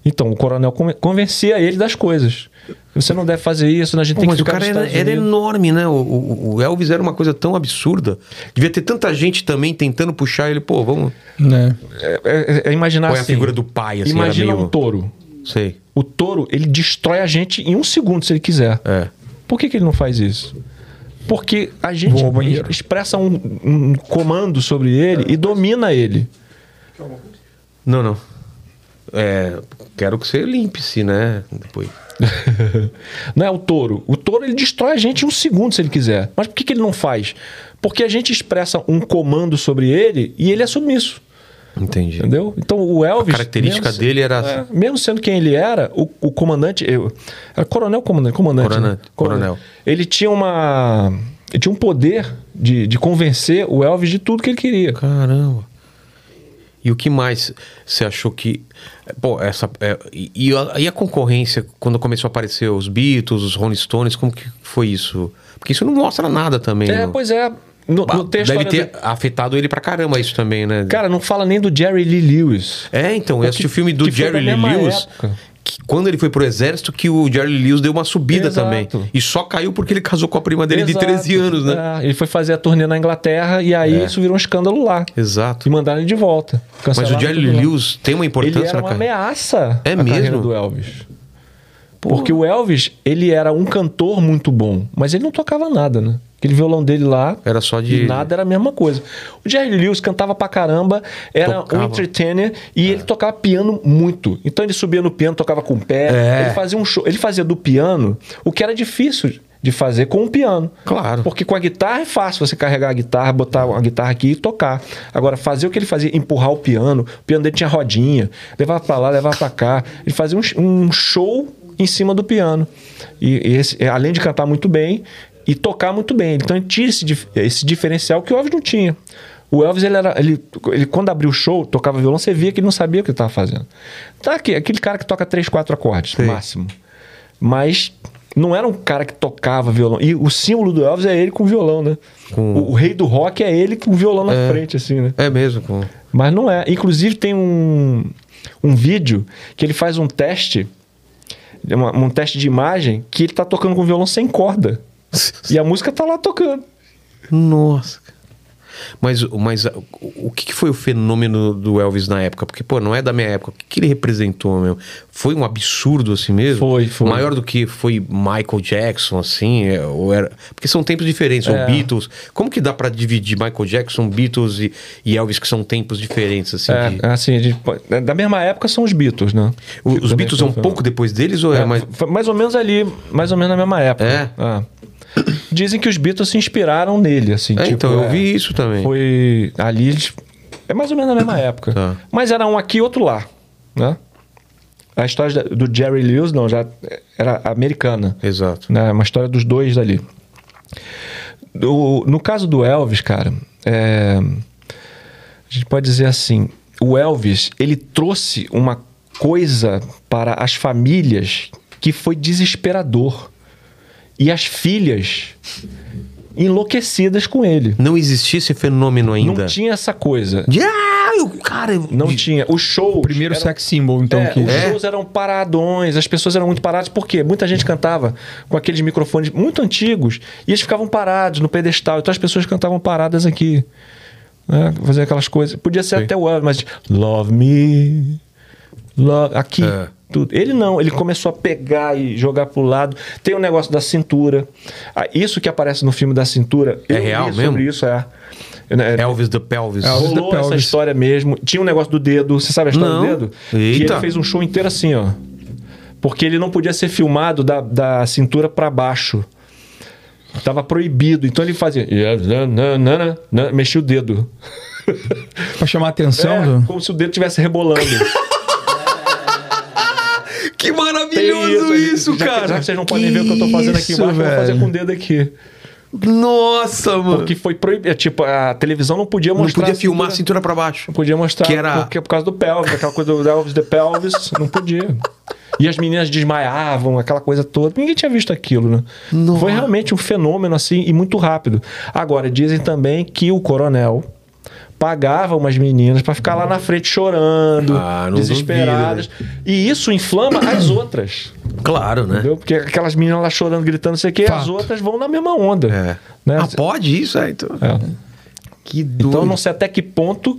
C: Então, o coronel con- convencia ele das coisas. Você não deve fazer isso, né? a gente tem
H: Pô,
C: que
H: mas o
C: ficar
H: cara
C: nos
H: era,
C: Estados
H: era
C: Unidos.
H: enorme, né? O, o- o Elvis era uma coisa tão absurda. Devia ter tanta gente também tentando puxar ele. Pô, vamos.
B: Né?
C: É, é- é imaginar
H: Qual é a
C: assim,
H: figura do pai, assim,
C: Imagina
H: era meio-
C: um touro.
H: Sei.
C: O touro, ele destrói a gente em um segundo, se ele quiser.
H: É.
C: Por que, que ele não faz isso? Porque a gente
B: Vou ao banheiro.
C: expressa um, um comando sobre ele e domina ele.
H: Não, não. É, quero que você limpe-se, né? Depois.
C: Não é o touro. O touro ele destrói a gente em um segundo se ele quiser. Mas por que, que ele não faz? Porque a gente expressa um comando sobre ele e ele é submisso.
H: Entendi.
C: Entendeu? Então o Elvis.
H: característica dele era-
C: é, mesmo sendo quem ele era, o, o comandante. Eu, era coronel comandante. Comandante.
H: Coronel,
C: né?
H: coronel.
C: Ele tinha uma. Ele tinha um poder de, de convencer o Elvis de tudo que ele queria.
H: Caramba. E o que mais você achou que. Pô, essa. é, e, e a, e a concorrência, quando começou a aparecer os Beatles, os Rolling Stones, como que foi isso? Porque isso não mostra nada também.
C: É,
H: não. Ah,
C: pois é. No, no texto.
H: Deve ter afetado ele pra caramba isso também, né?
C: Cara, não fala nem do Jerry Lee Lewis.
H: É, então, eu assisti
C: que-
H: o filme do
C: que foi
H: Jerry
C: da
H: Lee
C: mesma
H: Lewis.
C: época.
H: Que quando ele foi pro exército, que o Jerry Lewis deu uma subida
C: Exato.
H: também. E só caiu porque ele casou com a prima dele de
C: Exato.
H: 13 anos, né? É.
C: É, ele foi fazer a turnê na Inglaterra e aí isso virou um escândalo lá.
H: Exato.
C: E mandaram ele de volta.
H: Mas
C: Cancelaram
H: o Jerry
C: tudo lá.
H: Lewis tem uma importância né,
C: Ele era
H: na
C: uma
H: carreira.
C: ameaça
H: É
C: à
H: mesmo?
C: carreira do Elvis. Porque o Elvis, ele era um cantor muito bom, mas ele não tocava nada, né? Aquele violão dele lá.
H: Era só de-
C: E nada era a mesma coisa. O Jerry Lewis cantava pra caramba, era
H: Tocava. É.
C: um entertainer e ele tocava piano muito. Então ele subia no piano, tocava com o pé.
H: É.
C: Ele fazia um show. Ele fazia do piano o que era difícil de fazer com o piano.
H: Claro.
C: Porque com a guitarra é fácil você carregar a guitarra, botar a guitarra aqui e tocar. Agora, fazer o que ele fazia, empurrar o piano, o piano dele tinha rodinha, levava pra lá, levava pra cá. Ele fazia um, sh- um show em cima do piano. E, e esse- é, além de cantar muito bem e tocar muito bem. Então ele tinha esse, dif- esse diferencial que o Elvis não tinha. O Elvis, ele era. Ele, ele, quando abriu o show, tocava violão, você via que ele não sabia o que ele estava fazendo. Tá aqui, aquele cara que toca três, quatro acordes, máximo. Mas Não era um cara que tocava violão. E o símbolo do Elvis é ele com violão, né?
A: Com-
C: O, o rei do rock é ele com violão na frente, assim, né?
A: É mesmo, com...
C: Mas não é. Inclusive tem um, um vídeo que ele faz um teste, uma- um teste de imagem, que ele tá tocando com violão sem corda. E a música tá lá tocando.
A: Nossa. cara. Mas, mas o- o que que foi o fenômeno do Elvis na época? Porque, pô, não é da minha época. O que, que ele representou, meu? Foi um absurdo assim mesmo?
C: Foi, foi.
A: Maior do que foi Michael Jackson, assim? é, Ou era... Porque são tempos diferentes,
C: É.
A: são Beatles. Como que dá pra dividir Michael Jackson, Beatles e, e Elvis, que são tempos diferentes, assim?
C: É,
A: de-
C: assim, a gente pode- é, da mesma época são os Beatles, né?
A: O-
C: Que
A: os
C: também
A: Beatles é
C: foi
A: um
C: fenômeno.
A: pouco depois deles ou é,
C: É,
A: mais...
C: foi mais ou menos ali, mais ou menos na mesma época.
A: É?
C: Dizem que os Beatles se inspiraram nele, assim.
A: É,
C: tipo,
A: então, eu
C: é,
A: vi isso também.
C: Foi ali, eles- é mais ou menos na mesma época.
A: Tá.
C: Mas era um aqui e outro lá, né? A história da- do Jerry Lewis, não, já era americana.
A: Exato.
C: Né? Uma história dos dois ali. Do- no caso do Elvis, cara, é, a gente pode dizer assim, o Elvis, ele trouxe uma coisa para as famílias que foi desesperador. E as filhas enlouquecidas com ele.
A: Não existia esse fenômeno ainda.
C: Não tinha essa coisa.
A: Ah, eu- cara... eu-
C: Não tinha. O show.
B: Primeiro sex symbol, então,
C: É,
B: que...
C: os shows eram paradões, as pessoas eram muito paradas, porque muita gente cantava com aqueles microfones muito antigos e eles ficavam parados no pedestal, então as pessoas cantavam paradas aqui. Né? Fazer aquelas coisas. Podia ser até o Elvis, mas Love Me. Love, aqui.
A: É.
C: Tudo. Ele não, ele começou a pegar e jogar pro lado. Tem o negócio da cintura. Ah, Isso que aparece no filme da cintura.
A: É
C: eu li
A: real
C: sobre
A: mesmo?
C: isso, é. Eu, né,
A: Elvis the Pelvis.
B: Elvis the
C: Rolou essa
B: Pelvis.
C: história mesmo. Tinha um negócio do dedo. Você sabe a história
A: Não.
C: do dedo? Que
A: Eita.
C: ele fez um show inteiro assim, ó. Porque ele não podia ser filmado da, da cintura pra baixo. Tava proibido. Então ele fazia. Mexia o dedo.
B: Pra chamar a atenção
C: É,
B: um do...
C: como se o dedo estivesse rebolando.
A: Que
C: Tem
A: maravilhoso
C: ele-
A: isso,
C: já que-
A: cara.
C: Já que vocês não podem ver o que eu tô fazendo aqui
B: isso,
C: embaixo, eu vou fazer
B: velho.
C: com o dedo aqui.
A: Nossa, mano.
C: Porque foi proibido. Tipo, a televisão não podia
A: não
C: mostrar.
A: podia filmar a cintura pra baixo.
C: Não podia mostrar
A: Que era-
C: porque é por causa do pelvis, aquela coisa do Elvis the Pelvis, não podia. E as meninas desmaiavam, aquela coisa toda. Ninguém tinha visto aquilo, né? Foi realmente um fenômeno assim e muito rápido. Agora, dizem também que o coronel pagava umas meninas pra ficar lá na frente chorando,
A: Ah, não né?
C: desesperadas. E isso inflama as outras.
A: Claro, né?
C: Entendeu? Porque aquelas meninas lá chorando, gritando, não sei o quê, as
B: Fato.
C: outras vão na mesma onda.
A: É.
C: Né?
A: Ah, pode isso? É, então.
C: É.
A: Que doido.
C: Então eu não sei até que ponto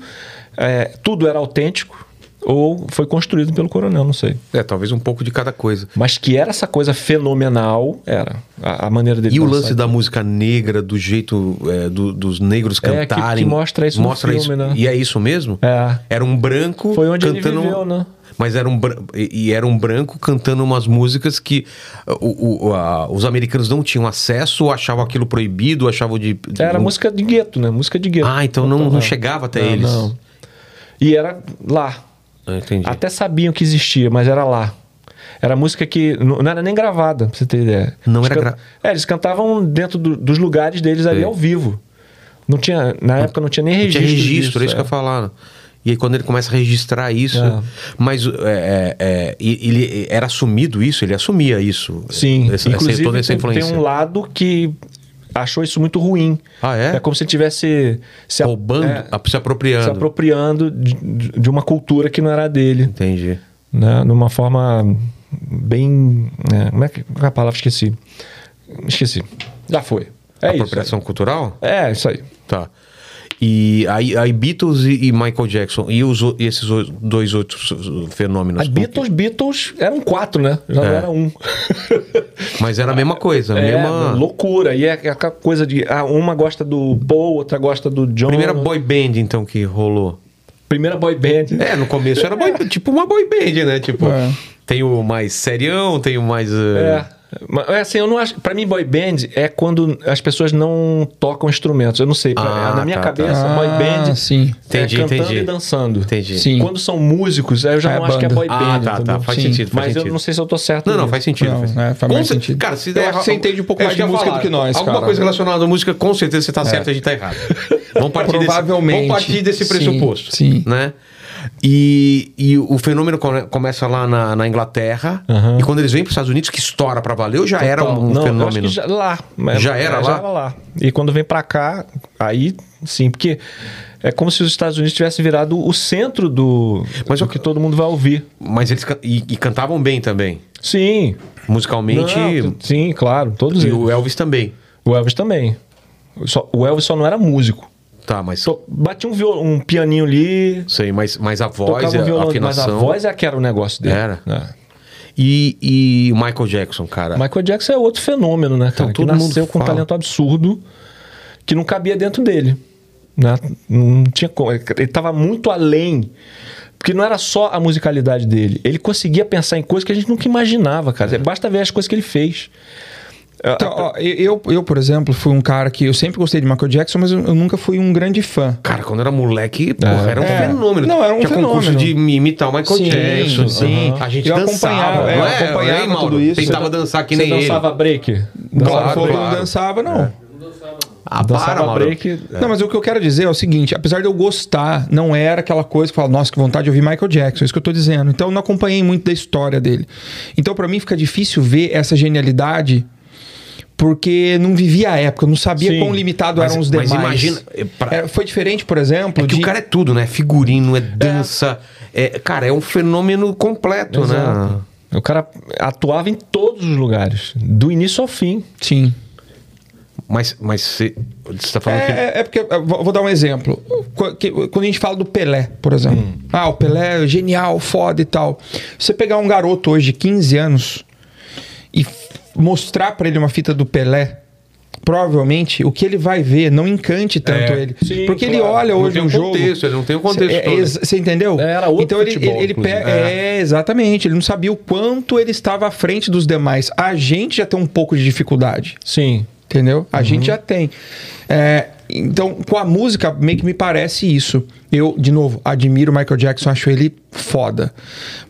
C: é, tudo era autêntico ou foi construído pelo coronel, não sei.
A: É, talvez um pouco de cada coisa.
C: Mas que era essa coisa fenomenal, era. A, a maneira dele
A: E o
C: dançar.
A: lance da música negra, do jeito é, do- dos negros
C: É, que-
A: cantarem.
C: que mostra isso no filme, né?
A: E é isso mesmo?
C: É.
A: Era um branco
C: Foi onde ele
A: cantando.
C: viveu, né?
A: Mas era um, bran- e e era um branco cantando umas músicas que uh, o- o- a- os americanos não tinham acesso, achavam aquilo proibido, achavam de. de-
C: Era
A: não-
C: música de gueto, né? Música de gueto.
A: Uhum. Ah, então não, não
C: É.
A: chegava até
C: Não,
A: eles.
C: não. E era lá.
A: Ah, Entendi.
C: Até sabiam que existia, mas era lá. Era música que não não era nem gravada, pra você ter ideia.
A: Não
C: Eles
A: era
C: can-
A: gra-
C: É, eles cantavam dentro do- dos lugares deles ali
A: Sei.
C: ao vivo. Não tinha, na época não tinha nem
A: Não
C: registro.
A: tinha registro,
C: disso,
A: é isso que eu ia falar. E aí quando ele começa a registrar isso,
C: É.
A: mas é, é, é, e- ele era assumido isso, ele assumia isso.
C: Sim,
A: essa, essa-
C: inclusive
A: toda essa
C: tem-
A: influência.
C: tem um lado que achou isso muito ruim.
A: Ah, é?
C: É como se tivesse se a-
A: Roubando,
C: é,
A: a- se apropriando.
C: se apropriando de, de uma cultura que não era dele,
A: Entendi.
C: né? Numa forma bem, né? como é que qual é a palavra esqueci? Esqueci. Já foi. É isso.
A: Apropriação cultural?
C: É isso aí.
A: Tá. E aí, aí Beatles e, e Michael Jackson. E, os, o- e esses o- dois outros fenômenos.
C: A Beatles, Beatles eram quatro, né? Já não
A: É.
C: era um.
A: Mas era a mesma coisa. a
C: É,
A: mesma...
C: loucura. E é aquela coisa de ah, uma gosta do Paul, outra gosta do John.
A: Primeira boy band, então, que rolou.
C: Primeira boy band.
A: É, no começo era boy- tipo uma boy band, né? Tipo,
B: É.
A: tem o mais serião, tem o mais. eh,
C: É. Mas é assim, eu não acho. Pra mim, boy band é quando as pessoas não tocam instrumentos. Eu não sei. pra-
A: Ah,
C: na minha
A: tá,
C: cabeça,
B: tá.
C: boy band
B: Ah, sim.
A: Entendi,
C: é cantando
A: entendi.
C: e dançando.
A: Entendi.
B: Sim.
C: Quando são músicos, aí eu já
B: É,
C: não acho que é
B: banda.
C: boy
A: Ah,
C: band.
A: tá,
C: entendeu?
A: tá. Faz
B: Sim.
A: sentido, faz
C: Mas
A: sentido.
C: eu não sei se eu tô certo.
A: Não, não,
C: nisso.
A: faz sentido.
B: Não,
A: faz
B: né, faz mais
A: Com cer-
B: sentido.
A: Cara, se
B: Eu
A: der
B: acho
A: errado-
B: que você entende um pouco
A: É
B: mais
A: isso que
B: de
A: eu ia
B: música do que nós,
A: Alguma
B: cara. É.
A: coisa relacionada à música, com certeza você tá certo, a gente tá errado. Vamos partir
B: Provavelmente.
A: Desse, vamos partir desse
B: Sim,
A: pressuposto.
B: sim.
A: Né? E, e o fenômeno come- começa lá na, na Inglaterra. E quando eles vêm para os Estados Unidos, que estoura pra pra valer ou já era um, um
C: Então, Não, eu acho
A: fenômeno?
C: que já, lá. mas-
A: Já era lá?
C: E quando vem pra cá, aí sim, porque é como se os Estados Unidos tivessem virado o centro do.
A: Mas
C: Mas
A: eu-
C: o que todo mundo vai ouvir.
A: Mas eles can- e, e cantavam bem também.
C: Sim.
A: Musicalmente.
C: Não, tu- sim, claro. Todos
A: e
C: eles.
A: o Elvis também.
C: O Elvis também. Só- o Elvis só não era músico.
A: Tá, mas.
C: Só batia um, viol- um pianinho ali,
A: Sei, mas, mas a voz,
C: tocava um
A: a,
C: violão, mas a
A: afinação.
C: voz é que era o negócio dele.
A: Era.
C: É.
A: E, e o Michael Jackson, cara.
C: Michael Jackson é outro fenômeno, né? Cara,
A: Então, todo
C: que nasceu
A: mundo
C: com um
A: fala.
C: talento absurdo que não cabia dentro dele. Né? Não tinha como. Ele tava muito além. Porque não era só a musicalidade dele. Ele conseguia pensar em coisas que a gente nunca imaginava,
A: Uhum.
C: cara. Basta ver as coisas que ele fez.
B: Então, ó, eu, eu, por exemplo, fui um cara que eu sempre gostei de Michael Jackson, mas eu, eu nunca fui um grande fã.
A: Cara, quando era moleque, porra, era um
B: É.
A: fenômeno.
B: Não, era um
A: Tinha concurso
B: fenômeno.
A: de imitar o Michael
B: Sim,
A: Jackson.
B: sim.
A: A gente
B: Eu
A: dançava,
B: acompanhava,
A: não
B: é, eu
A: é?
B: acompanhava
A: Hein, Mauro?
B: tudo isso.
A: Tentava dançar que
C: Você
A: nem
C: dançava
A: ele.
C: break?
A: Claro,
B: Claro, não
A: claro. É,
B: dançava, não.
A: Ah,
C: Dançava
A: para, Mauro.
C: break.
B: Não, mas o que eu quero dizer é o seguinte: apesar de eu gostar, não era aquela coisa que fala, nossa, que vontade de ouvir Michael Jackson, é isso que eu tô dizendo. Então eu não acompanhei muito da história dele. Então pra mim fica difícil ver essa genialidade, porque não vivia a época, eu não sabia
C: Sim.
B: quão limitado
A: Mas-
B: eram os
A: mas
B: demais.
A: imagina, é, pra-
B: Era- foi diferente, por exemplo,
A: É que
B: de.
A: o cara é tudo, né? Figurino, é dança. É, cara, é um fenômeno completo, né?
C: Exato. O cara atuava em todos os lugares, do início ao fim.
B: Sim.
A: Mas, mas você, você tá falando que.
B: É, é porque, eu vou vou dar um exemplo. Qu- que- Quando a gente fala do Pelé, por exemplo.
A: Hum.
B: Ah, o Pelé é genial, foda e tal. Se você pegar um garoto hoje de 15 anos e f- mostrar pra ele uma fita do Pelé, provavelmente o que ele vai ver não encante tanto
A: É.
B: ele.
C: Sim,
B: porque ele
C: claro.
B: olha
A: Não
B: hoje
A: tem
B: um
A: um
B: jogo.
A: contexto, ele não tem o contexto
B: Cê- é,
A: todo. né?
B: ex- Você entendeu?
C: Era outro
B: então ele,
C: futebol,
B: ele, ele
C: inclusive.
B: pega. É, exatamente. Ele não sabia o quanto ele estava à frente dos demais. A gente já tem um pouco de dificuldade.
C: Sim.
B: Entendeu? A gente já tem. É, então, com a música, meio que me parece isso. Eu, de novo, admiro o Michael Jackson, acho ele foda.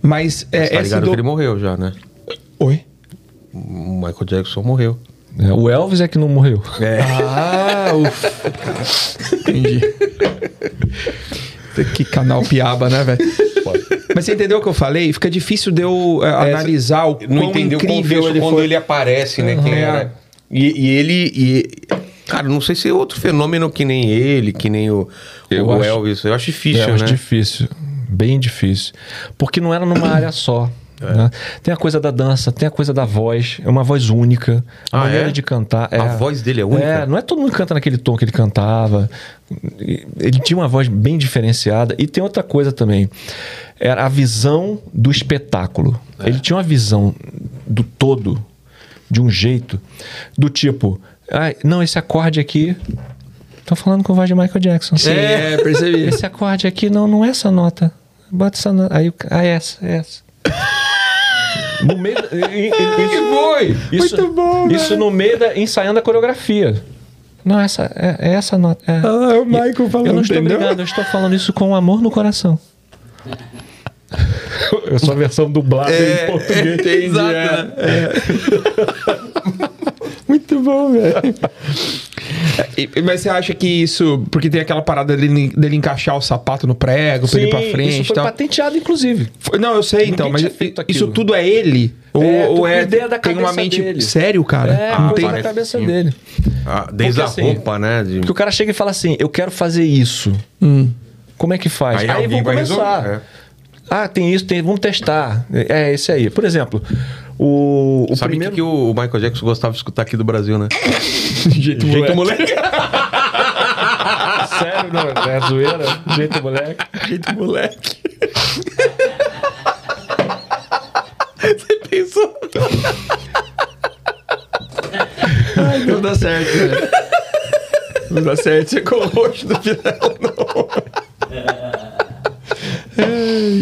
B: Mas é,
A: Você tá
B: essa
A: ligado
B: do...
A: que ele morreu já, né?
B: Oi?
A: O Michael Jackson morreu.
C: É, O Elvis é que não morreu.
B: Ah, ufa. Entendi. Que canal piaba, né, velho? Mas você entendeu o que eu falei? Fica difícil de eu é, analisar o
A: não
B: quão
A: entendeu o
B: incrível
A: contexto
B: ele
A: quando
B: foi.
A: ele aparece, né? Quem
B: É.
A: era. E, e ele. e- cara, não sei se é outro fenômeno que nem ele, que nem o,
C: Eu
A: o
C: acho-
A: Elvis. Eu acho difícil,
C: É, eu acho
A: né?
C: difícil, bem difícil. Porque não era numa área só.
A: É.
C: né? Tem a coisa da dança, tem a coisa da voz, é uma voz única, a
A: Ah,
C: maneira
A: é?
C: de cantar.
A: A voz dele é única?
C: não é todo mundo que canta naquele tom que ele cantava. E- Ele tinha uma voz bem diferenciada. E tem outra coisa também: era a visão do espetáculo.
A: É.
C: Ele tinha uma visão do todo, de um jeito, do tipo. "Ah, não, esse acorde aqui. Tô falando com voz de Michael Jackson. Sim,
B: É, percebi.
C: esse acorde aqui não, não é essa nota. Bota essa nota. Aí, o ca- ah, é essa, é essa. No meio. da- i- i- Isso,
B: Foi!
C: isso,
B: Muito bom, né?
C: Isso
B: velho.
C: no meio da. ensaiando a coreografia. Não, essa, é, é essa nota. é.
B: Ah, o Michael falando,
C: Eu não estou
B: entendeu?
C: brigando, eu estou falando isso com amor no coração. Eu sou É a versão dublada
B: É,
C: em português.
A: Exato, né?
B: Muito bom, velho. E- Mas você acha que isso. Porque tem aquela parada dele, dele encaixar o sapato no prego, pra ele ir pra frente então.
C: isso
B: e
C: foi
B: tal.
C: patenteado, inclusive.
B: Foi- Não, eu sei então,
C: Ninguém
B: mas
C: tinha feito
B: isso
C: aquilo.
B: tudo é ele? Ou
C: É,
B: ou
C: tudo
B: é.
C: ideia da
B: tem uma
C: cabeça
B: mente.
C: dele.
B: Sério, cara?
C: É,
B: não tem.
C: coisa na cabeça dele.
A: Ah, desde
C: Porque,
A: a
C: assim,
A: roupa, né? de-
C: Porque o cara chega e fala assim: Eu quero fazer isso. Como é que faz?
A: Aí
C: Aí,
A: alguém
C: vamos
A: vai
C: começar.
A: resolver, é.
C: Ah, tem isso, tem, vamos testar. É, é esse aí. Por exemplo, o, o
A: Sabe o que
C: primeiro.
A: que o Michael Jackson gostava de escutar aqui do Brasil, né?
B: jeito moleque.
C: Sério, não? É zoeira? Jeito moleque.
B: Jeito moleque.
A: Pensou?
B: Não dá certo, velho. Não dá certo você com o roxo do final, não.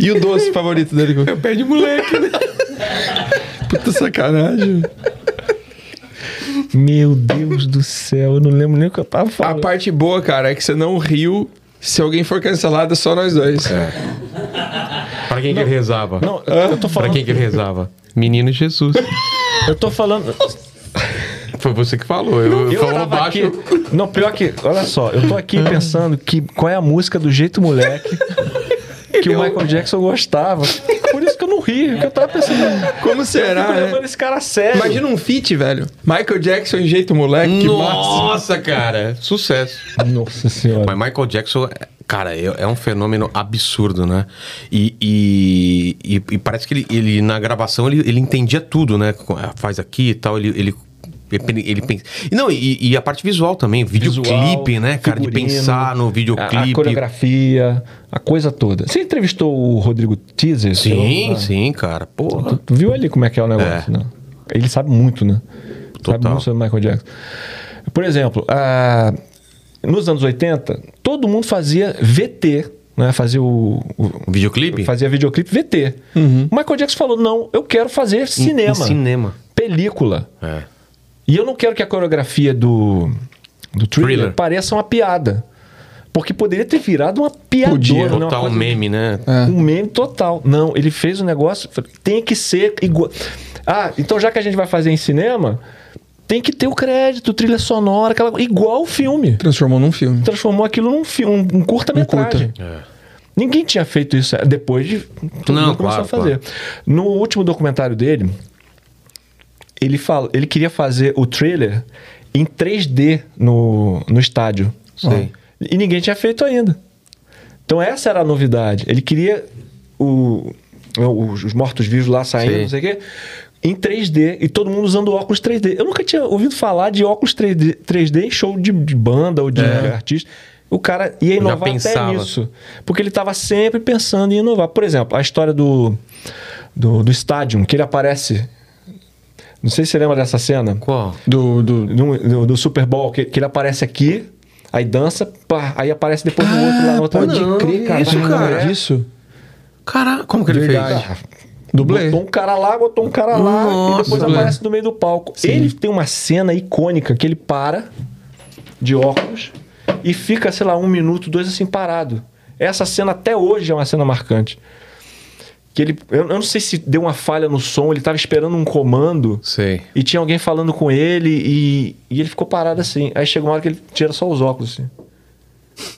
B: E o doce favorito dele? Eu pé de moleque, né? Puta sacanagem.
C: Meu Deus do céu, eu não lembro nem o que eu tava
B: A
C: falando.
B: parte boa, cara, é que você não riu. Se alguém for cancelado, é só nós dois.
A: Pra quem que ele rezava?
C: Não, eu eu tô
A: Pra
C: falando.
A: quem que ele rezava? Menino Jesus.
C: Eu tô falando.
A: Foi você que falou. Eu, eu
C: Eu
A: falou
C: tava
A: baixo.
C: aqui. Não, pior que. Olha só, eu tô aqui pensando que qual é a música do jeito moleque que o Michael Jackson gostava. Por isso que eu não ri, porque eu tava pensando.
B: Como
C: eu
B: será,
C: fico
B: né?
C: levando esse cara a sério.
B: Imagina um feat, velho. Michael Jackson enjeita o moleque, que massa.
H: Nossa, cara. Sucesso.
C: Nossa senhora.
H: Mas Michael Jackson, cara, é, é um fenômeno absurdo, né? E, e- e- e parece que ele, ele, na gravação, ele, ele entendia tudo, né? Com- ah, Faz aqui e tal, ele... ele ele ele pensa. e Não, e, e a parte visual também,
C: Visual,
H: videoclipe, né, cara?
C: figurino,
H: de pensar no
C: A, a
H: videoclipe.
C: coreografia, a coisa toda. Você entrevistou o Rodrigo Teaser?
H: sim, sim, cara. Porra.
C: Tu viu ali como é que é o negócio,
H: É.
C: né? Ele sabe muito, né? Sabe
H: Total.
C: muito sobre Michael Jackson. Por exemplo, a- nos anos 80, todo mundo fazia VT, né? Fazia o... o-
H: Videoclipe?
C: Fazia videoclipe VT. O Michael Jackson falou, não, eu quero fazer cinema.
H: cinema.
C: Película.
H: É.
C: E eu não quero que a coreografia do, do thriller,
H: Thriller.
C: pareça uma piada. Porque poderia ter virado uma piadona.
B: Podia.
C: né? Uma
H: Total um
C: coisa-
H: meme, né?
B: É.
C: Um meme total. Não, ele fez um negócio. falei, Tem que ser igual. Ah, então já que a gente vai fazer em cinema, tem que ter o crédito, trilha sonora, aquela, igual o filme.
B: Transformou num filme.
C: Transformou aquilo num filme, um, um curta-metragem. Ninguém tinha feito isso eh, depois de. Todo
H: Não,
C: mundo começou
H: claro,
C: a fazer. No último documentário dele, ele, fala, ele queria fazer o trailer em 3D no, no estádio.
H: Sei.
C: E ninguém tinha feito ainda. Então essa era a novidade. Ele queria o, o- os mortos-vivos lá saindo,
H: Sim.
C: não sei o quê, em 3D e todo mundo usando óculos 3D. Eu nunca tinha ouvido falar de óculos 3D, 3D em show de, de banda ou de artista. O cara ia inovar até
H: É. pensava.
C: nisso. Porque ele estava sempre pensando em inovar. Por exemplo, a história do, do, do Stadium, que ele aparece. Não sei se você lembra dessa cena
H: Qual?
B: Do, do...
C: no, no- no Super Bowl, que, que ele aparece aqui, aí dança, pá, aí aparece depois no outro lá no outro
B: Pode
C: lado.
B: crer, cara. Ah,
H: isso,
B: Isso,
H: cara.
C: é.
B: cara. Disso?
H: Caraca, como que ele fez?
B: Dublê.
C: Ah, Botou um cara lá, botou um cara lá, e depois
B: Nossa,
C: aparece no meio do palco. Ele tem uma cena icônica que ele para de óculos e fica, sei lá, um minuto, dois assim parado. Essa cena até hoje é uma cena marcante. Que ele, eu, eu não sei se deu uma falha no som, ele tava esperando um comando.
H: Sei.
C: E tinha alguém falando com ele e, e ele ficou parado assim. Aí chega uma hora que ele tira só os óculos, assim.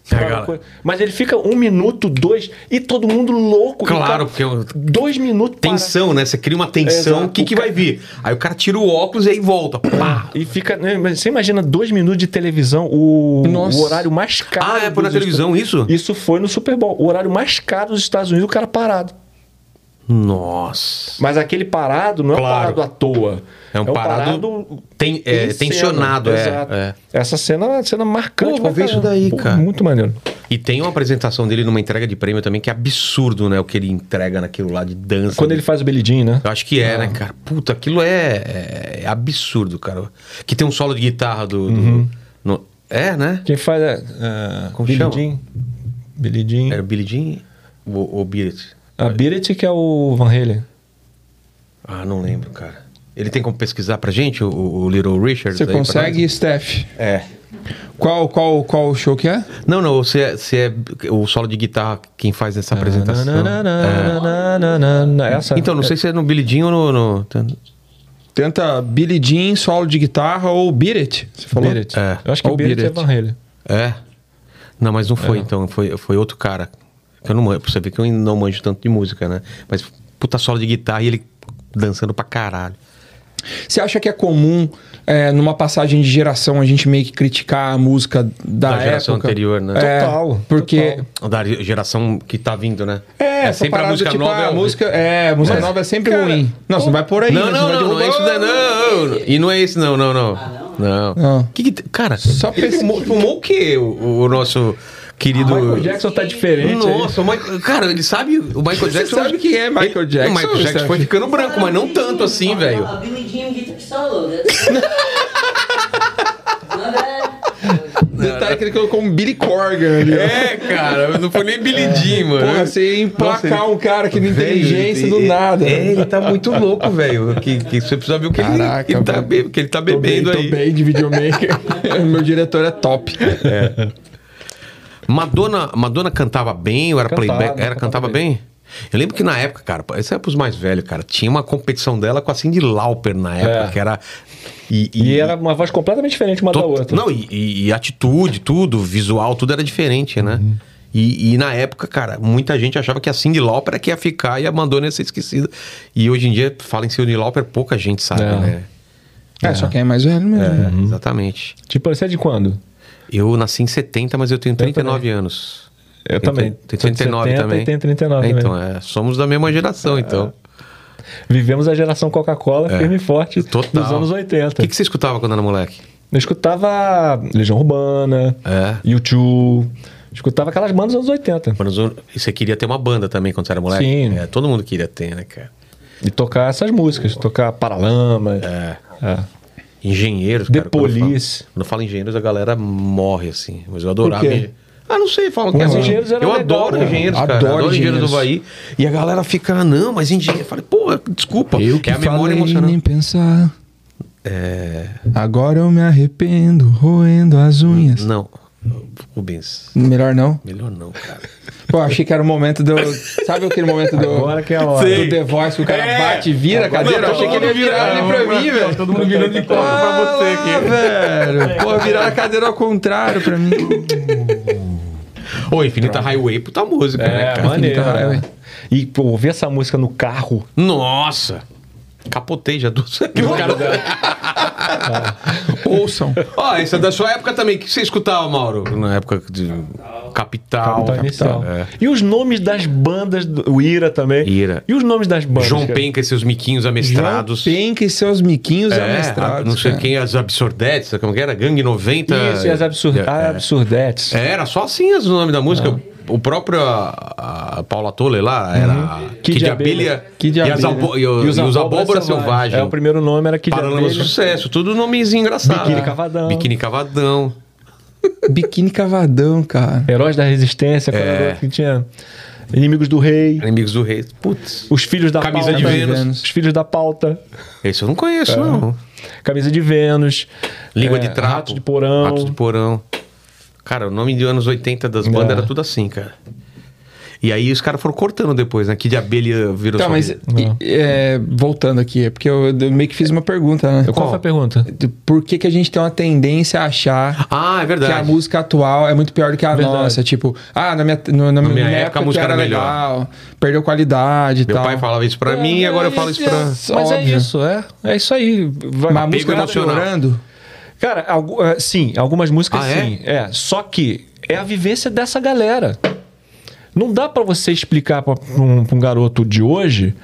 C: Fala
H: cara.
C: coisa. Mas ele fica um minuto, dois, e todo mundo louco.
H: Claro,
C: E, cara,
H: porque eu-
C: Dois minutos
H: Tensão, né? Você cria uma tensão,
C: Exato.
H: o que, que
C: O
H: vai vir? Aí o cara tira o óculos e aí volta. Pá!
C: para. E fica. né, mas Você imagina dois minutos de televisão, o,
B: Nossa.
C: o horário mais caro.
H: Ah, é por na
C: dos
H: televisão isso?
C: Estados- Isso foi no Super Bowl. O horário mais caro dos Estados Unidos, o cara parado.
H: Nossa.
C: Mas aquele parado não é um
H: Claro.
C: parado à toa.
H: É um parado ten- é,
C: em cena.
H: tensionado, é, é.
C: Essa cena é uma cena marcante.
H: Pô, vou
C: pra
H: ver isso
C: caramba.
H: daí,
C: Pô,
H: cara.
C: Muito maneiro.
H: E tem uma apresentação dele numa entrega de prêmio também que é absurdo, né? O que ele entrega naquilo lá de dança.
C: Quando ele faz o belidinho, né?
H: Eu acho que é, né, cara? Puta, aquilo é, é absurdo, cara. Que tem um solo de guitarra do. do- no- é, né?
C: Quem faz é. é
H: Como
C: Billie
H: chama?
C: Jean. Billie Jean.
H: Era o Billy Jean ou, ou Billet?
C: A Billet que é o Van Halen.
H: Ah, não lembro, cara. Ele tem como pesquisar pra gente o, o Little Richard?
B: Você
H: aí pra nós?
B: consegue, Steph?
H: É.
B: Qual, qual, qual show que é?
H: Não, não, você é, você é o solo de guitarra quem faz essa apresentação. É.
C: Nananana, Essa.
H: Então, não sei se é no Billy Jean ou no. no-
B: Tenta Billie Jean, solo de guitarra ou Beat It. Você falou?
C: Billet.
H: É.
C: Eu acho que
B: Ou
C: o Billet
B: Billet.
C: é Van Halen.
H: É. Não, mas não foi, então. Foi, foi outro cara. Que eu não manjo. pra Você vê que eu não manjo tanto de música, né? Mas puta solo de guitarra e ele dançando pra caralho.
B: Você acha que é comum, é, numa passagem de geração, a gente meio que criticar a música da,
H: Da geração
B: época?
H: anterior, né?
B: É,
C: Total,
B: Porque...
C: total.
H: Da geração que tá vindo, né?
B: É, essa parada, tipo, ah,
H: é
B: a
H: o-
B: música, é, a música nova é sempre ruim. Não, você não vai por aí.
H: Não,
B: né?
H: não,
B: Você vai
H: não, não é
B: derrubar-
H: isso daí, não. E não é isso, não, não, não. não.
B: Não.
H: Que que te- cara,
B: Só
H: ele
B: pensa-
H: fumou, fumou o quê, o, o nosso querido...
C: Michael Jackson tá diferente.
H: Nossa, o Michael, cara, ele sabe. O Michael
B: Você
H: Jackson.
B: sabe quem é Michael
H: Ele-
B: Jackson,
H: O Michael Jackson
B: Steph?
H: foi ficando branco, mas não tanto assim, velho.
D: A é Billie Jean guitar solo. né?
B: Detalhe que ele colocou um Billy Corgan ali. ó.
H: É, cara, não foi nem bilidinho, mano.
B: Porra, você ia emplacar
H: Nossa, ele-
B: um cara que não
H: Velho,
B: inteligência do
H: ele-
B: nada. né?
H: É, ele tá muito louco, velho. Que, que você precisa ver o que, ele-
B: Caraca,
H: ele, tá
B: velho.
H: be- o que ele tá
B: Tô bem,
H: bebendo
B: tô
H: aí.
B: bem de videomaker. Meu diretor é top.
H: Madonna, Madonna cantava bem ou era
C: Cantava,
H: playback? Era, cantava
C: cantava
H: bem. Eu lembro que na época, cara, isso é pros mais velhos, cara. Tinha uma competição dela com a Cindy Lauper na época,
C: É.
H: que era. E,
C: E era uma voz completamente diferente uma da
H: to-
C: outra.
H: Não, e, e- e atitude, tudo, visual, tudo era diferente, né?
A: E, e na época, cara, muita gente achava que a Cindy Lauper é que ia ficar e a Madonna ia ser esquecida. E hoje em dia, fala em Cindy Lauper, pouca gente sabe,
C: É.
A: né?
B: É, só quem é mais velho mesmo.
A: É, Exatamente.
C: Tipo, você é de quando?
A: Eu nasci em 70, mas eu tenho 39 anos.
C: Eu
A: Tenho
C: também.
A: tr- Tenho
C: Sou de
A: 39
C: 70 e
A: também.
C: tenho 39
A: então, é, somos da mesma geração, então.
C: Vivemos a geração Coca-Cola firme e forte
A: Total.
C: dos anos
A: O
C: 80.
A: que, que você escutava quando era moleque?
C: Eu escutava Legião Urbana,
A: É.
C: YouTube, escutava aquelas bandas dos anos 80.
A: Quando os- E você queria ter uma banda também quando você era moleque?
C: Sim.
A: É, todo mundo queria ter, né, cara?
C: E tocar essas músicas, tocar Paralamas.
A: É.
C: É.
A: Engenheiros,
C: The
A: cara. quando eu falo-
C: Police.
A: Quando eu falo engenheiros, a galera morre, assim. Mas eu adorava.
C: quê?
A: engen- Ah, não sei, falam que
C: Mas
A: era-
C: engenheiros era
A: Eu
C: legal,
A: adoro
C: né?
A: engenheiros, cara.
B: Adoro
A: Adoro, engenheiros do Havaí.
B: engenheiros.
A: E a galera fica, ah, não, mas engenheiro. Eu falei, pô, desculpa.
B: Eu que
A: é a memória
B: falei
A: emocionante.
B: nem pensar.
A: É.
B: Agora eu me arrependo, roendo as unhas.
A: Não. Rubens,
B: Melhor não.
A: melhor não, cara.
B: Pô, achei que era o momento do. Sabe aquele momento do.
C: Agora que é a hora.
B: Do The Voice que o cara bate e vira a cadeira?
A: É, Não,
B: Eu achei que ele ia virar ali pra mim, velho.
A: Todo mundo virando de costas pra você
B: Ah,
A: aqui.
B: velho. Pô, viraram a cadeira ao contrário pra mim.
A: Ô, Infinita Highway, puta música, né,
C: É,
A: cara?
C: maneiro.
B: Então,
C: né?
B: é, ué.
C: E pô, ouvir essa música no carro,
A: Nossa! Capotei já duas vezes.
B: Ouçam.
A: Ó, essa é da sua época também. O que você escutava, Mauro? Na época de Capital.
C: Capital Inicial.
A: É.
C: E os nomes das bandas, do- o Ira também.
A: Ira.
C: E os nomes das bandas.
A: João
C: cara?
A: Penca e seus miquinhos amestrados.
B: é João Penca e seus miquinhos
A: É, a-
B: amestrados.
A: não sei
B: cara.
A: quem, as absurdetes, como que era? Gangue 90.
C: Isso, e as absur- ah,
A: É,
C: absurdetes.
A: é. Era só assim as- o nome da música.
B: É.
A: O próprio a, a Paula Toller lá era
C: Uhum.
A: Kid, de Abelha,
B: Kid
A: e, as
B: Abelha.
A: abo- e, o- e os, Abóboras Selvagens.
C: É, o primeiro nome era Kid de
A: Paralama
C: Abelha.
A: Sucesso, tudo nomezinho engraçado.
C: Biquíni Cavadão.
A: Biquíni Cavadão.
B: Biquíni cavadão, cara.
C: Heróis da Resistência, quando
A: É.
C: era outro que tinha Inimigos do Rei,
A: Inimigos do Rei. Putz.
C: Os Filhos da
A: Camisa
C: Pauta.
A: de Vênus.
C: Os Filhos da Pauta,
A: Esse eu não conheço, não.
C: Camisa de Vênus,
A: Língua
C: é,
A: de Trapo.
C: Rato de Porão.
A: Rato de Porão. Cara, o nome de anos 80 das bandas
C: É.
A: era tudo assim, cara. E aí os caras foram cortando depois, né? Que de abelha virou
B: Tá,
A: só-
B: mas e- é, voltando aqui, é porque eu, eu meio que fiz uma pergunta, né?
C: Qual foi a pergunta?
B: De Por que, que a gente tem uma tendência a achar
A: Ah, é verdade.
B: que a música atual é muito pior do que a
C: Verdade.
B: nossa? Tipo, ah, na minha, no- na minha
A: época,
B: época
A: a música
B: que era
A: era melhor.
B: legal, perdeu qualidade e
A: Meu
B: tal.
A: pai falava isso
C: É,
A: pra mim e agora eu falo isso pra.
B: Mas
C: Mas é
B: óbvio.
C: isso, é. É isso aí. Vai-
B: Mas a música tá
A: emocional.
B: piorando?
C: Cara, algu- eh, sim, algumas músicas
A: Ah, é?
C: sim. É? só que é a vivência dessa galera. Não dá pra você explicar pra pra um, pra um garoto de hoje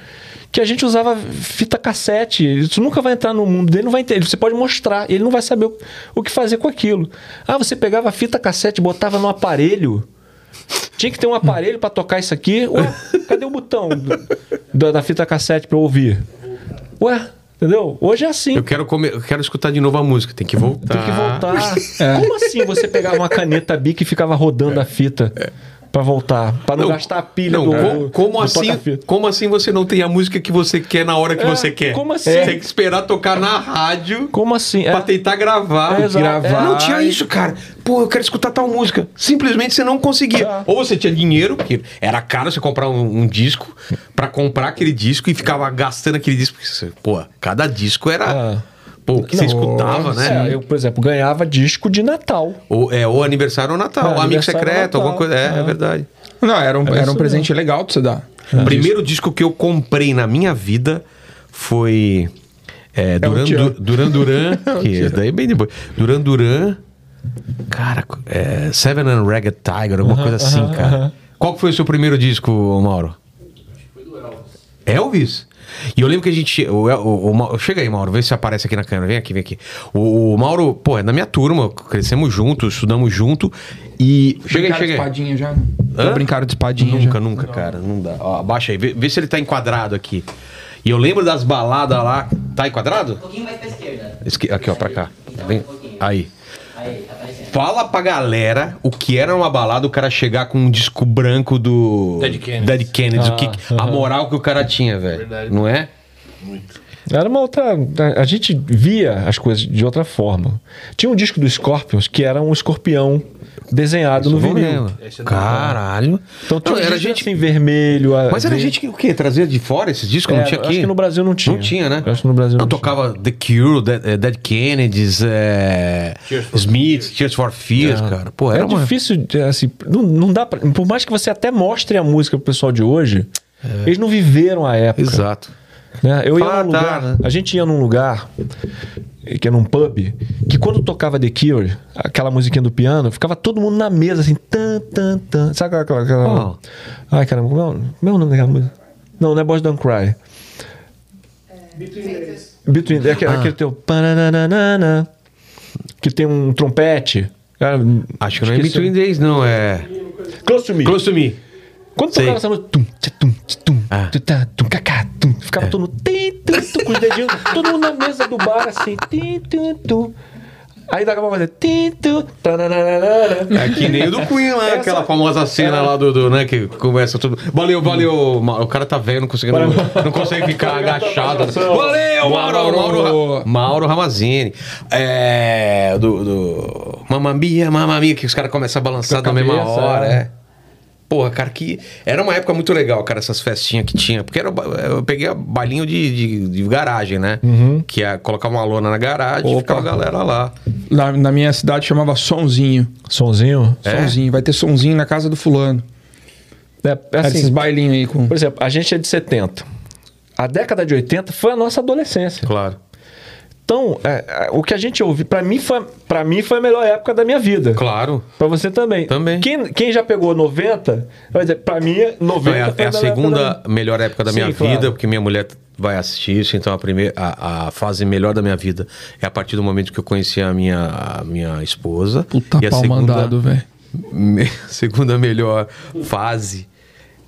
C: que a gente usava fita cassete. Isso nunca vai entrar no mundo dele, não vai entender. Você pode mostrar, ele não vai saber o, o que fazer com aquilo. Ah, você pegava a fita cassete, botava no aparelho. Tinha que ter um aparelho pra tocar isso aqui. Ué, cadê o botão do- da, da fita cassete pra eu ouvir? Ué, entendeu? Hoje é assim.
A: Eu quero, comer, eu quero escutar de novo a música, tem que voltar.
C: Tem que
H: Ah.
C: voltar. Como assim você pegava uma caneta Bic e ficava rodando a fita
H: É.
C: pra voltar? Pra não, gastar a pilha
A: não,
C: do,
A: co-
C: do-
A: como,
C: do
A: assim,
C: toca-fita.
A: como assim você não tem a música que você quer na hora que
C: É,
A: você quer?
C: como assim?
A: Tem que esperar tocar na rádio
C: Como assim?
A: pra
C: É,
A: tentar gravar.
C: É, exato.
A: gravar.
C: É.
A: Não tinha isso, cara. Pô, eu quero escutar tal música. Simplesmente você não conseguia.
C: Tá.
A: Ou você tinha dinheiro, porque era caro você comprar um, um disco, pra comprar aquele disco e ficava gastando aquele disco. Porque você- Pô, cada disco era... Pô, o que você escutava, né?
C: é, eu, por exemplo, ganhava disco de Natal.
A: Ou, é, ou aniversário ou Natal,
C: É,
A: ou um amigo
C: aniversário ou
A: secreto,
C: Natal.
A: alguma coisa. É, é, verdade.
B: Não, era um, era
C: isso
B: um presente legal pra você dar.
A: O primeiro disco que eu comprei na minha vida foi. É, Duran,
B: Tchan.
A: Du- Duran Duran. que é daí bem depois. Duran Duran. Cara, é, Seven and Ragged Tiger, alguma coisa assim, cara. Qual que foi o seu primeiro disco, Mauro? Elvis? E eu lembro que a gente. O, o- o Mau- chega aí, Mauro, vê se aparece aqui na câmera. Vem aqui, vem aqui. O, o Mauro, pô, é da minha turma, crescemos juntos, estudamos junto. E. Chega aí,
B: Brincaram de
A: chega aí.
B: espadinha já?
A: Hã?
B: Já Brincaram de espadinha
A: Nunca,
B: já?
A: nunca, cara. Não dá. Ó, abaixa aí. Vê, vê se ele tá enquadrado aqui. E eu lembro das baladas lá. Tá enquadrado?
D: Um pouquinho mais pra esquerda.
A: Esque- Aqui, ó, pra cá. Vem. Aí.
D: Aí, tá aparecendo.
A: Fala pra galera o que era uma balada o cara chegar com um disco branco
C: Ah,
A: do. Dead Kennedys. o que, a moral que o cara tinha, velho. Não é? Muito.
C: Era uma outra. a- A gente via as coisas de outra forma. Tinha um disco do Scorpions que era um escorpião desenhado no
H: Vamos
C: vinil.
H: ver. Caralho.
C: Então tinha
H: Não, era gente.
C: em vermelho. a-
H: Mas era gente que o quê? Trazia de fora esses discos? não
C: É,
H: tinha
C: eu
H: aqui?
C: Acho que no Brasil não tinha.
H: Não tinha, né?
C: Eu Acho que no Brasil
H: Não,
C: não, tinha.
H: tocava The Cure, Dead, eh, Dead Kennedys, eh, Smith, Tears for Fears, cara. Pô, era
C: é
H: uma...
C: difícil, é, assim, não, não dá pra, Por mais que você até mostre a música pro pessoal de hoje, eles não viveram a época.
H: É. Exato.
C: né? Eu ia
H: Ah,
C: num
H: tá,
C: lugar,
H: né?
C: a gente ia num lugar eh, que era um pub, que quando tocava The Cure, aquela musiquinha do piano, ficava todo mundo na mesa assim, tan tan tan. Sabe aquela, aquela, aquela...
H: Qual?
C: Ai, caramba, como é o- como é o nome daquela música? Não, não é Boys Don't Cry. Between é
H: Ah.
C: aquele, aquele teu pananana, que tem um trompete. Cara,
H: Acho que não é
C: esqueci.
H: Between Days, não. É...
C: Close to me.
H: Close to Me.
C: Quando
H: Sei.
C: tocava essa música, tum, tchá, tum, tchá, tum,
H: Ah. É.
C: tutá, tum, cacá, tum, ficava todo mundo tim, tum, tum, com os dedinhos, todo mundo na mesa do bar assim, tim, tum, tum. Aí daqui a pouco fazia tim, tum, tananana.
H: É que nem o do Queen lá,
C: Essa-
H: aquela famosa cena lá do, do, né, que começa tudo. Valeu, valeu, Mauro. O cara tá velho, não consegue, não, não consegue ficar agachado. Valeu, Mauro, Mauro, Mauro Ramazini. É, do, do Mamamia, Mamamia, que os caras começam a balançar na mesma
C: cabeça,
H: hora,
C: é.
H: é. Porra, cara, que era uma época muito legal, cara, essas festinhas que tinha. Porque era, o ba- eu peguei a balinho de, de- de garagem, né? Que é colocar uma lona na garagem e
B: Opa.
H: ficava a galera lá.
B: Na, na minha cidade chamava Sonzinho.
C: Sonzinho.
H: É?
B: Sonzinho. Vai ter Sonzinho na casa do fulano.
C: É,
B: Era esses
C: assim,
B: bailinhos aí com...
C: por exemplo, a gente é de 70. A década de 80 foi a nossa adolescência.
H: Claro.
C: Então, é, é, o que a gente ouviu, pra mim, foi, pra mim foi a melhor época da minha vida.
H: Claro.
C: Pra você também.
H: Também.
C: Quem, quem já pegou 90, vai dizer, pra mim, 90
H: Não, é a,
C: foi
H: é
C: da minha
H: a
C: época
H: segunda
C: da-
H: melhor época da
C: Sim,
H: minha
C: claro.
H: vida, porque minha mulher vai assistir isso, então a, primeira, a, a fase melhor da minha vida é a partir do momento que eu conheci a minha, a minha esposa.
B: Puta
H: e a
B: pau mandado, velho.
H: me- segunda melhor fase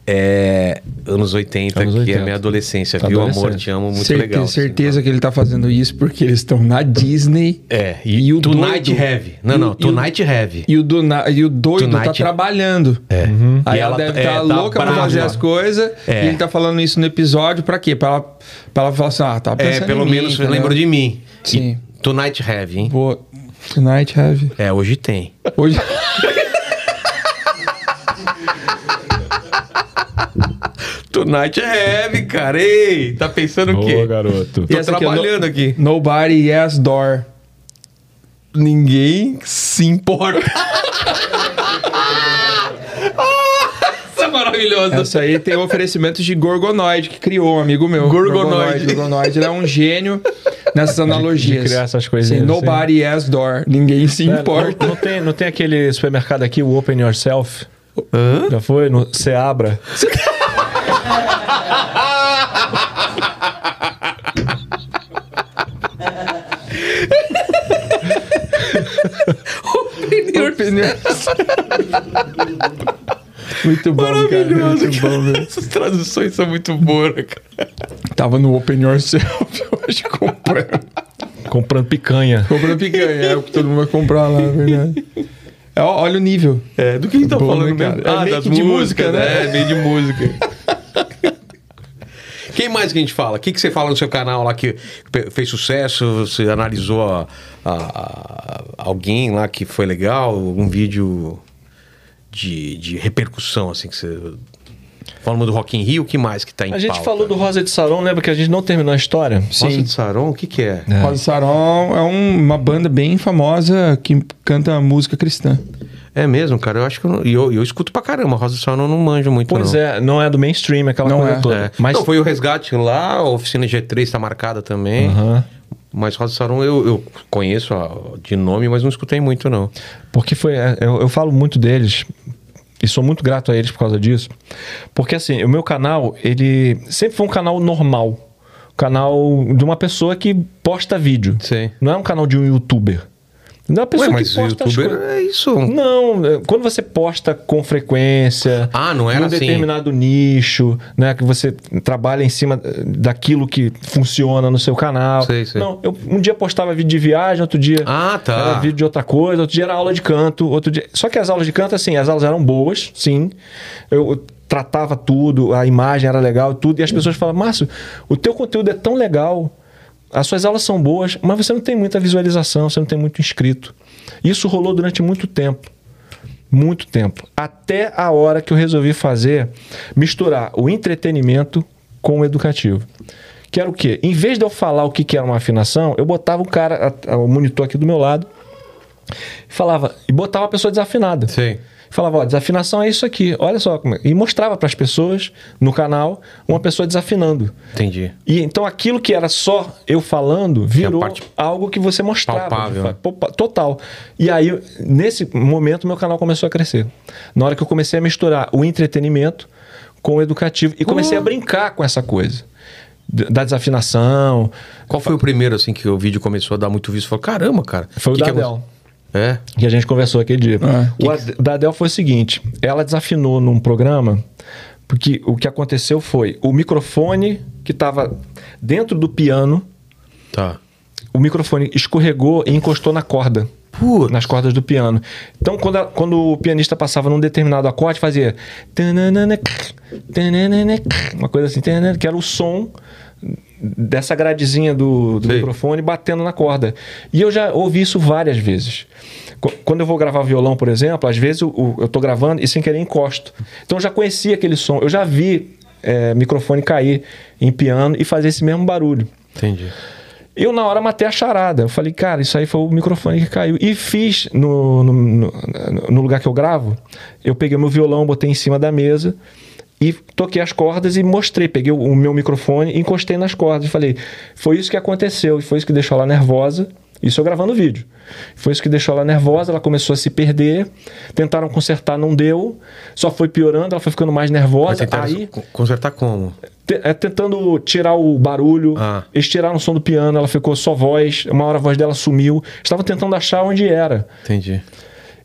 H: é anos 80,
C: Anos
H: que é
C: 80.
H: minha adolescência. Viu, amor?
C: Adolescência.
H: Te amo, muito
B: certeza,
H: legal. assim.
B: certeza que ele tá fazendo isso porque eles estão na Disney.
H: É, e,
B: o
H: Tonight
B: doido-
H: Heavy. Não,
B: e o-
H: não,
B: e o-
H: Tonight Heavy.
B: E o, do, e o doido tá
H: Tonight-
B: trabalhando.
H: É.
B: Aí ela,
H: E ela
B: deve
H: tá-
B: estar
H: é, tá
B: louca pra
H: brava.
B: fazer as coisas.
H: É.
B: E ele tá falando isso no episódio pra quê? Pra ela, pra ela falar assim, ah, tá
H: É,
B: pensando
H: pelo
B: em mim,
H: menos
B: entendeu?
H: lembrou de mim.
B: né? Sim.
H: E Tonight Heavy, hein?
B: Pô, Tonight Heavy.
H: É, hoje tem.
B: Hoje...
H: Tonight é heavy, cara. Ei, tá pensando o quê?
C: garoto.
H: Tô
B: E essa aqui é
H: trabalhando aqui,
B: Nobody Yes Door.
H: Ninguém se importa. Isso é maravilhoso.
B: Essa aí tem o oferecimento de Gorgonoid, que criou um amigo meu.
H: Gorgonoid.
B: Gorgonoid, ele é um gênio nessas analogias.
C: criar essas coisinhas,
B: Sim,
H: assim.
B: nobody yes door. Ninguém
H: É,
B: se importa.
C: É, Não, não tem, não tem aquele supermercado aqui, o Open Yourself? Já foi? No Seabra?
B: Muito bom,
H: Maravilhoso,
B: cara. Muito
H: cara.
B: bom, velho.
H: Essas traduções são muito boas, cara.
B: Tava no Open Yourself hoje comprando.
C: Comprando picanha.
B: comprando picanha. É o que todo mundo vai comprar lá, na verdade. É, ó, olha o nível.
H: É, do que a gente tá
B: Bom, né,
H: falando mesmo?
B: cara? É meio que de música, né?
H: É, meio de música. Quem mais que a gente fala? O que, que você fala no seu canal lá que pe- fez sucesso? Você analisou a- a- a- alguém lá que foi legal? Um vídeo de, de repercussão, assim, que você... Falamos do Rock in Rio, o que mais que tá em
C: A gente
H: pauta?
C: falou do Rosa de Saron, lembra que a gente não terminou a história?
H: Rosa de Saron, o que que é?
B: É. Rosa Saron é um- uma banda bem famosa que canta música cristã.
H: É mesmo, cara, eu acho que eu, não- e eu, eu escuto pra caramba, Rosa de Saron eu não manjo muito
C: Pois
H: não.
C: é, não é do mainstream, aquela
B: Não
C: coisa
B: é.
C: toda.
H: É.
C: Mas
H: Não, foi o resgate lá, a oficina G3 tá marcada também.
C: Aham.
H: Mas Rosa Saron eu, eu conheço ó, de nome, mas não escutei muito, não.
C: Porque foi. é, Eu, eu falo muito deles e sou muito grato a eles por causa disso. Porque assim, o meu canal, ele sempre foi um canal normal. Um canal de uma pessoa que posta vídeo.
H: Sei.
C: Não é um canal de um youtuber. Não é uma pessoa
H: Ué,
C: que
H: mas o
C: posta as
H: youtuber
C: coisas.
H: é isso.
C: Não, é, quando você posta com frequência,
H: Ah, não era
C: num
H: assim.
C: determinado nicho, né, que você trabalha em cima eh, daquilo que funciona no seu canal.
H: Sei, sei.
C: Não, eu um dia postava vídeo de viagem, outro dia
H: Ah, tá.
C: era vídeo de outra coisa, outro dia era aula de canto, outro dia. Só que as aulas de canto, assim, as aulas eram boas, sim. Eu eu tratava tudo, a imagem era legal, tudo. E as pessoas falavam, Márcio, o teu conteúdo é tão legal As suas aulas são boas, mas você não tem muita visualização, você não tem muito inscrito. Isso rolou durante muito tempo. Muito tempo. Até a hora que eu resolvi fazer, misturar o entretenimento com o educativo. Que era o quê? Em vez de eu falar o que, que era uma afinação, eu botava o cara, a- a- o monitor aqui do meu lado, falava, e botava a pessoa desafinada.
A: Sim.
C: Falava, ó, desafinação é isso aqui, olha só. como é. E mostrava para as pessoas, no canal, uma pessoa desafinando.
A: Entendi.
C: E então aquilo que era só eu falando virou
A: parte
C: algo que você mostrava.
A: palpável,
C: de
A: né?
C: fato. Popa- Total. E aí, nesse momento, meu canal começou a crescer. Na hora que eu comecei a misturar o entretenimento com o educativo. E comecei a brincar com essa coisa. D- Da desafinação.
A: Qual foi o primeiro, assim, que o vídeo começou a dar muito visto? Falou, caramba, cara.
C: Foi o
A: que
C: da
A: que é-
C: Adele.
A: É?
C: que a gente conversou aquele dia.
B: Ah,
C: o Ad- da Adele foi o seguinte: ela desafinou num programa, porque o que aconteceu foi o microfone que estava dentro do piano,
A: Tá.
C: o microfone escorregou e encostou na corda.
A: Putz.
C: Nas cordas do piano. Então, quando, a- quando o pianista passava num determinado acorde, fazia. tananana, tananana, Uma coisa assim, tananana, que era o som dessa gradezinha do, do
A: Sei.
C: microfone batendo na corda. E eu já ouvi isso várias vezes. Qu- Quando eu vou gravar violão, por exemplo, às vezes eu, o- eu tô gravando e sem querer encosto. Então eu já conhecia aquele som. Eu já vi eh, microfone cair em piano e fazer esse mesmo barulho.
A: Entendi.
C: Eu, na hora, matei a charada. Eu falei, cara, isso aí foi o microfone que caiu. E fiz no, no, no- no lugar que eu gravo. Eu peguei meu violão, botei em cima da mesa e toquei as cordas e mostrei. Peguei o, o meu microfone e encostei nas cordas. E falei, foi isso que aconteceu e foi isso que deixou ela nervosa. Isso eu gravando o vídeo. Foi isso que deixou ela nervosa, ela começou a se perder. Tentaram consertar, não deu. Só foi piorando, ela foi ficando mais
A: Mas
C: nervosa.
A: tentaram
C: Aí,
A: co- consertar como?
C: te- é, tentando tirar o barulho.
A: Ah.
C: Eles tiraram o som do piano, ela ficou só voz. Uma hora a voz dela sumiu. Estavam tentando achar onde era.
A: Entendi.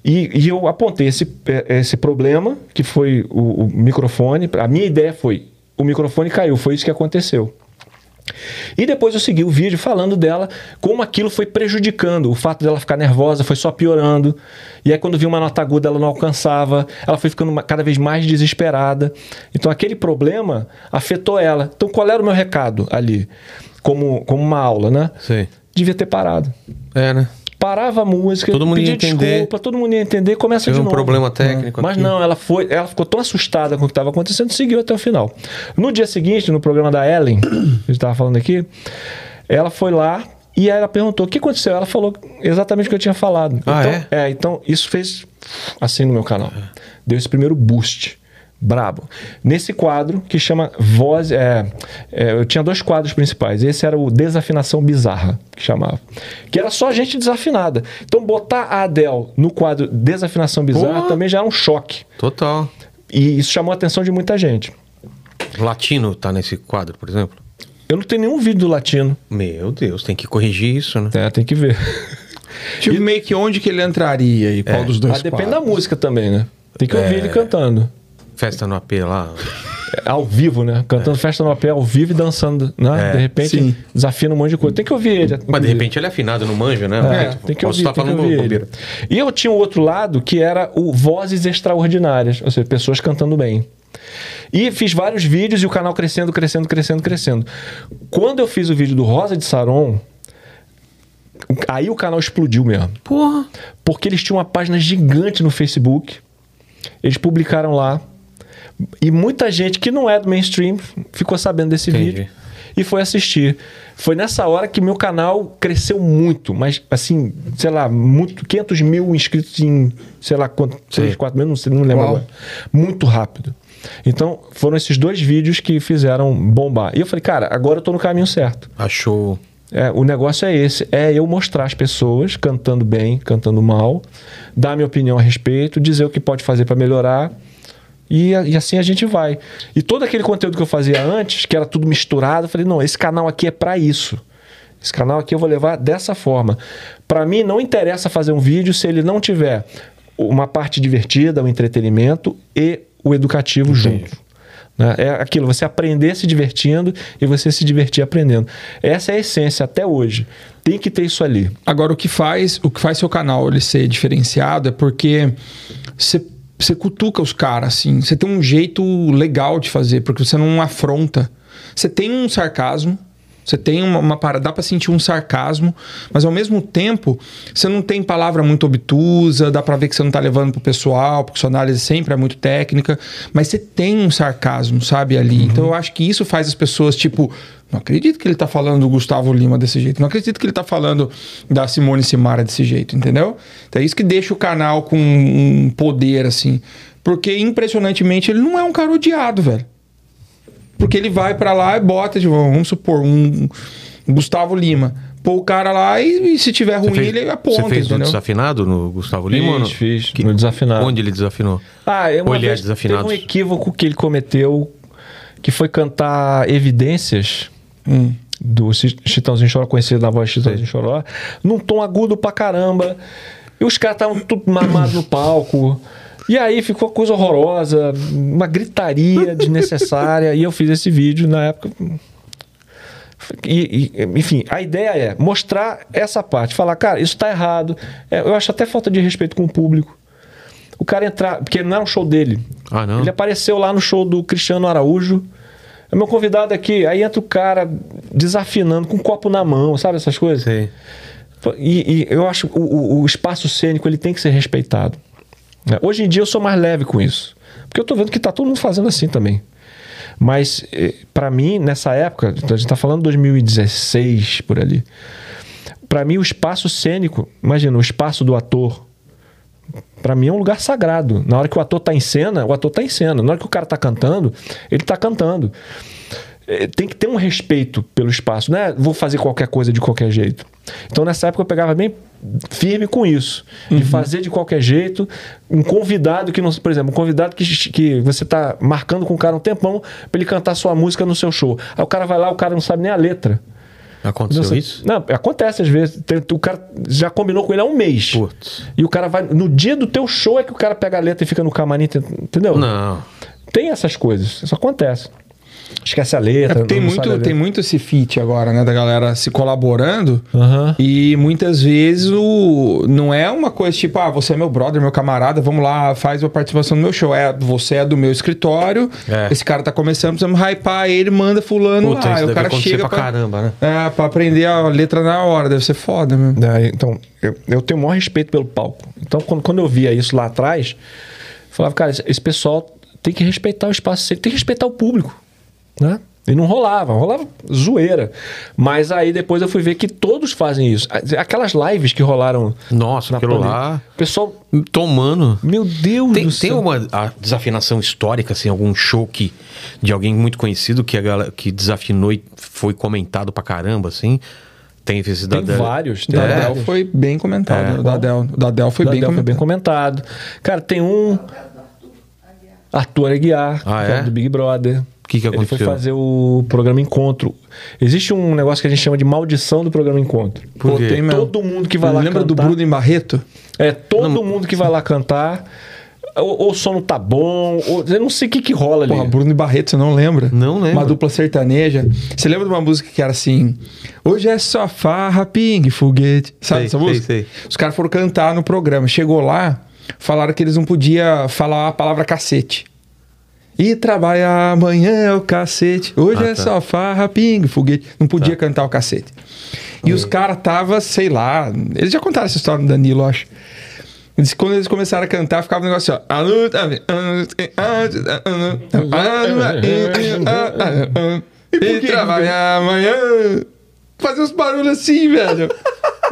C: E, e eu apontei esse, é, esse problema, que foi o, o microfone. A minha ideia foi: o microfone caiu, foi isso que aconteceu. E depois eu segui o vídeo falando dela, como aquilo foi prejudicando. O fato dela ficar nervosa foi só piorando. E aí, quando vi uma nota aguda, ela não alcançava. Ela foi ficando ma- cada vez mais desesperada. Então, aquele problema afetou ela. Então, qual era o meu recado ali? Como, como uma aula, né?
A: Sei.
C: Devia ter parado.
A: É, né?
C: Parava a música,
A: Todo mundo
C: pedia
A: ia entender.
C: desculpa, todo mundo ia entender, começa
A: Teve
C: de
A: um
C: novo.
A: problema técnico
C: Mas
A: aqui.
C: não, ela foi, ela ficou tão assustada com o que estava acontecendo, seguiu até o final. No dia seguinte, no programa da Ellen, que a gente estava falando aqui, ela foi lá e aí ela perguntou: "O que aconteceu?" Ela falou exatamente o que eu tinha falado.
A: Ah,
C: então, é? então isso fez assim no meu canal.
B: É.
C: Deu esse primeiro boost. Brabo. Nesse quadro que chama Voz. é, é, eu tinha dois quadros principais. Esse era o Desafinação Bizarra, que chamava. Que era só gente desafinada. Então, botar a Adele no quadro Desafinação Bizarra
A: Porra!
C: também já era um choque.
A: Total.
C: E isso chamou a atenção de muita gente.
A: Latino tá nesse quadro, por exemplo?
C: Eu não tenho nenhum vídeo do latino.
A: Meu Deus, tem que corrigir isso, né?
C: É, tem que ver.
B: Tipo, É. meio que onde que ele entraria e qual dos dois
C: Mas Ah, depende da
B: quadros? É.
C: música também, né? Tem que ouvir ele cantando.
A: Festa no AP lá.
C: É, Ao vivo, né? Cantando festa no papel ao vivo e dançando, né?
A: É,
C: de repente,
B: sim.
C: desafina um monte de coisa. Tem que ouvir ele.
A: Mas de repente ele é afinado, não manja, né?
C: É,
A: Tipo,
C: tem que
A: posso
C: ouvir,
A: estar
C: tem que
A: falando
C: ouvir ele.
A: bobeira.
C: E eu tinha o outro lado que era o Vozes Extraordinárias, ou seja, pessoas cantando bem. E fiz vários vídeos e o canal crescendo, crescendo, crescendo, crescendo. Quando eu fiz o vídeo do Rosa de Saron, aí o canal explodiu mesmo.
A: Porra.
C: Porque eles tinham uma página gigante no Facebook. Eles publicaram lá. E muita gente que não é do mainstream ficou sabendo desse
A: Entendi.
C: vídeo e foi assistir. Foi nessa hora que meu canal cresceu muito, mas assim, sei lá, muito, 500 mil inscritos em, sei lá, quanto, 3, 4 meses, não, sei, não lembro
B: Uau.
C: agora. Muito rápido. Então, foram esses dois vídeos que fizeram bombar. E eu falei, cara, agora eu tô no caminho certo.
A: Achou.
C: É, o negócio é esse, é eu mostrar as pessoas cantando bem, cantando mal, dar minha opinião a respeito, dizer o que pode fazer para melhorar e, a- e assim a gente vai. E todo aquele conteúdo que eu fazia antes, que era tudo misturado, eu falei, não, esse canal aqui é para isso. Esse canal aqui eu vou levar dessa forma. Para mim não interessa fazer um vídeo se ele não tiver uma parte divertida, o entretenimento e o educativo junto. Né? É aquilo, você aprender se divertindo e você se divertir aprendendo. Essa é a essência até hoje. Tem que ter isso ali.
B: Agora, o que faz o que faz seu canal ele ser diferenciado é porque você você cutuca os caras, assim. Você tem um jeito legal de fazer, porque você não afronta. Você tem um sarcasmo, Você tem uma, uma parada, dá pra sentir um sarcasmo, mas ao mesmo tempo, você não tem palavra muito obtusa, dá pra ver que você não tá levando pro pessoal, porque sua análise sempre é muito técnica, mas você tem um sarcasmo, sabe, ali. Então eu acho que isso faz as pessoas, tipo, não acredito que ele tá falando do Gustavo Lima desse jeito, não acredito que ele tá falando da Simone Simara desse jeito, entendeu? Então é isso que deixa o canal com um poder, assim. Porque impressionantemente ele não é um cara odiado, velho. Porque ele vai pra lá e bota, tipo, vamos supor, um Gustavo Lima. Pô o cara lá e, e se tiver ruim,
C: é
B: ele aponta,
A: Você fez o
B: entendeu?
A: desafinado no Gustavo Lima? ou não?
C: Fiz, fiz, no desafinado.
A: Onde ele desafinou?
C: Ah, eu
A: Ou
C: uma
A: ele é
C: vez
A: desafinado?
C: teve um equívoco que ele cometeu, que foi cantar Evidências do Chi- Chitãozinho Choró, conhecido na voz de Chitãozinho Choró, num tom agudo pra caramba. E os caras estavam tudo mamados no palco. E aí ficou uma coisa horrorosa, uma gritaria desnecessária. e eu fiz esse vídeo na época. E, e, enfim, a ideia é mostrar essa parte, falar, cara, isso tá errado. É, eu acho até falta de respeito com o público. O cara entrar, porque não era um show dele.
A: Ah, não?
C: Ele apareceu lá no show do Cristiano Araújo. É meu convidado aqui. Aí entra o cara desafinando, com um copo na mão, sabe essas coisas?
A: Sei.
C: E, e eu acho que o, o- o espaço cênico ele tem que ser respeitado. né? Hoje em dia eu sou mais leve com isso. Porque eu tô vendo que tá todo mundo fazendo assim também. Mas eh, pra mim, nessa época, a gente tá falando 2016 por ali. Pra mim, o espaço cênico, imagina, o espaço do ator, Pra mim é um lugar sagrado. Na hora que o ator tá em cena, o ator tá em cena. Na hora que o cara tá cantando, ele tá cantando. Eh, Tem que ter um respeito pelo espaço, né? Vou fazer qualquer coisa de qualquer jeito. Então nessa época eu pegava bem firme com isso,
A: Uhum.
C: de fazer de qualquer jeito. Um convidado que não, por exemplo, um convidado que, que você tá marcando com o cara um tempão pra ele cantar sua música no seu show. Aí o cara vai lá, o cara não sabe nem a letra.
A: Aconteceu
C: Nossa,
A: isso?
C: Não, acontece às vezes. Tem- o cara já combinou com ele há um mês.
A: Putz.
C: E o cara vai. No dia do teu show é que o cara pega a letra e fica no camarim, tent- entendeu?
A: Não.
C: Tem essas coisas. Isso acontece. Esquece a
A: É,
C: letra.
B: É, Tem
C: Então, não sabe a
B: muito,
C: letra.
B: tem muito esse fit agora, né? Da galera se colaborando.
C: Aham.
B: E muitas vezes o... não é uma coisa tipo, ah, você é meu brother, meu camarada, vamos lá, faz uma participação no meu show. É, você é do meu escritório,
A: É.
B: esse cara tá começando, precisamos hypar ele, manda fulano
A: Puta,
B: lá.
A: isso
B: Aí o
A: deve
B: cara
A: acontecer
B: chega
A: pra caramba, né?
B: É, pra aprender a letra na hora, deve ser foda, meu.
C: É, então, eu, eu tenho o maior respeito pelo palco. Então, quando, quando eu via isso lá atrás, eu falava, cara, esse, esse pessoal tem que respeitar o espaço, tem que respeitar o público. Né? E não rolava, rolava zoeira. Mas aí depois eu fui ver que todos fazem isso. Aquelas lives que rolaram.
A: Nossa, aquilo
C: pandemia,
A: lá.
C: o Pessoal,
A: Tomando.
C: meu Deus
A: Tem,
C: do
A: tem
C: céu.
A: uma a desafinação histórica, assim, algum show que, de alguém muito conhecido que, a galera, que desafinou e foi comentado pra caramba, assim? Tem esse da
C: Tem vários,
B: O
C: tem
A: É.
B: da
C: vários.
B: Adele foi bem comentado. O da Adele, o da Adele foi,
C: Da
B: bem
C: Adele foi bem
B: comentado.
C: comentado. Cara, tem um. Arthur Aguiar,
A: Ah,
C: que
A: é?
C: do Big Brother.
A: Que que
C: Ele foi
A: aconteceu?
C: fazer o programa Encontro. Existe um negócio que a gente chama de maldição do programa Encontro.
A: Por quê?
B: tem mesmo.
C: Todo mundo que vai lá
B: Lembra do
C: cantar-
B: Bruno em Barreto?
C: É, todo mundo que vai lá cantar. Ou, ou o som não tá bom, ou eu não sei o que, que rola ali.
B: Porra, Bruno e Barreto, você não lembra?
A: Não lembro.
B: Uma dupla sertaneja. Você lembra de uma música que era assim? Hoje é só farra, pingue, foguete. Sabe
A: Sei,
B: essa
A: sei,
B: música?
A: sei.
B: Os caras foram cantar no programa. Chegou lá, falaram que eles não podiam falar a palavra cacete. E trabalhar amanhã é o cacete. Hoje
A: Ah, tá.
B: é só farra, pingue, foguete. Não podia cantar o cacete.
A: Hum.
B: E os caras tava, sei lá. Eles já contaram essa história do Danilo, eu acho. Diz que Quando eles começaram a cantar, ficava um negócio assim, ó. Alô, tá vendo? Alô, tá vendo? Alô, tá vendo? Alô, tá vendo? E trabalhar amanhã. Fazer uns barulhos assim, velho.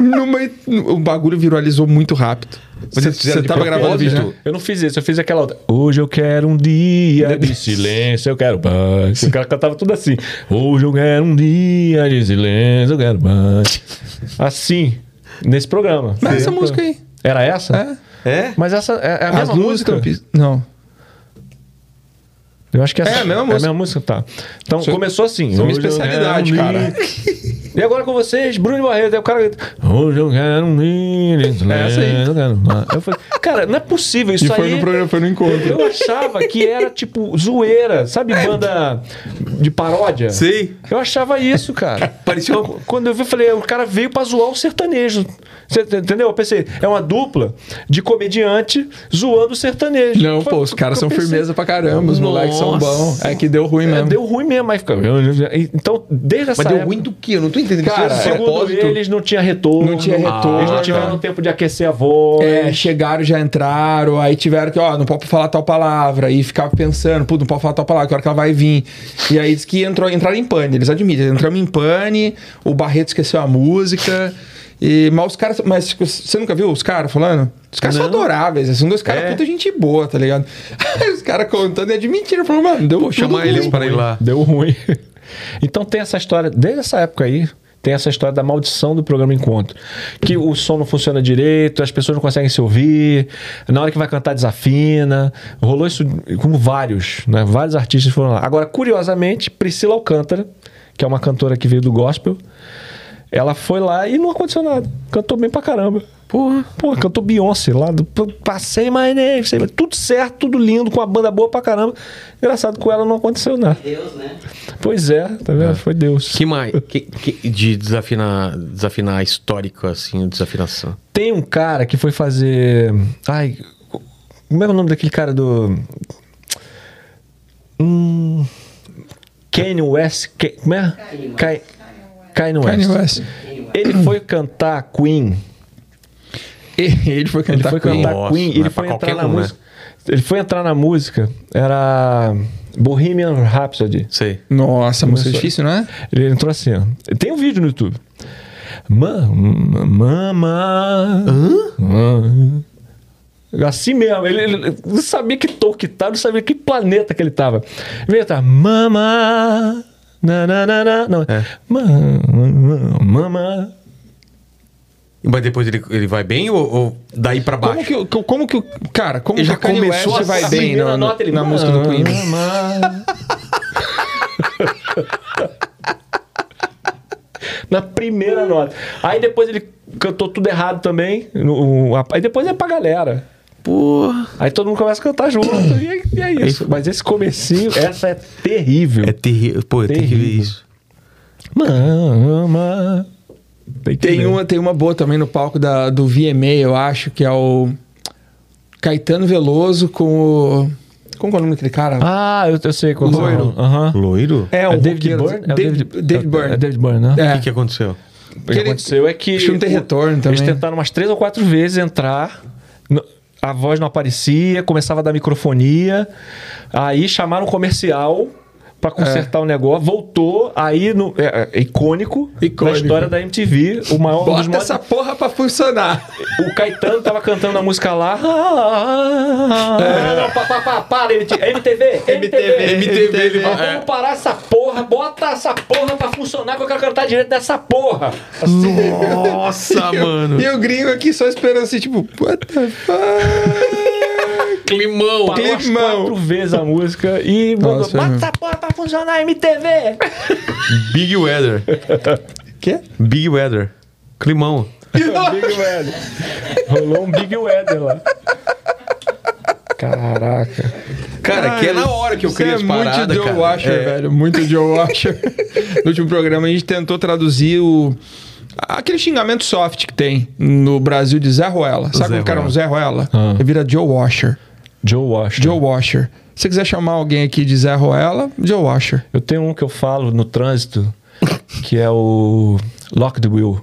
B: Numa- O bagulho viralizou muito rápido. Você você tava gravando o vídeo. né?
C: Eu não fiz isso, eu fiz aquela outra. Hoje eu quero um dia de silêncio, eu quero paz. O cara cantava tudo assim. Hoje eu quero um dia de silêncio, eu quero paz. Assim, nesse programa.
B: Mas Ah, essa música aí.
C: Era essa?
B: É?
A: É?
C: Mas essa é é a
B: As
C: mesma
B: duas
C: música?
B: campistas. Não.
C: Eu acho que essa
B: É a mesma música.
C: É a mesma música, tá. Então começou assim.
B: isso é uma
C: "Hoje eu
B: especialidade,
C: quero um
B: cara."
C: dia- E agora com vocês, Bruno Barreto. Aí o cara grita, Hoje eu quero um dia de
B: É essa aí.
C: silêncio, eu quero paz." Eu falei, cara, não é possível isso
B: E foi
C: aí.
B: no programa, foi no encontro.
C: Eu achava que era tipo zoeira, sabe, banda de paródia?
A: Sei.
C: Eu achava isso, cara.
A: Parecia uma-
C: Quando eu vi, eu falei, o cara veio pra zoar o sertanejo. Você ent- entendeu? Eu pensei, é uma dupla de comediante zoando o sertanejo.
B: Não,
C: Foi-
B: pô, os caras
C: eu
B: são
C: pensei,
B: firmeza pra caramba, os moleques são bons. É que deu ruim
C: é,
B: mesmo.
C: Deu ruim mesmo, aí fica. Então, desde essa
A: Mas deu
C: época-
A: ruim do que? Eu não tô entendendo.
B: Cara,
A: Isso é
C: Segundo
A: propósito. Ah.
C: eles, não tinha retorno.
B: Não tinha retorno,
C: Eles não tiveram
B: cara.
C: tempo de aquecer a voz.
B: É, chegaram, já entraram, aí tiveram que, ó, não pode falar tal palavra, e ficava pensando, putz, não pode falar tal palavra, que hora que ela vai vir. E aí diz que entrou, entraram em pane, eles admitem, entramos em pane, o Barreto esqueceu a música, e, mas os caras, mas tipo, você nunca viu os caras falando? Os caras são adoráveis, assim, os caras, puta gente boa, tá ligado? Aí os caras contando e admitiram, falou, mano, deu
A: Vou
B: tudo
A: chamar
B: ruim.
A: eles pra ir lá.
C: Deu ruim. Então tem essa história, desde essa época aí, tem essa história da maldição do programa Encontro. Que o som não funciona direito, as pessoas não conseguem se ouvir, na hora que vai cantar desafina. Rolou isso com vários, né? Vários artistas foram lá. Agora, curiosamente, Priscila Alcântara, que é uma cantora que veio do gospel, ela foi lá e não aconteceu nada. Cantou bem pra caramba. Porra. Pô, cantou Beyoncé lá. Do, passei my name, say my- tudo certo, tudo lindo, com a banda boa pra caramba. Engraçado, com ela não aconteceu nada.
D: Deus, né?
C: Pois é, tá vendo? Foi Deus.
A: Que mais? Que, que- de desafinar, desafinar histórico, assim, desafinação.
C: Tem um cara que foi fazer. Ai, como é o nome daquele cara do. Hum. Kanye West. Ke- Como é? Kai- Kanye West.
B: Kanye West.
C: Ele foi cantar Queen.
B: E ele foi
C: Ele
B: cantar
C: foi
B: com ele.
C: cantar
A: Nossa,
C: Queen.
A: não
C: Ele
A: é pra
C: foi entrar
A: qualquer
C: na
A: um, né?
C: música. Ele foi entrar na música. Era. Bohemian Rhapsody.
A: Sei.
B: Nossa, a música é
C: Começou.
B: difícil, né?
C: Ele entrou assim, ó. Tem um vídeo no YouTube. Ma- ma- Mama. Hã? Assim mesmo. Ele, ele não sabia que tom que tava, não sabia que planeta que ele tava. Ele tá. Mama. Na, na, na, na. Não. Ma- ma- Mama.
A: Mas depois ele, ele vai bem ou, ou daí pra baixo?
B: Como que, o- como que o. Cara, como
A: Ele
B: que
A: já
B: o Kanye
A: começou
B: West vai
A: assim,
B: bem
C: Primeira
B: na, na-
C: nota, ele,
B: na música do Queen?
C: "Mama". Na primeira nota. Aí depois ele cantou tudo errado também. no- o- a- aí depois é pra galera.
A: Porra.
C: Aí todo mundo começa a cantar junto. e, é- e é isso. Mas esse comecinho, essa é terrível.
A: É terrível. Pô, eu tenho que ver
C: Terrível.
A: isso.
C: Mama. Tem, que
B: Tem
C: ver.
B: uma, tem uma boa também no palco da, do VMA, eu acho, que é o Caetano Veloso com o. Como que é o nome daquele cara?
C: Ah, eu, eu sei qual
B: Loiro.
C: é. Aham.
A: Loiro?
B: é
C: É o David
B: roqueiro-
C: Byrne? É o
B: David, David
C: é o-
B: Byrne.
C: É David Byrne, né?
A: O
B: É.
A: que, que aconteceu?
C: O que
B: Que ele-
C: aconteceu é que.
B: acho que não tem retorno
C: Eles
B: também.
C: tentaram umas três ou quatro vezes entrar. n- A voz não aparecia, começava a dar microfonia. Aí chamaram um comercial pra
B: É.
C: consertar o negócio. Voltou, aí no, é, é icônico, da
B: Icônico.
C: história da MTV, o maior um dos
B: Bota
C: maiores-
B: essa porra pra funcionar.
C: O Caetano tava cantando a música lá.
B: É.
C: Não, pa, pa, pa, para, MTV, MTV, MTV.
B: MTV, ele
C: Mas Vamos parar essa porra, bota essa porra pra funcionar que eu quero cantar direito dessa porra.
A: Nossa, mano.
B: E o gringo aqui só esperando assim, tipo, what the fuck?
A: Climão.
C: Parou umas
B: Climão.
C: quatro vezes a música e mandou,
B: Nossa,
C: bota
B: meu.
C: essa porra pra funcionar, MTV.
A: Big Weather.
B: Quê?
A: Big Weather. Climão.
C: Big Weather. Rolou um Big Weather lá. Caraca.
A: Cara, que é na hora que eu
B: Isso
A: criei as
B: Ah, é muito
A: paradas,
B: Joe
A: cara.
B: Washer,
A: É.
B: velho. Muito Joe Washer. no último programa a gente tentou traduzir o... Aquele xingamento soft que tem no Brasil de Zé Ruela. Sabe
A: Zé
B: como que era
A: Ruela.
B: um
A: Ah.
B: Zé Ruela? Ele vira Joe Washer.
C: Joe Washington.
B: Joe Washer. Se você quiser chamar alguém aqui de Zé Ruela, Joe Washer.
C: Eu tenho um que eu falo no trânsito, que é o Lock the Wheel.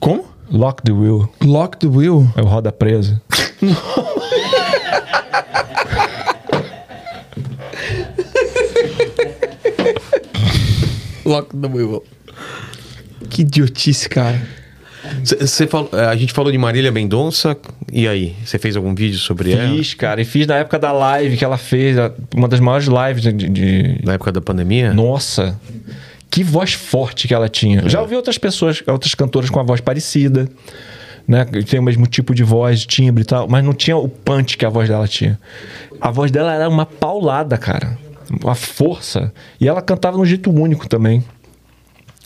B: Como?
C: Lock the Wheel.
B: Lock the Wheel.
C: É o Roda Presa.
B: Lock the Wheel. Que idiotice, cara.
A: Cê- cê falou- a gente falou de Marília Mendonça. E aí? Você fez algum vídeo sobre ela?
C: Fiz, cara. E fiz na época da live que ela fez. a- Uma das maiores lives de... de-
A: Na época da pandemia?
C: Nossa! Que voz forte que ela tinha.
A: É.
C: Já ouvi outras pessoas, outras cantoras com a voz parecida. Né? que Tem o mesmo tipo de voz, timbre e tal. Mas não tinha o punch que a voz dela tinha. A voz dela era uma paulada, cara. Uma força. E ela cantava de um jeito único também.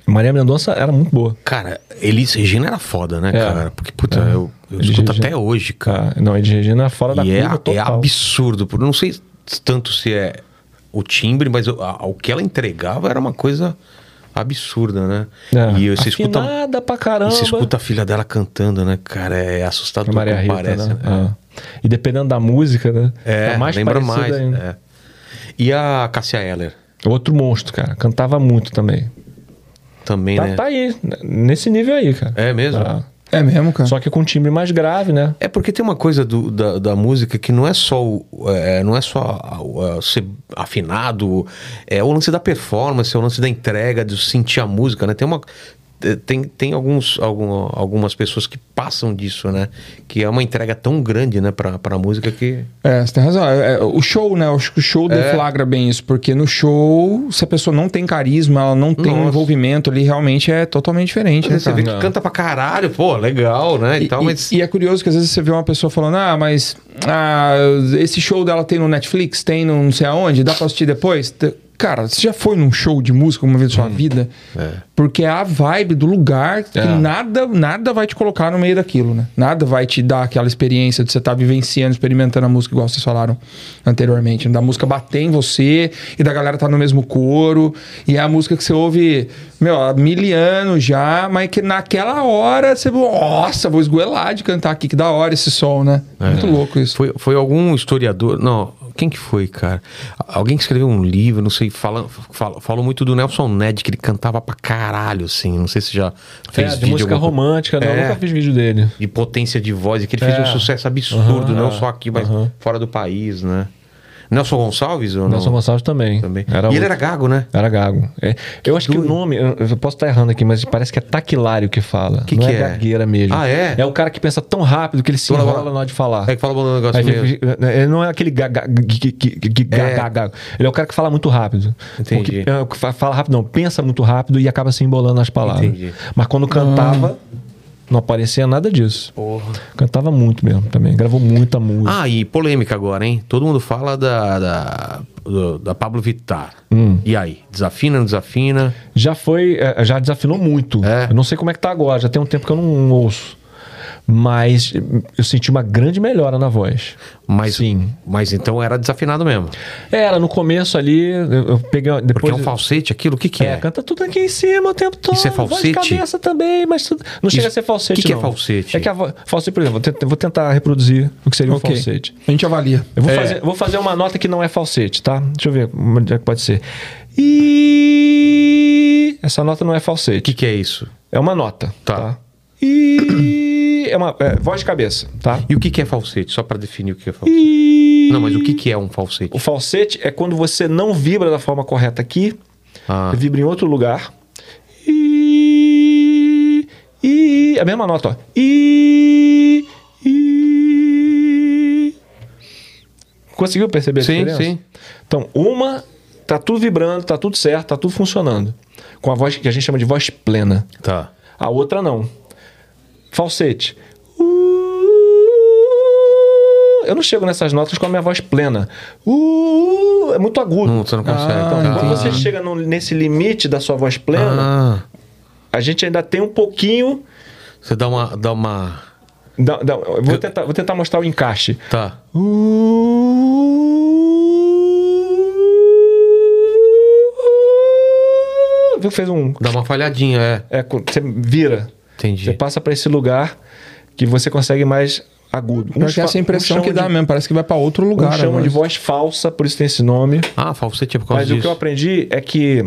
C: Maria Mendonça era muito boa.
A: Cara, Elis Regina era foda, né,
C: É.
A: cara? Porque, puta,
C: É.
A: eu, eu
C: Elis
A: escuto
C: Regina.
A: até hoje, cara.
C: Cara, não, Elis Regina é fora da
A: E é,
C: curva
A: é
C: total.
A: absurdo. por- Não sei tanto se é o timbre, mas o, a- o que ela entregava era uma coisa absurda, né?
C: É.
A: E você escuta,
C: Afinada pra caramba.
A: e você escuta a filha dela cantando, né? Cara, é assustador
C: a Maria
A: como
C: Rita,
A: parece.
C: né?
A: né?
C: É. E dependendo da música, né?
A: É,
C: Tá
A: lembra
C: parecida
A: mais.
C: ainda.
A: é. E a Cássia Eller
C: Outro monstro, cara. Cantava muito também.
A: também,
C: Tá,
A: né?
C: tá aí, n- nesse nível aí, cara.
A: É mesmo?
C: Tá.
B: É mesmo, cara?
C: Só que com um timbre mais grave, né?
A: É porque tem uma coisa do- da, da música que não é só o- é, não é só a- o- a ser afinado, é o lance da performance, é o lance da entrega, de sentir a música, né? Tem uma eh, tem, tem alguns, algum- algumas pessoas que passam disso, né? Que é uma entrega tão grande, né, pra, pra música que.
B: É, você tem razão. É, é, o show, né? Eu Acho que o
A: É.
B: show deflagra bem isso, porque no show, se a pessoa não tem carisma, ela não tem um
A: Nossa.
B: envolvimento ali, realmente é totalmente diferente, né,
A: Você vê
B: cara?
A: que canta pra caralho, pô, legal, né? E,
B: E,
A: tal,
B: e-
A: mas.
B: e é curioso que às vezes você vê uma pessoa falando, ah, mas ah, esse show dela tem no Netflix, tem no não sei aonde, dá pra assistir depois? Te- Cara, você já foi num show de música uma vez na sua
A: Hum,
B: vida? Porque é a vibe do lugar
A: É.
B: que nada, nada vai te colocar no meio daquilo, né? Nada vai te dar aquela experiência de você estar vivenciando, experimentando a música, igual vocês falaram anteriormente. né? Da música bater em você e da galera tá no mesmo coro. E é a música que você ouve, meu, há mil anos já, mas que naquela hora você. Nossa, vou esgoelar de cantar aqui, que da hora esse som, né?
C: É.
B: Muito louco isso.
A: Foi, foi algum historiador. Não, quem que foi, cara? Alguém que escreveu um livro, não sei, fala, fala, falou muito do Nelson Ned, que ele cantava pra caralho, assim. Não sei se já fez
C: É, de
A: vídeo
C: música
A: alguma coisa.
C: romântica, né?
A: É.
C: Eu nunca fiz vídeo dele.
A: De potência de voz, e que ele fez
C: É.
A: um sucesso absurdo,
C: Aham,
A: não
C: é.
A: só aqui, mas
C: Aham.
A: fora do país, né? Nelson Gonçalves ou não?
C: Nelson Gonçalves também.
A: também.
C: Era
A: e ele
C: outro.
A: era gago, né?
C: Era gago. É, eu acho que o nome, eu eu posso estar errando aqui, mas parece que é taquilário que fala.
A: Que
C: não
A: que
C: é,
A: é?
C: gagueira mesmo.
A: Ah, é?
C: É o cara que pensa tão rápido que ele se
A: Blá, blá,
C: enrola
A: blá.
C: na hora de falar.
A: É que fala um negócio
C: Aí
A: mesmo.
C: fica- ele não é aquele gaga, que, que- que- que
A: É.
C: gaga- gaga. Ele é o cara que fala muito rápido.
A: Entendi.
C: O que- é, o que fa- fala rápido, não. Pensa muito rápido e acaba se embolando nas palavras.
A: Entendi.
C: Mas quando cantava, não aparecia nada disso. Cantava muito mesmo também. Gravou muita música.
A: Ah, e polêmica agora, hein? Todo mundo fala da, da, do- da Pablo Vittar. E aí? Desafina, não desafina?
C: Já foi, eh, já desafinou muito.
A: Ah. É.
C: Eu não sei como é que tá agora, já tem um tempo que eu não ouço. Mas eh, eu senti uma grande melhora na voz.
A: Mas,
C: Sim.
A: Mas então era desafinado mesmo.
C: Era, no começo ali, eu, eu peguei. uma-
A: Porque
C: Depois,
A: é um falsete aquilo? O que, que
C: É,
A: é?
C: canta tudo aqui em cima o tempo todo.
A: Isso é falsete?
C: Voz de cabeça também, mas tudo- não
A: Isso-
C: chega a ser falsete.
A: que que é
C: não.
A: falsete?
C: É que a vo- falsete, por exemplo, vou te- vou tentar reproduzir o que seria
B: Ok.
C: um falsete.
B: A gente avalia.
C: Eu
A: É.
C: vou, fazer, vou fazer uma nota que não é falsete, tá? Deixa eu ver onde é que pode ser. E essa nota não é
A: O que,
C: falsete.
A: que é isso?
C: É uma nota,
A: Tá.
C: tá? E é uma é, voz de cabeça, tá?
A: E o que, que é falsete? Só pra definir o que é falsete.
C: E
A: Não, mas o que, que é um falsete?
C: o falsete é quando você não vibra da forma correta aqui,
A: Ah.
C: vibra em outro lugar. E e a mesma nota, ó. E e Conseguiu perceber a
A: Sim,
C: diferença?
A: sim.
C: Então, uma tá tudo vibrando, tá tudo certo, tá tudo funcionando. Com a voz que a gente chama de voz plena.
A: Tá.
C: A outra não. Falsete. Uh, Eu não chego nessas notas com a minha voz plena. É muito agudo.
A: Não, você não consegue.
B: Ah,
A: Tá.
C: Quando você chega no- nesse limite da sua voz plena,
A: Ah,
C: a gente ainda tem um pouquinho.
A: você dá uma. Dá uma...
C: da- da- eu vou, tentar, vou tentar mostrar o encaixe.
A: Tá.
C: Viu? Fez um.
A: Dá uma falhadinha, é.
C: é, quando você vira.
A: Entendi.
C: Você passa pra esse lugar que você consegue mais agudo.
B: Pior
C: Uns
B: que
C: fa-
B: essa é a impressão
C: uns
B: que
C: chamam
B: dá
C: um de,
B: mesmo, parece que vai pra outro lugar.
C: Uns chamam
B: agora.
C: de voz falsa, por isso tem esse nome.
A: Ah, falsete é por causa
C: Mas o que
A: disso.
C: eu aprendi é que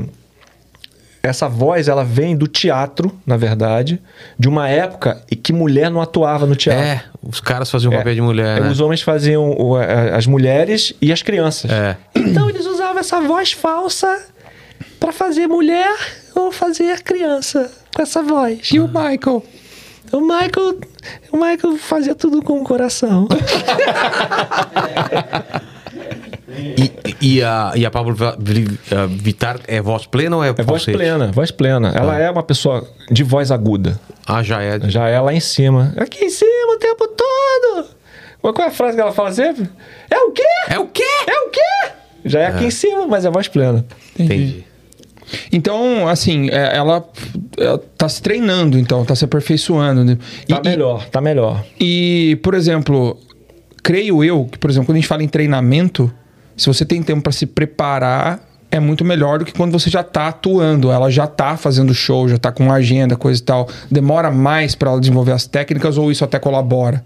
C: essa voz, ela vem do teatro, na verdade, de uma época em que mulher não atuava no teatro.
A: É, os caras faziam
C: É.
A: papel de mulher.
C: É,
A: Né?
C: Os homens faziam o- a- as mulheres e as crianças.
A: É.
C: Então eles usavam essa voz falsa pra fazer mulher ou fazer criança com essa voz. E o Michael? O Michael, o Michael fazia tudo com o coração.
A: É E, e- e a, e a Pablo Va- Vi- a Vittar é voz plena ou é,
C: É voz
A: falsete?
C: plena, voz plena.
A: Tá.
C: Ela é uma pessoa de voz aguda.
A: Ah, já é.
C: Já é lá em cima. Aqui em cima o tempo todo. Qual qual é a frase que ela fala sempre? É o quê?
A: É o quê?
C: É o quê? Já é aqui em cima, mas é voz plena.
A: Entendi.
B: Então, assim, é, ela, ela tá se treinando, então, tá se aperfeiçoando. né? E-
C: Tá
B: e-
C: melhor, tá melhor.
B: E, por exemplo, creio eu que, por exemplo, quando a gente fala em treinamento, se você tem tempo para se preparar é muito melhor do que quando você já tá atuando, ela já tá fazendo show, já tá com agenda, coisa e tal. Demora mais para ela desenvolver as técnicas ou isso até colabora?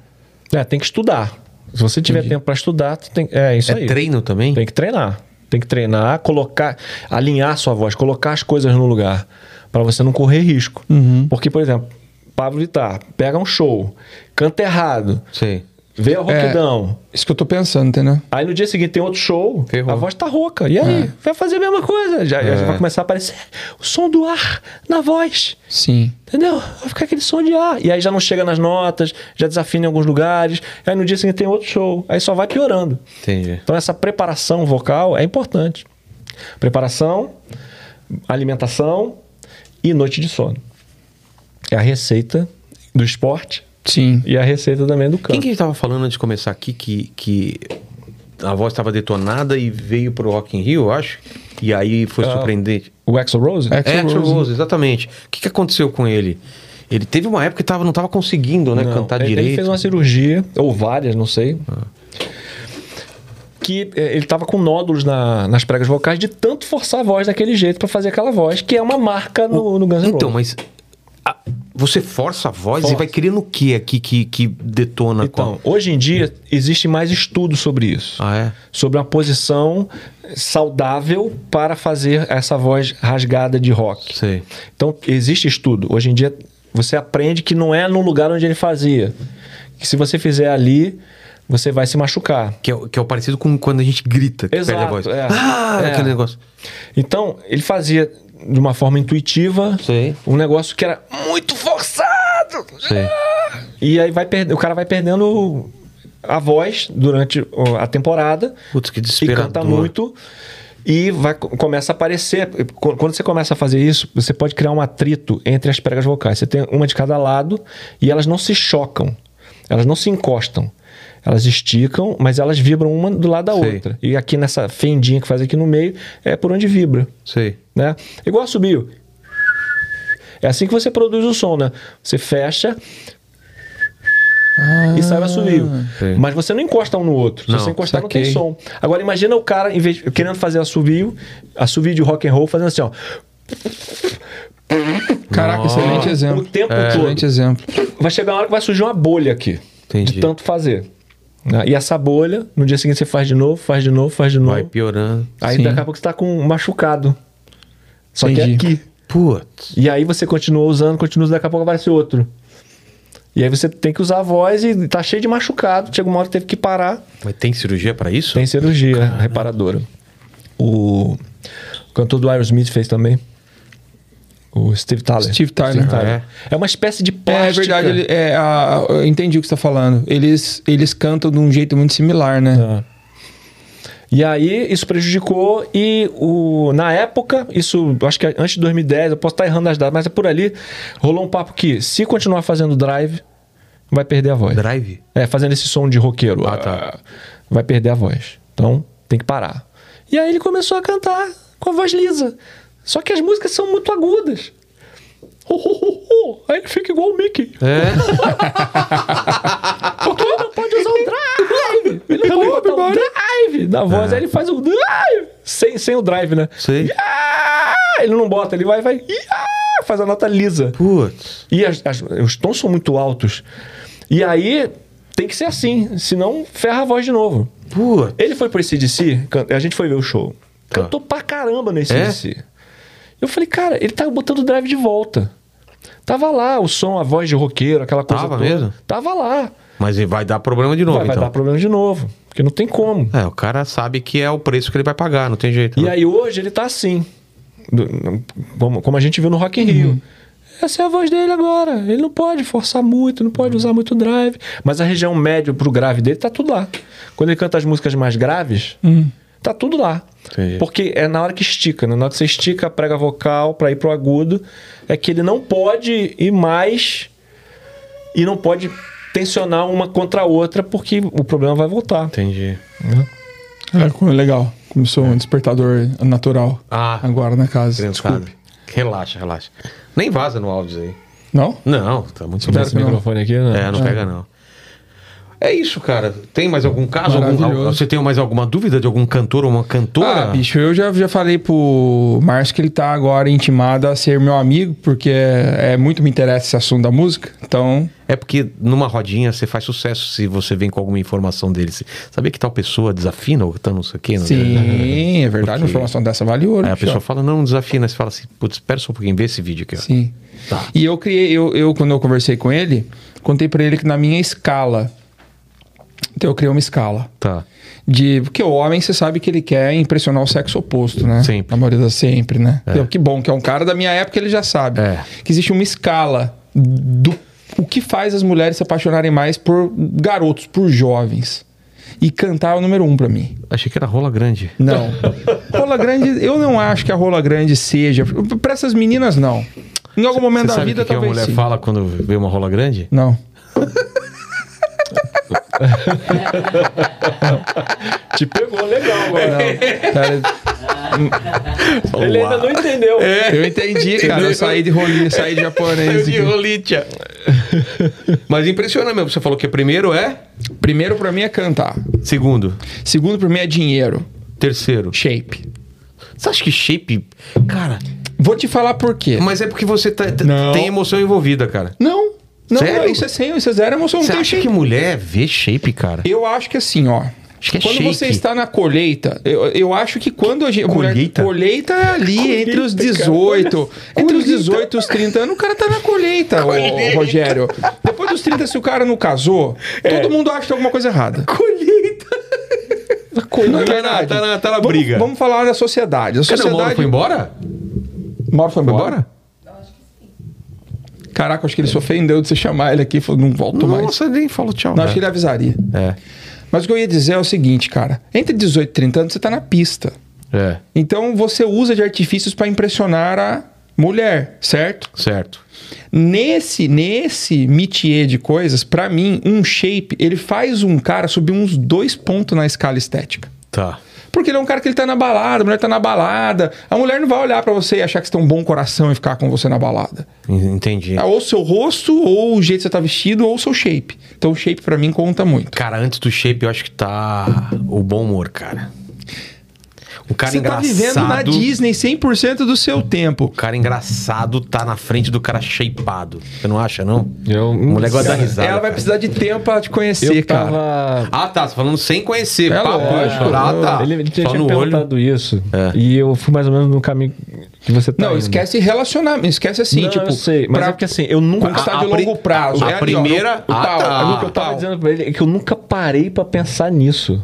C: É, tem que estudar. Se você tiver tempo para estudar, tu tem, é isso
A: É
C: aí.
A: treino também?
C: Tem que treinar. Tem que treinar, colocar, alinhar sua voz, colocar as coisas no lugar para você não correr risco.
A: Uhum.
C: Porque, por exemplo, Pablo Vittar pega um show, canta errado,
A: Sei.
C: vê a roquidão.
B: É Isso que eu tô pensando, entendeu?
C: Aí no dia seguinte tem outro show,
A: Ferrou.
C: a voz tá rouca. E aí? Vai fazer a mesma coisa. Já, já vai começar a aparecer o som do ar na voz.
B: Sim.
C: Entendeu? Vai ficar aquele som de ar. E aí já não chega nas notas, já desafina em alguns lugares. Aí no dia seguinte tem outro show. Aí só vai piorando.
A: Entendi.
C: Então essa preparação vocal é importante. Preparação, alimentação e noite de sono. É a receita do esporte
B: Sim.
C: e a receita também do
A: Quem
C: canto.
A: que a gente tava falando antes de começar aqui que, que a voz tava detonada e veio pro Rock in Rio, eu acho? E aí
C: Ah.
A: foi surpreendente.
C: O Axel Rose?
B: É,
A: É,
B: Axl
A: Axl
B: Rose.
A: Rose, exatamente. O que, que aconteceu com ele? Ele teve uma época que tava, não tava conseguindo, né,
H: é
C: Não,
A: cantar
C: ele,
A: direito.
C: Ele fez uma cirurgia, ou várias, não sei. Que eh, ele tava com nódulos na- nas pregas vocais de tanto forçar a voz daquele jeito pra fazer aquela voz, que é uma marca no, no Guns N'
A: Então,
C: Roses.
A: mas a- você força a voz e
C: Força.
A: vai querendo o que aqui que, que detona
C: Então,
A: qual?
C: hoje em dia existe mais estudo sobre isso.
A: Ah, é?
C: Sobre uma posição saudável para fazer essa voz rasgada de rock.
A: Sei.
C: Então, existe estudo. Hoje em dia, você aprende que não é no lugar onde ele fazia. Que se você fizer ali, você vai se machucar.
A: Que é, o- que é o parecido com quando a gente grita, que perde a
C: Exato,
A: voz.
C: é.
A: Ah,
C: É.
A: aquele negócio.
C: Então, ele fazia de uma forma intuitiva
A: Sei.
C: um negócio que era muito forçado.
A: Sei.
C: E aí vai perder, o cara vai perdendo a voz durante ó, a temporada.
A: Putz, que
C: e
A: desesperador.
C: canta muito. E vai, começa a aparecer. Qu- Quando você começa a fazer isso, você pode criar um atrito entre as pregas vocais. Você tem uma de cada lado e elas não se chocam. Elas não se encostam. Elas esticam, mas elas vibram uma do lado da
A: Sei.
C: outra. E aqui nessa fendinha que faz aqui no meio é por onde vibra
A: Sei.
C: né? Igual subiu. É assim que você produz o som, né? Você fecha e sai o assobio.
A: Sei.
C: Mas você não encosta um no outro. Se
A: Não,
C: você encostar,
B: saquei.
C: não tem som. Agora imagina o cara em vez de- querendo fazer assobio, assobio de rock and roll, fazendo assim, ó,
B: Caraca, excelente exemplo. É,
C: o tempo todo.
B: Excelente exemplo.
C: Vai chegar uma hora que vai surgir uma bolha aqui.
A: Entendi.
C: De tanto fazer. né? E essa bolha, no dia seguinte você faz de novo, faz de novo, faz de novo.
A: Vai piorando.
C: Aí
B: Sim.
C: daqui a pouco você tá com um machucado. Só
B: Entendi.
C: que é aqui.
A: Putz.
C: E aí você continua usando, continua usando, daqui a pouco aparece outro. E aí você tem que usar a voz e tá cheio de machucado. Chega uma hora que teve que parar.
A: Mas tem cirurgia pra isso?
C: Tem cirurgia reparadora. O cantor do Aerosmith fez também. O Steve Tyler.
B: Steve Tyler.
C: É. uma espécie de
B: É,
C: plástica.
B: é verdade, ele, é, a- eu entendi o que você tá falando. Eles, eles cantam de um jeito muito similar, né?
C: É. E aí isso prejudicou e o, na época, isso acho que é antes de 2010, eu posso estar errando as datas, mas é por ali, rolou um papo que se continuar fazendo drive, vai perder a voz.
A: Drive?
C: É, fazendo esse som de roqueiro. É,
A: Ah, tá.
C: Vai perder a voz. Então, tem que parar. E aí ele começou a cantar com a voz lisa. Só que as músicas são muito agudas. Ho, ho, ho, ho. Aí ele fica igual o Mickey. Ah,
A: É.
C: Porque ele não pode usar o drive. Ele não pode botar o drive na voz. Aí ele faz o drive. Sem, sem o drive, né?
A: Sei.
C: Ah, Ele não bota, ele vai vai. ah, Faz a nota lisa.
A: Putz.
C: E as- as- os tons são muito altos. E aí tem que ser assim, senão ferra a voz de novo.
A: Putz.
C: Ele foi pro ACDC, can- a gente foi ver o show.
A: Tá.
C: Cantou pra caramba no ACDC. Eu falei, cara, ele tá botando o drive de volta. Tava lá o som, a voz de roqueiro, aquela coisa
A: Tava
C: toda.
A: mesmo?
C: Tava lá.
A: Mas ele vai dar problema de novo,
C: vai, vai
A: então.
C: dar problema de novo, porque não tem como.
A: É, o cara sabe que é o preço que ele vai pagar, não tem jeito.
C: E
A: né?
C: aí hoje ele tá assim. Do- como, como a gente viu no Rock in Rio. Essa é a voz dele agora. Ele não pode forçar muito, não pode usar muito drive. Mas a região médio pro grave dele tá tudo lá. Quando ele canta as músicas mais graves, tá tudo lá.
A: Entendi.
C: Porque é na hora que estica, né? Na hora que você estica a prega vocal pra ir pro agudo, é que ele não pode ir mais e não pode tensionar uma contra a outra, porque o problema vai voltar.
A: Entendi.
B: É, co- legal. Começou um despertador natural
A: Ah.
B: agora na casa.
A: Desculpe. Relaxa, relaxa. Nem vaza no áudio aí.
B: Não?
A: Não, tá muito
C: Dá esse
A: bem.
C: microfone aqui, né?
A: É, não pega não.
H: É isso, cara. Tem mais algum caso? Algum-
B: Maravilhoso.
H: você tem mais alguma dúvida de algum cantor ou uma cantora?
B: Ah, bicho, eu já, já falei pro Márcio que ele tá agora intimado a ser meu amigo, porque é, é muito me interessa esse assunto da música. Então,
H: É porque numa rodinha você faz sucesso se você vem com alguma informação dele. Se- Sabia que tal pessoa desafina ou tá não sei o quê? não-
B: sim, é verdade, uma informação dessa vale ouro.
H: Aí é, a
B: bicho,
H: pessoa
B: ó.
H: fala, não, desafina. Você fala assim, putz, espera só um pouquinho, vê esse vídeo aqui, ó.
B: Sim. E eu criei, eu, eu, quando eu conversei com ele, contei pra ele que na minha escala. Então eu criei uma escala.
H: Tá.
B: De, porque o homem, você sabe que ele quer impressionar o sexo oposto, né?
H: Sempre.
B: Na maioria das sempre, né? Então, que bom, que é um cara da minha época, ele já sabe.
H: É.
B: Que existe uma escala do o que faz as mulheres se apaixonarem mais por garotos, por jovens. E cantar é o número um pra mim.
H: Achei que era rola grande.
B: Não. rola grande, eu não acho que a rola grande seja. Pra essas meninas, não. Em algum momento
H: Você
B: da
H: sabe
B: vida,
H: o que, que a
B: talvez.
H: mulher
B: sim.
H: fala quando vê uma rola grande?
B: Não.
C: Te pegou legal agora.
B: Cara,
C: Ele ainda não entendeu.
H: É.
B: eu entendi, cara. Eu saí de rolinha, saí de japonês. aqui.
H: Litia. Mas impressiona mesmo. Você falou que primeiro é?
B: Primeiro pra mim é cantar.
H: Segundo.
B: Segundo pra mim é dinheiro.
H: Terceiro.
B: Shape.
H: Você acha que shape... Cara,
B: Vou te falar por quê.
H: mas é porque você tá- t-
B: Não.
H: tem emoção envolvida, cara.
B: Não. Não,
H: Sério?
B: não, isso é sem, isso é zero emoção. Não
H: Você
B: tem
H: acha
B: shape.
H: que mulher vê shape, cara?
B: Eu acho que assim, ó.
H: Acho que é
B: quando
H: shake.
B: você está na colheita, eu, eu acho que quando a gente.
H: Colheita?
B: colheita é ali, entre os 18. Entre os 18 e os 30 anos, o cara tá na colheita, É. ô, Rogério. Depois dos 30, se o cara não casou, todo mundo acha que tem alguma coisa errada. Colheita. Não, é
H: Tá na-
B: verdade.
H: tá na- tá na
B: Vamos-
H: briga.
B: Vamos, falar da sociedade. A
H: Cadê o Mauro?
B: sociedade.
H: Foi embora?
B: Mauro foi
H: Foi
B: embora?
H: embora?
B: Caraca, acho que ele se ofendeu de você chamar ele aqui e falou: não volto mais.
H: Nossa, nem falou tchau.
B: Não,
H: né?
B: acho que ele avisaria.
H: É,
B: Mas o que eu ia dizer é o seguinte, cara. Entre 18 e 30 anos, você tá na pista.
H: é,
B: Então você usa de artifícios para impressionar a mulher, certo?
H: certo.
B: Nesse nesse métier de coisas, pra mim, um shape, ele faz um cara subir uns dois pontos na escala estética.
H: Tá.
B: Porque ele é um cara que ele tá na balada, a mulher tá na balada. A mulher não vai olhar pra você e achar que você tem um bom coração e ficar com você na balada.
H: En- Entendi.
B: É ou seu rosto, ou o jeito que você tá vestido, ou o seu shape. Então o shape pra mim conta muito.
H: Cara, antes do shape, eu acho que tá o bom humor, cara. O cara
B: Você tá
H: engraçado.
B: vivendo na Disney 100% do seu tempo.
H: O cara engraçado tá na frente do cara shapeado. Você não acha, não?
C: Eu-
H: o moleque gosta da risada.
B: Ela vai
H: cara.
B: precisar de tempo pra te conhecer,
C: Eu
B: cara.
C: tava.
H: Ah, tá. Você falando sem conhecer.
B: É
H: papo,
B: lógico,
H: ah, tá.
C: Ele, ele tinha
H: Só no olho.
C: perguntado isso. E eu fui mais ou menos no caminho que você tá.
B: Não,
C: indo.
B: esquece relacionamento, esquece assim,
C: Não,
B: tipo,
C: eu sei, mas
B: pra
C: é porque assim, eu nunca.
B: conquistar
H: a-
B: de
H: a pri-
B: longo prazo.
H: a
B: É ali, ó,
H: primeira-
B: no- o
H: Ah,
B: pau,
H: tá.
B: ali
C: O que eu tava dizendo pra ele é que eu nunca parei pra pensar nisso.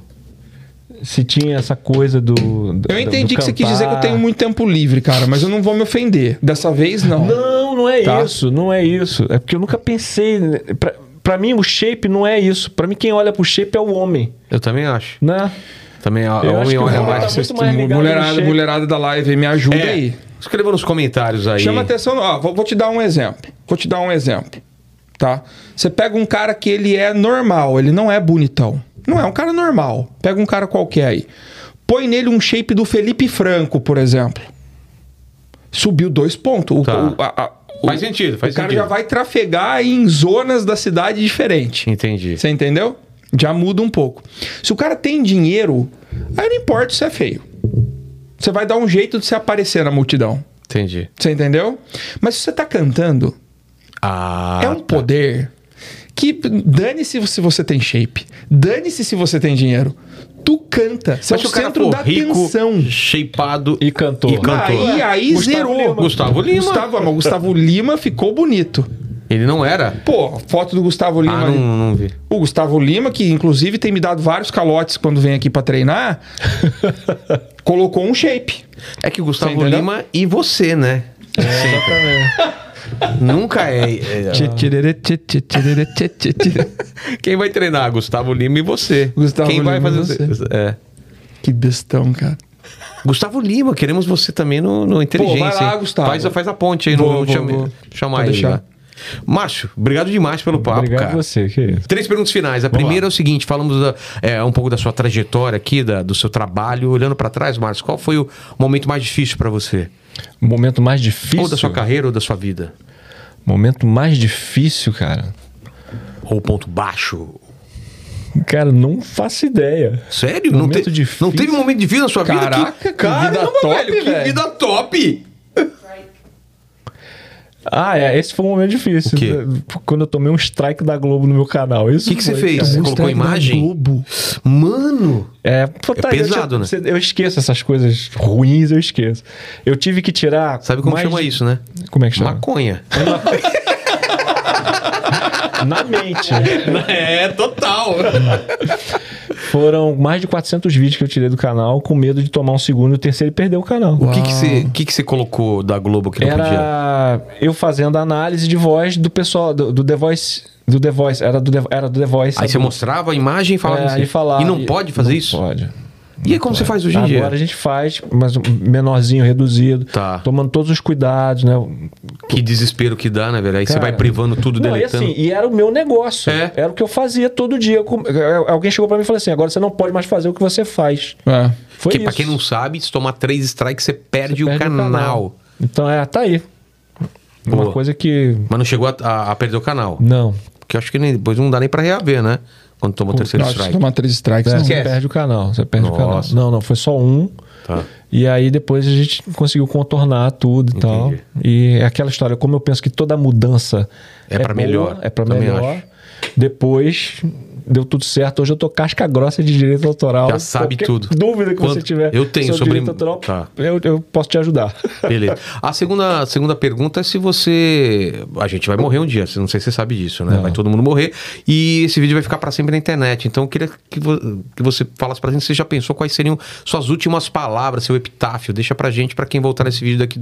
C: Se tinha essa coisa do. do-
B: Eu entendi
C: do
B: que você quis
C: cantar.
B: dizer que eu tenho muito tempo livre, cara, mas eu não vou me ofender. Dessa vez não.
C: Não, não é
B: Tá.
C: isso, não é isso. É porque eu nunca pensei. né? Pra, pra mim, o shape não é isso. Pra mim, quem olha pro shape é o homem.
H: Eu também acho.
C: Né?
H: Também, ó,
C: Eu
H: o
C: acho que
H: homem
C: o
H: olha
C: homem
H: mais.
C: tá
B: Vocês-
C: muito mais ligado no
B: mulherada,
C: shape.
B: mulherada da live aí, me ajuda
H: É,
B: aí.
H: Escreva nos comentários aí.
B: Chama atenção, ó, vou, vou te dar um exemplo. Vou te dar um exemplo, tá? Você pega um cara que ele é normal, ele não é bonitão. Não é um cara normal. Pega um cara qualquer aí. Põe nele um shape do Felipe Franco, por exemplo. Subiu dois pontos. O-
H: Tá.
B: o- a- a- o-
H: Faz sentido, faz
B: O cara
H: sentido.
B: já vai trafegar em zonas da cidade diferente.
H: Entendi.
B: Você entendeu? Já muda um pouco. Se o cara tem dinheiro, aí não importa se é feio. Você vai dar um jeito de se aparecer na multidão.
H: Entendi.
B: Você entendeu? Mas se você tá cantando,
H: Ah,
B: é um poder que dane-se se você tem shape, dane-se se você tem dinheiro. Tu canta, você
H: Mas
B: é
H: se
B: o centro
H: for
B: da atenção.
H: shapeado
C: E cantor.
H: E cantor.
B: Aí, aí
C: Gustavo
B: zerou.
C: Lima.
H: Gustavo Lima.
B: Gustavo, mas o Gustavo Lima ficou bonito.
H: Ele não era.
B: Pô, foto do Gustavo Lima.
H: Ah, não, não vi.
B: O Gustavo Lima, que inclusive tem me dado vários calotes quando vem aqui pra treinar, colocou um shape.
H: É que o Gustavo
B: entendeu? É,
H: Lima e você, né? Sempre. Nunca é. é- Quem vai treinar? Gustavo Lima e você.
B: Gustavo
H: Quem vai
B: Lima e
H: fazer.
B: você.
H: É.
B: que bestão, cara.
H: Gustavo Lima, queremos você também no, no Inteligência.
B: lá,
H: hein?
B: Gustavo.
H: Faz, faz a ponte aí,
B: Vou,
H: no,
B: vou,
H: chame-
B: vou.
H: chamar
B: Vou
H: ele.
B: deixar.
H: lá. né? Márcio, obrigado demais pelo papo,
C: Obrigado
H: cara.
C: a você, querido.
H: Três perguntas finais. A primeira é o seguinte: falamos da- é, um pouco da sua trajetória aqui, da- do seu trabalho. Olhando pra trás, Márcio, qual foi o momento mais difícil pra você?
C: O momento mais difícil.
H: Ou da sua carreira ou da sua vida?
C: Momento mais difícil, cara.
H: Ou o ponto baixo?
C: Cara, não faço ideia.
H: Sério? Não,
C: Momento
H: te-
C: difícil.
H: não teve um momento difícil na sua vida?
B: Caraca,
H: Que,
B: que vida top,
H: Que
B: velho.
H: vida top!
C: Ah, é, esse foi um momento difícil.
H: O quê?
C: Quando eu tomei um strike da Globo no meu canal. O
H: O que, que você fez? Você colocou imagem? Mano!
C: É, pô,
H: É
C: tá, eu
H: pesado,
C: tinha-
H: né?
C: cê- Eu esqueço essas coisas ruins, eu esqueço. Eu tive que tirar.
H: Sabe como
C: mais
H: chama
C: de-
H: isso, né?
C: Como é que chama?
H: Maconha.
C: Na mente.
H: é, total.
C: Foram mais de 400 vídeos que eu tirei do canal com medo de tomar um segundo e o terceiro e perder o canal.
H: O que que você que que você colocou da Globo que não podia?
C: Ah. Era eu fazendo a análise de voz do pessoal, do, do The Voice. Do The Voice. Era do The, era do The Voice.
H: Aí você
C: sabe?
H: mostrava a imagem e falava
C: É,
H: assim.
C: aí falava-
H: e não pode fazer
C: não
H: isso?
C: Pode.
H: E aí como você faz hoje em
C: Agora a
H: dia?
C: gente faz, mas um menorzinho, reduzido.
H: Tá.
C: Tomando todos os cuidados, né?
H: Que desespero que dá, né, velho? Aí você
C: Cara.
H: vai privando tudo,
C: Não, e
H: deletando.
C: assim, e era o meu negócio.
H: É.
C: Era o que eu fazia todo dia. Com- é, Alguém chegou pra mim e falou assim: agora você não pode mais fazer o que você faz.
B: É.
C: Foi
H: que
C: isso.
H: pra quem não sabe, se tomar três strikes, você perde, o,
C: Perde
H: canal.
C: Então, é, tá aí.
H: Boa.
C: Uma coisa que.
H: Mas não chegou a, a- a perder o canal.
C: Não.
H: Porque eu acho que nem- depois não dá nem pra reaver, né? Quando toma o terceiro
B: Nossa, se
H: strike.
B: tomar três strikes,
C: É,
B: não.
C: você perde o canal. Você perde o canal.
H: Nossa.
C: Não, não, foi só um.
H: Tá.
C: E aí depois a gente conseguiu contornar tudo e tal.
H: Entendi.
C: E é aquela história, como eu penso que toda mudança
H: É pra melhor.
C: é pra
H: Também
C: melhor.
H: acho.
C: Depois deu tudo certo. Hoje eu tô casca grossa de direito autoral.
H: Já sabe
C: Qualquer
H: tudo.
C: Dúvida que você
H: Quanto-
C: tiver
H: eu tenho
C: sobre
H: sobre-
C: direito autoral,
H: Tá.
C: eu, eu posso te ajudar.
H: Beleza. A segunda, a segunda pergunta é se você. A gente vai morrer um dia, não sei se você sabe disso, né? Vai todo mundo morrer. E esse vídeo vai ficar pra sempre na internet. Então eu queria que, vo- que você falasse pra gente se você já pensou quais seriam suas últimas palavras, seu epitáfio. Deixa pra gente, pra quem voltar nesse vídeo daqui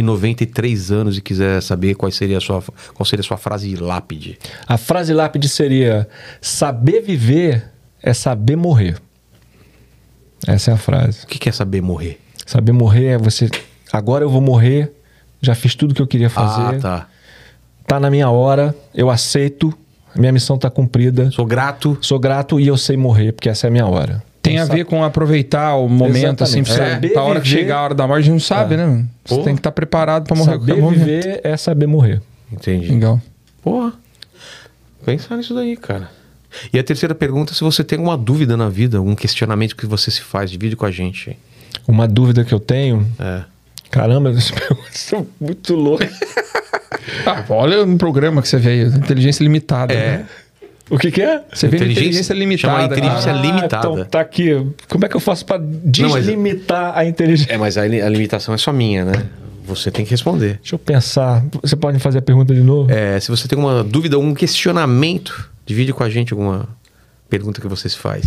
H: 293 anos e quiser saber quais seria a sua, qual seria a sua frase lápide.
C: A frase lápide seria: saber viver é saber morrer. Essa é a frase.
H: O que que é saber morrer?
C: Saber morrer é você. Agora eu vou morrer. Já fiz tudo que eu queria fazer.
H: Ah, tá.
C: tá na minha hora, eu aceito, minha missão tá cumprida,
H: Sou grato.
C: sou grato e eu sei morrer, porque essa é a minha hora.
B: Tem a ver com aproveitar o momento, assim, pra,
C: Exatamente. É.
B: pra hora que
C: Saber
B: chegar a hora da morte, a gente não sabe, né? mano? Você
H: Porra.
B: tem que estar preparado pra morrer.
C: Saber
B: Acabou, né?
C: viver é saber morrer.
H: Entendi.
B: Legal.
H: Porra. Pensar nisso daí, cara. E a terceira pergunta é se você tem alguma dúvida na vida, algum questionamento que você se faz, divide com a gente.
C: Uma dúvida que eu tenho,
H: É.
C: caramba, essas perguntas são muito loucas.
B: Ah, olha um programa que você veio, inteligência limitada.
C: É.
B: né?
C: O que que é?
B: Você veio inteligência limitada.
H: Chama inteligência
B: cara. Ah,
H: limitada.
C: Então tá aqui, como é que eu faço pra deslimitar a inteligência?
H: É, mas a, li- a limitação é só minha, né? Você tem que responder.
C: Deixa eu pensar. Você pode me fazer a pergunta de novo?
H: É, se você tem alguma dúvida, algum questionamento, divide com a gente alguma pergunta que você se faz.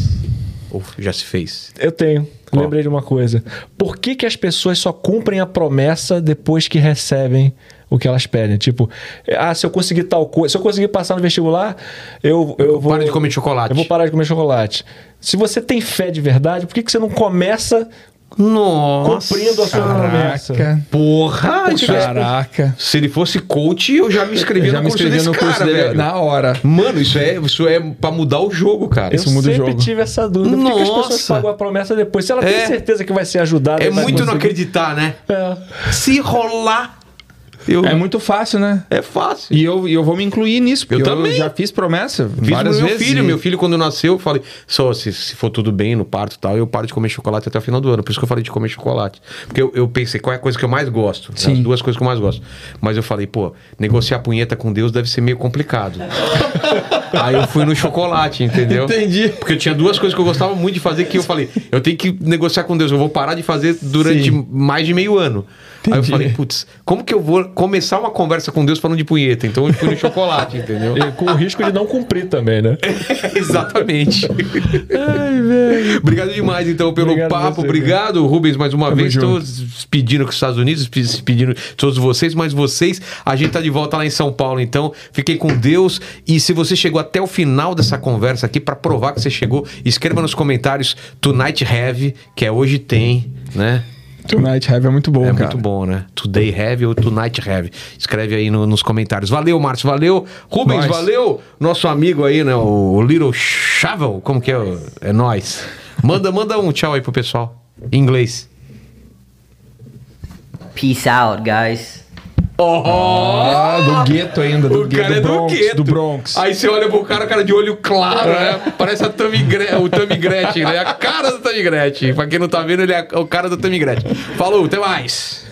H: Ou já se fez.
C: Eu tenho.
H: Qual?
C: Lembrei de uma coisa. Por que, que as pessoas só cumprem a promessa depois que recebem o que elas pedem? Tipo, ah, se eu conseguir tal coisa, se eu conseguir passar no vestibular, eu, eu vou.
H: de comer chocolate.
C: Eu vou parar de comer chocolate. Se você tem fé de verdade, por que, que você não começa
H: Nossa!
C: cumprindo a sua promessa?
B: Caraca.
H: Porra! isso é-
B: Caraca.
H: Se ele fosse coach, eu já me
B: Eu
H: inscrevia
B: já
H: no
B: me
H: curso
B: inscrevi
H: desse
B: no
H: cara,
B: curso dele né?
H: velho.
B: na hora.
H: Mano, isso é, isso é pra mudar o jogo, cara.
C: Eu
B: Isso muda o
C: sempre
B: jogo.
C: tive essa dúvida. Por que, que as pessoas
H: Nossa.
C: pagam a promessa depois? Se ela
H: É.
C: tem certeza que vai ser ajudada.
H: É
C: vai
H: muito não
C: conseguir.
H: acreditar, né?
C: É.
H: Se rolar, eu-
B: É
H: é,
B: muito fácil, né?
H: fácil.
B: E eu, e eu vou me incluir nisso, porque
H: Eu
B: eu,
H: também.
B: já fiz promessa
H: Fiz pro
B: várias
H: meu
B: vezes.
H: filho,
B: e-
H: meu filho quando nasceu, eu falei, só se, se for tudo bem no parto e tal, eu paro de comer chocolate até o final do ano. Por isso que eu falei de comer chocolate. Porque eu, eu pensei, qual é a coisa que eu mais gosto? Né? As duas coisas que eu mais gosto. Mas eu falei, pô, negociar punheta com Deus deve ser meio complicado. Aí eu fui no chocolate, entendeu?
B: Entendi.
H: Porque eu tinha duas coisas que eu gostava muito de fazer que eu falei, eu tenho que negociar com Deus, eu vou parar de fazer durante mais de meio ano. Aí eu falei, putz, como que eu vou começar uma conversa com Deus falando de punheta? Então eu fui no chocolate, entendeu?
C: E com o risco de não cumprir também, né?
H: Exatamente. obrigado demais, então, pelo
C: Obrigado a
H: papo.
C: você,
H: obrigado, Rubens, mais uma vez. Estou
B: junto.
H: pedindo com os Estados Unidos, pe- se pedindo todos vocês, mas vocês, a gente tá de volta lá em São Paulo, então. Fiquem com Deus. E se você chegou até o final dessa conversa aqui, para provar que você chegou, escreva nos comentários Tonight Have, que é hoje tem, né?
B: Tonight Heavy é muito bom,
H: É
B: cara.
H: muito bom, né? Today Heavy ou Tonight Heavy. Escreve aí no- nos comentários. Valeu, Márcio. Valeu. Rubens,
B: Nós.
H: valeu. Nosso amigo aí, né? O Little Shovel. Como que é? o- É nós. Manda, manda um tchau aí pro pessoal. Em inglês.
D: Peace out, guys.
C: Ah, do gueto ainda, do,
H: o
C: gueto,
H: cara
C: do Bronx,
H: é do gueto.
C: do Bronx.
H: Aí você olha pro cara, o cara de olho claro, né? Parece a Tammy Gre- o Tammy Gretchen, né? A cara do Tammy Gretchen. Pra quem não tá vendo, ele é o cara do Tammy Gretchen. Falou, até mais.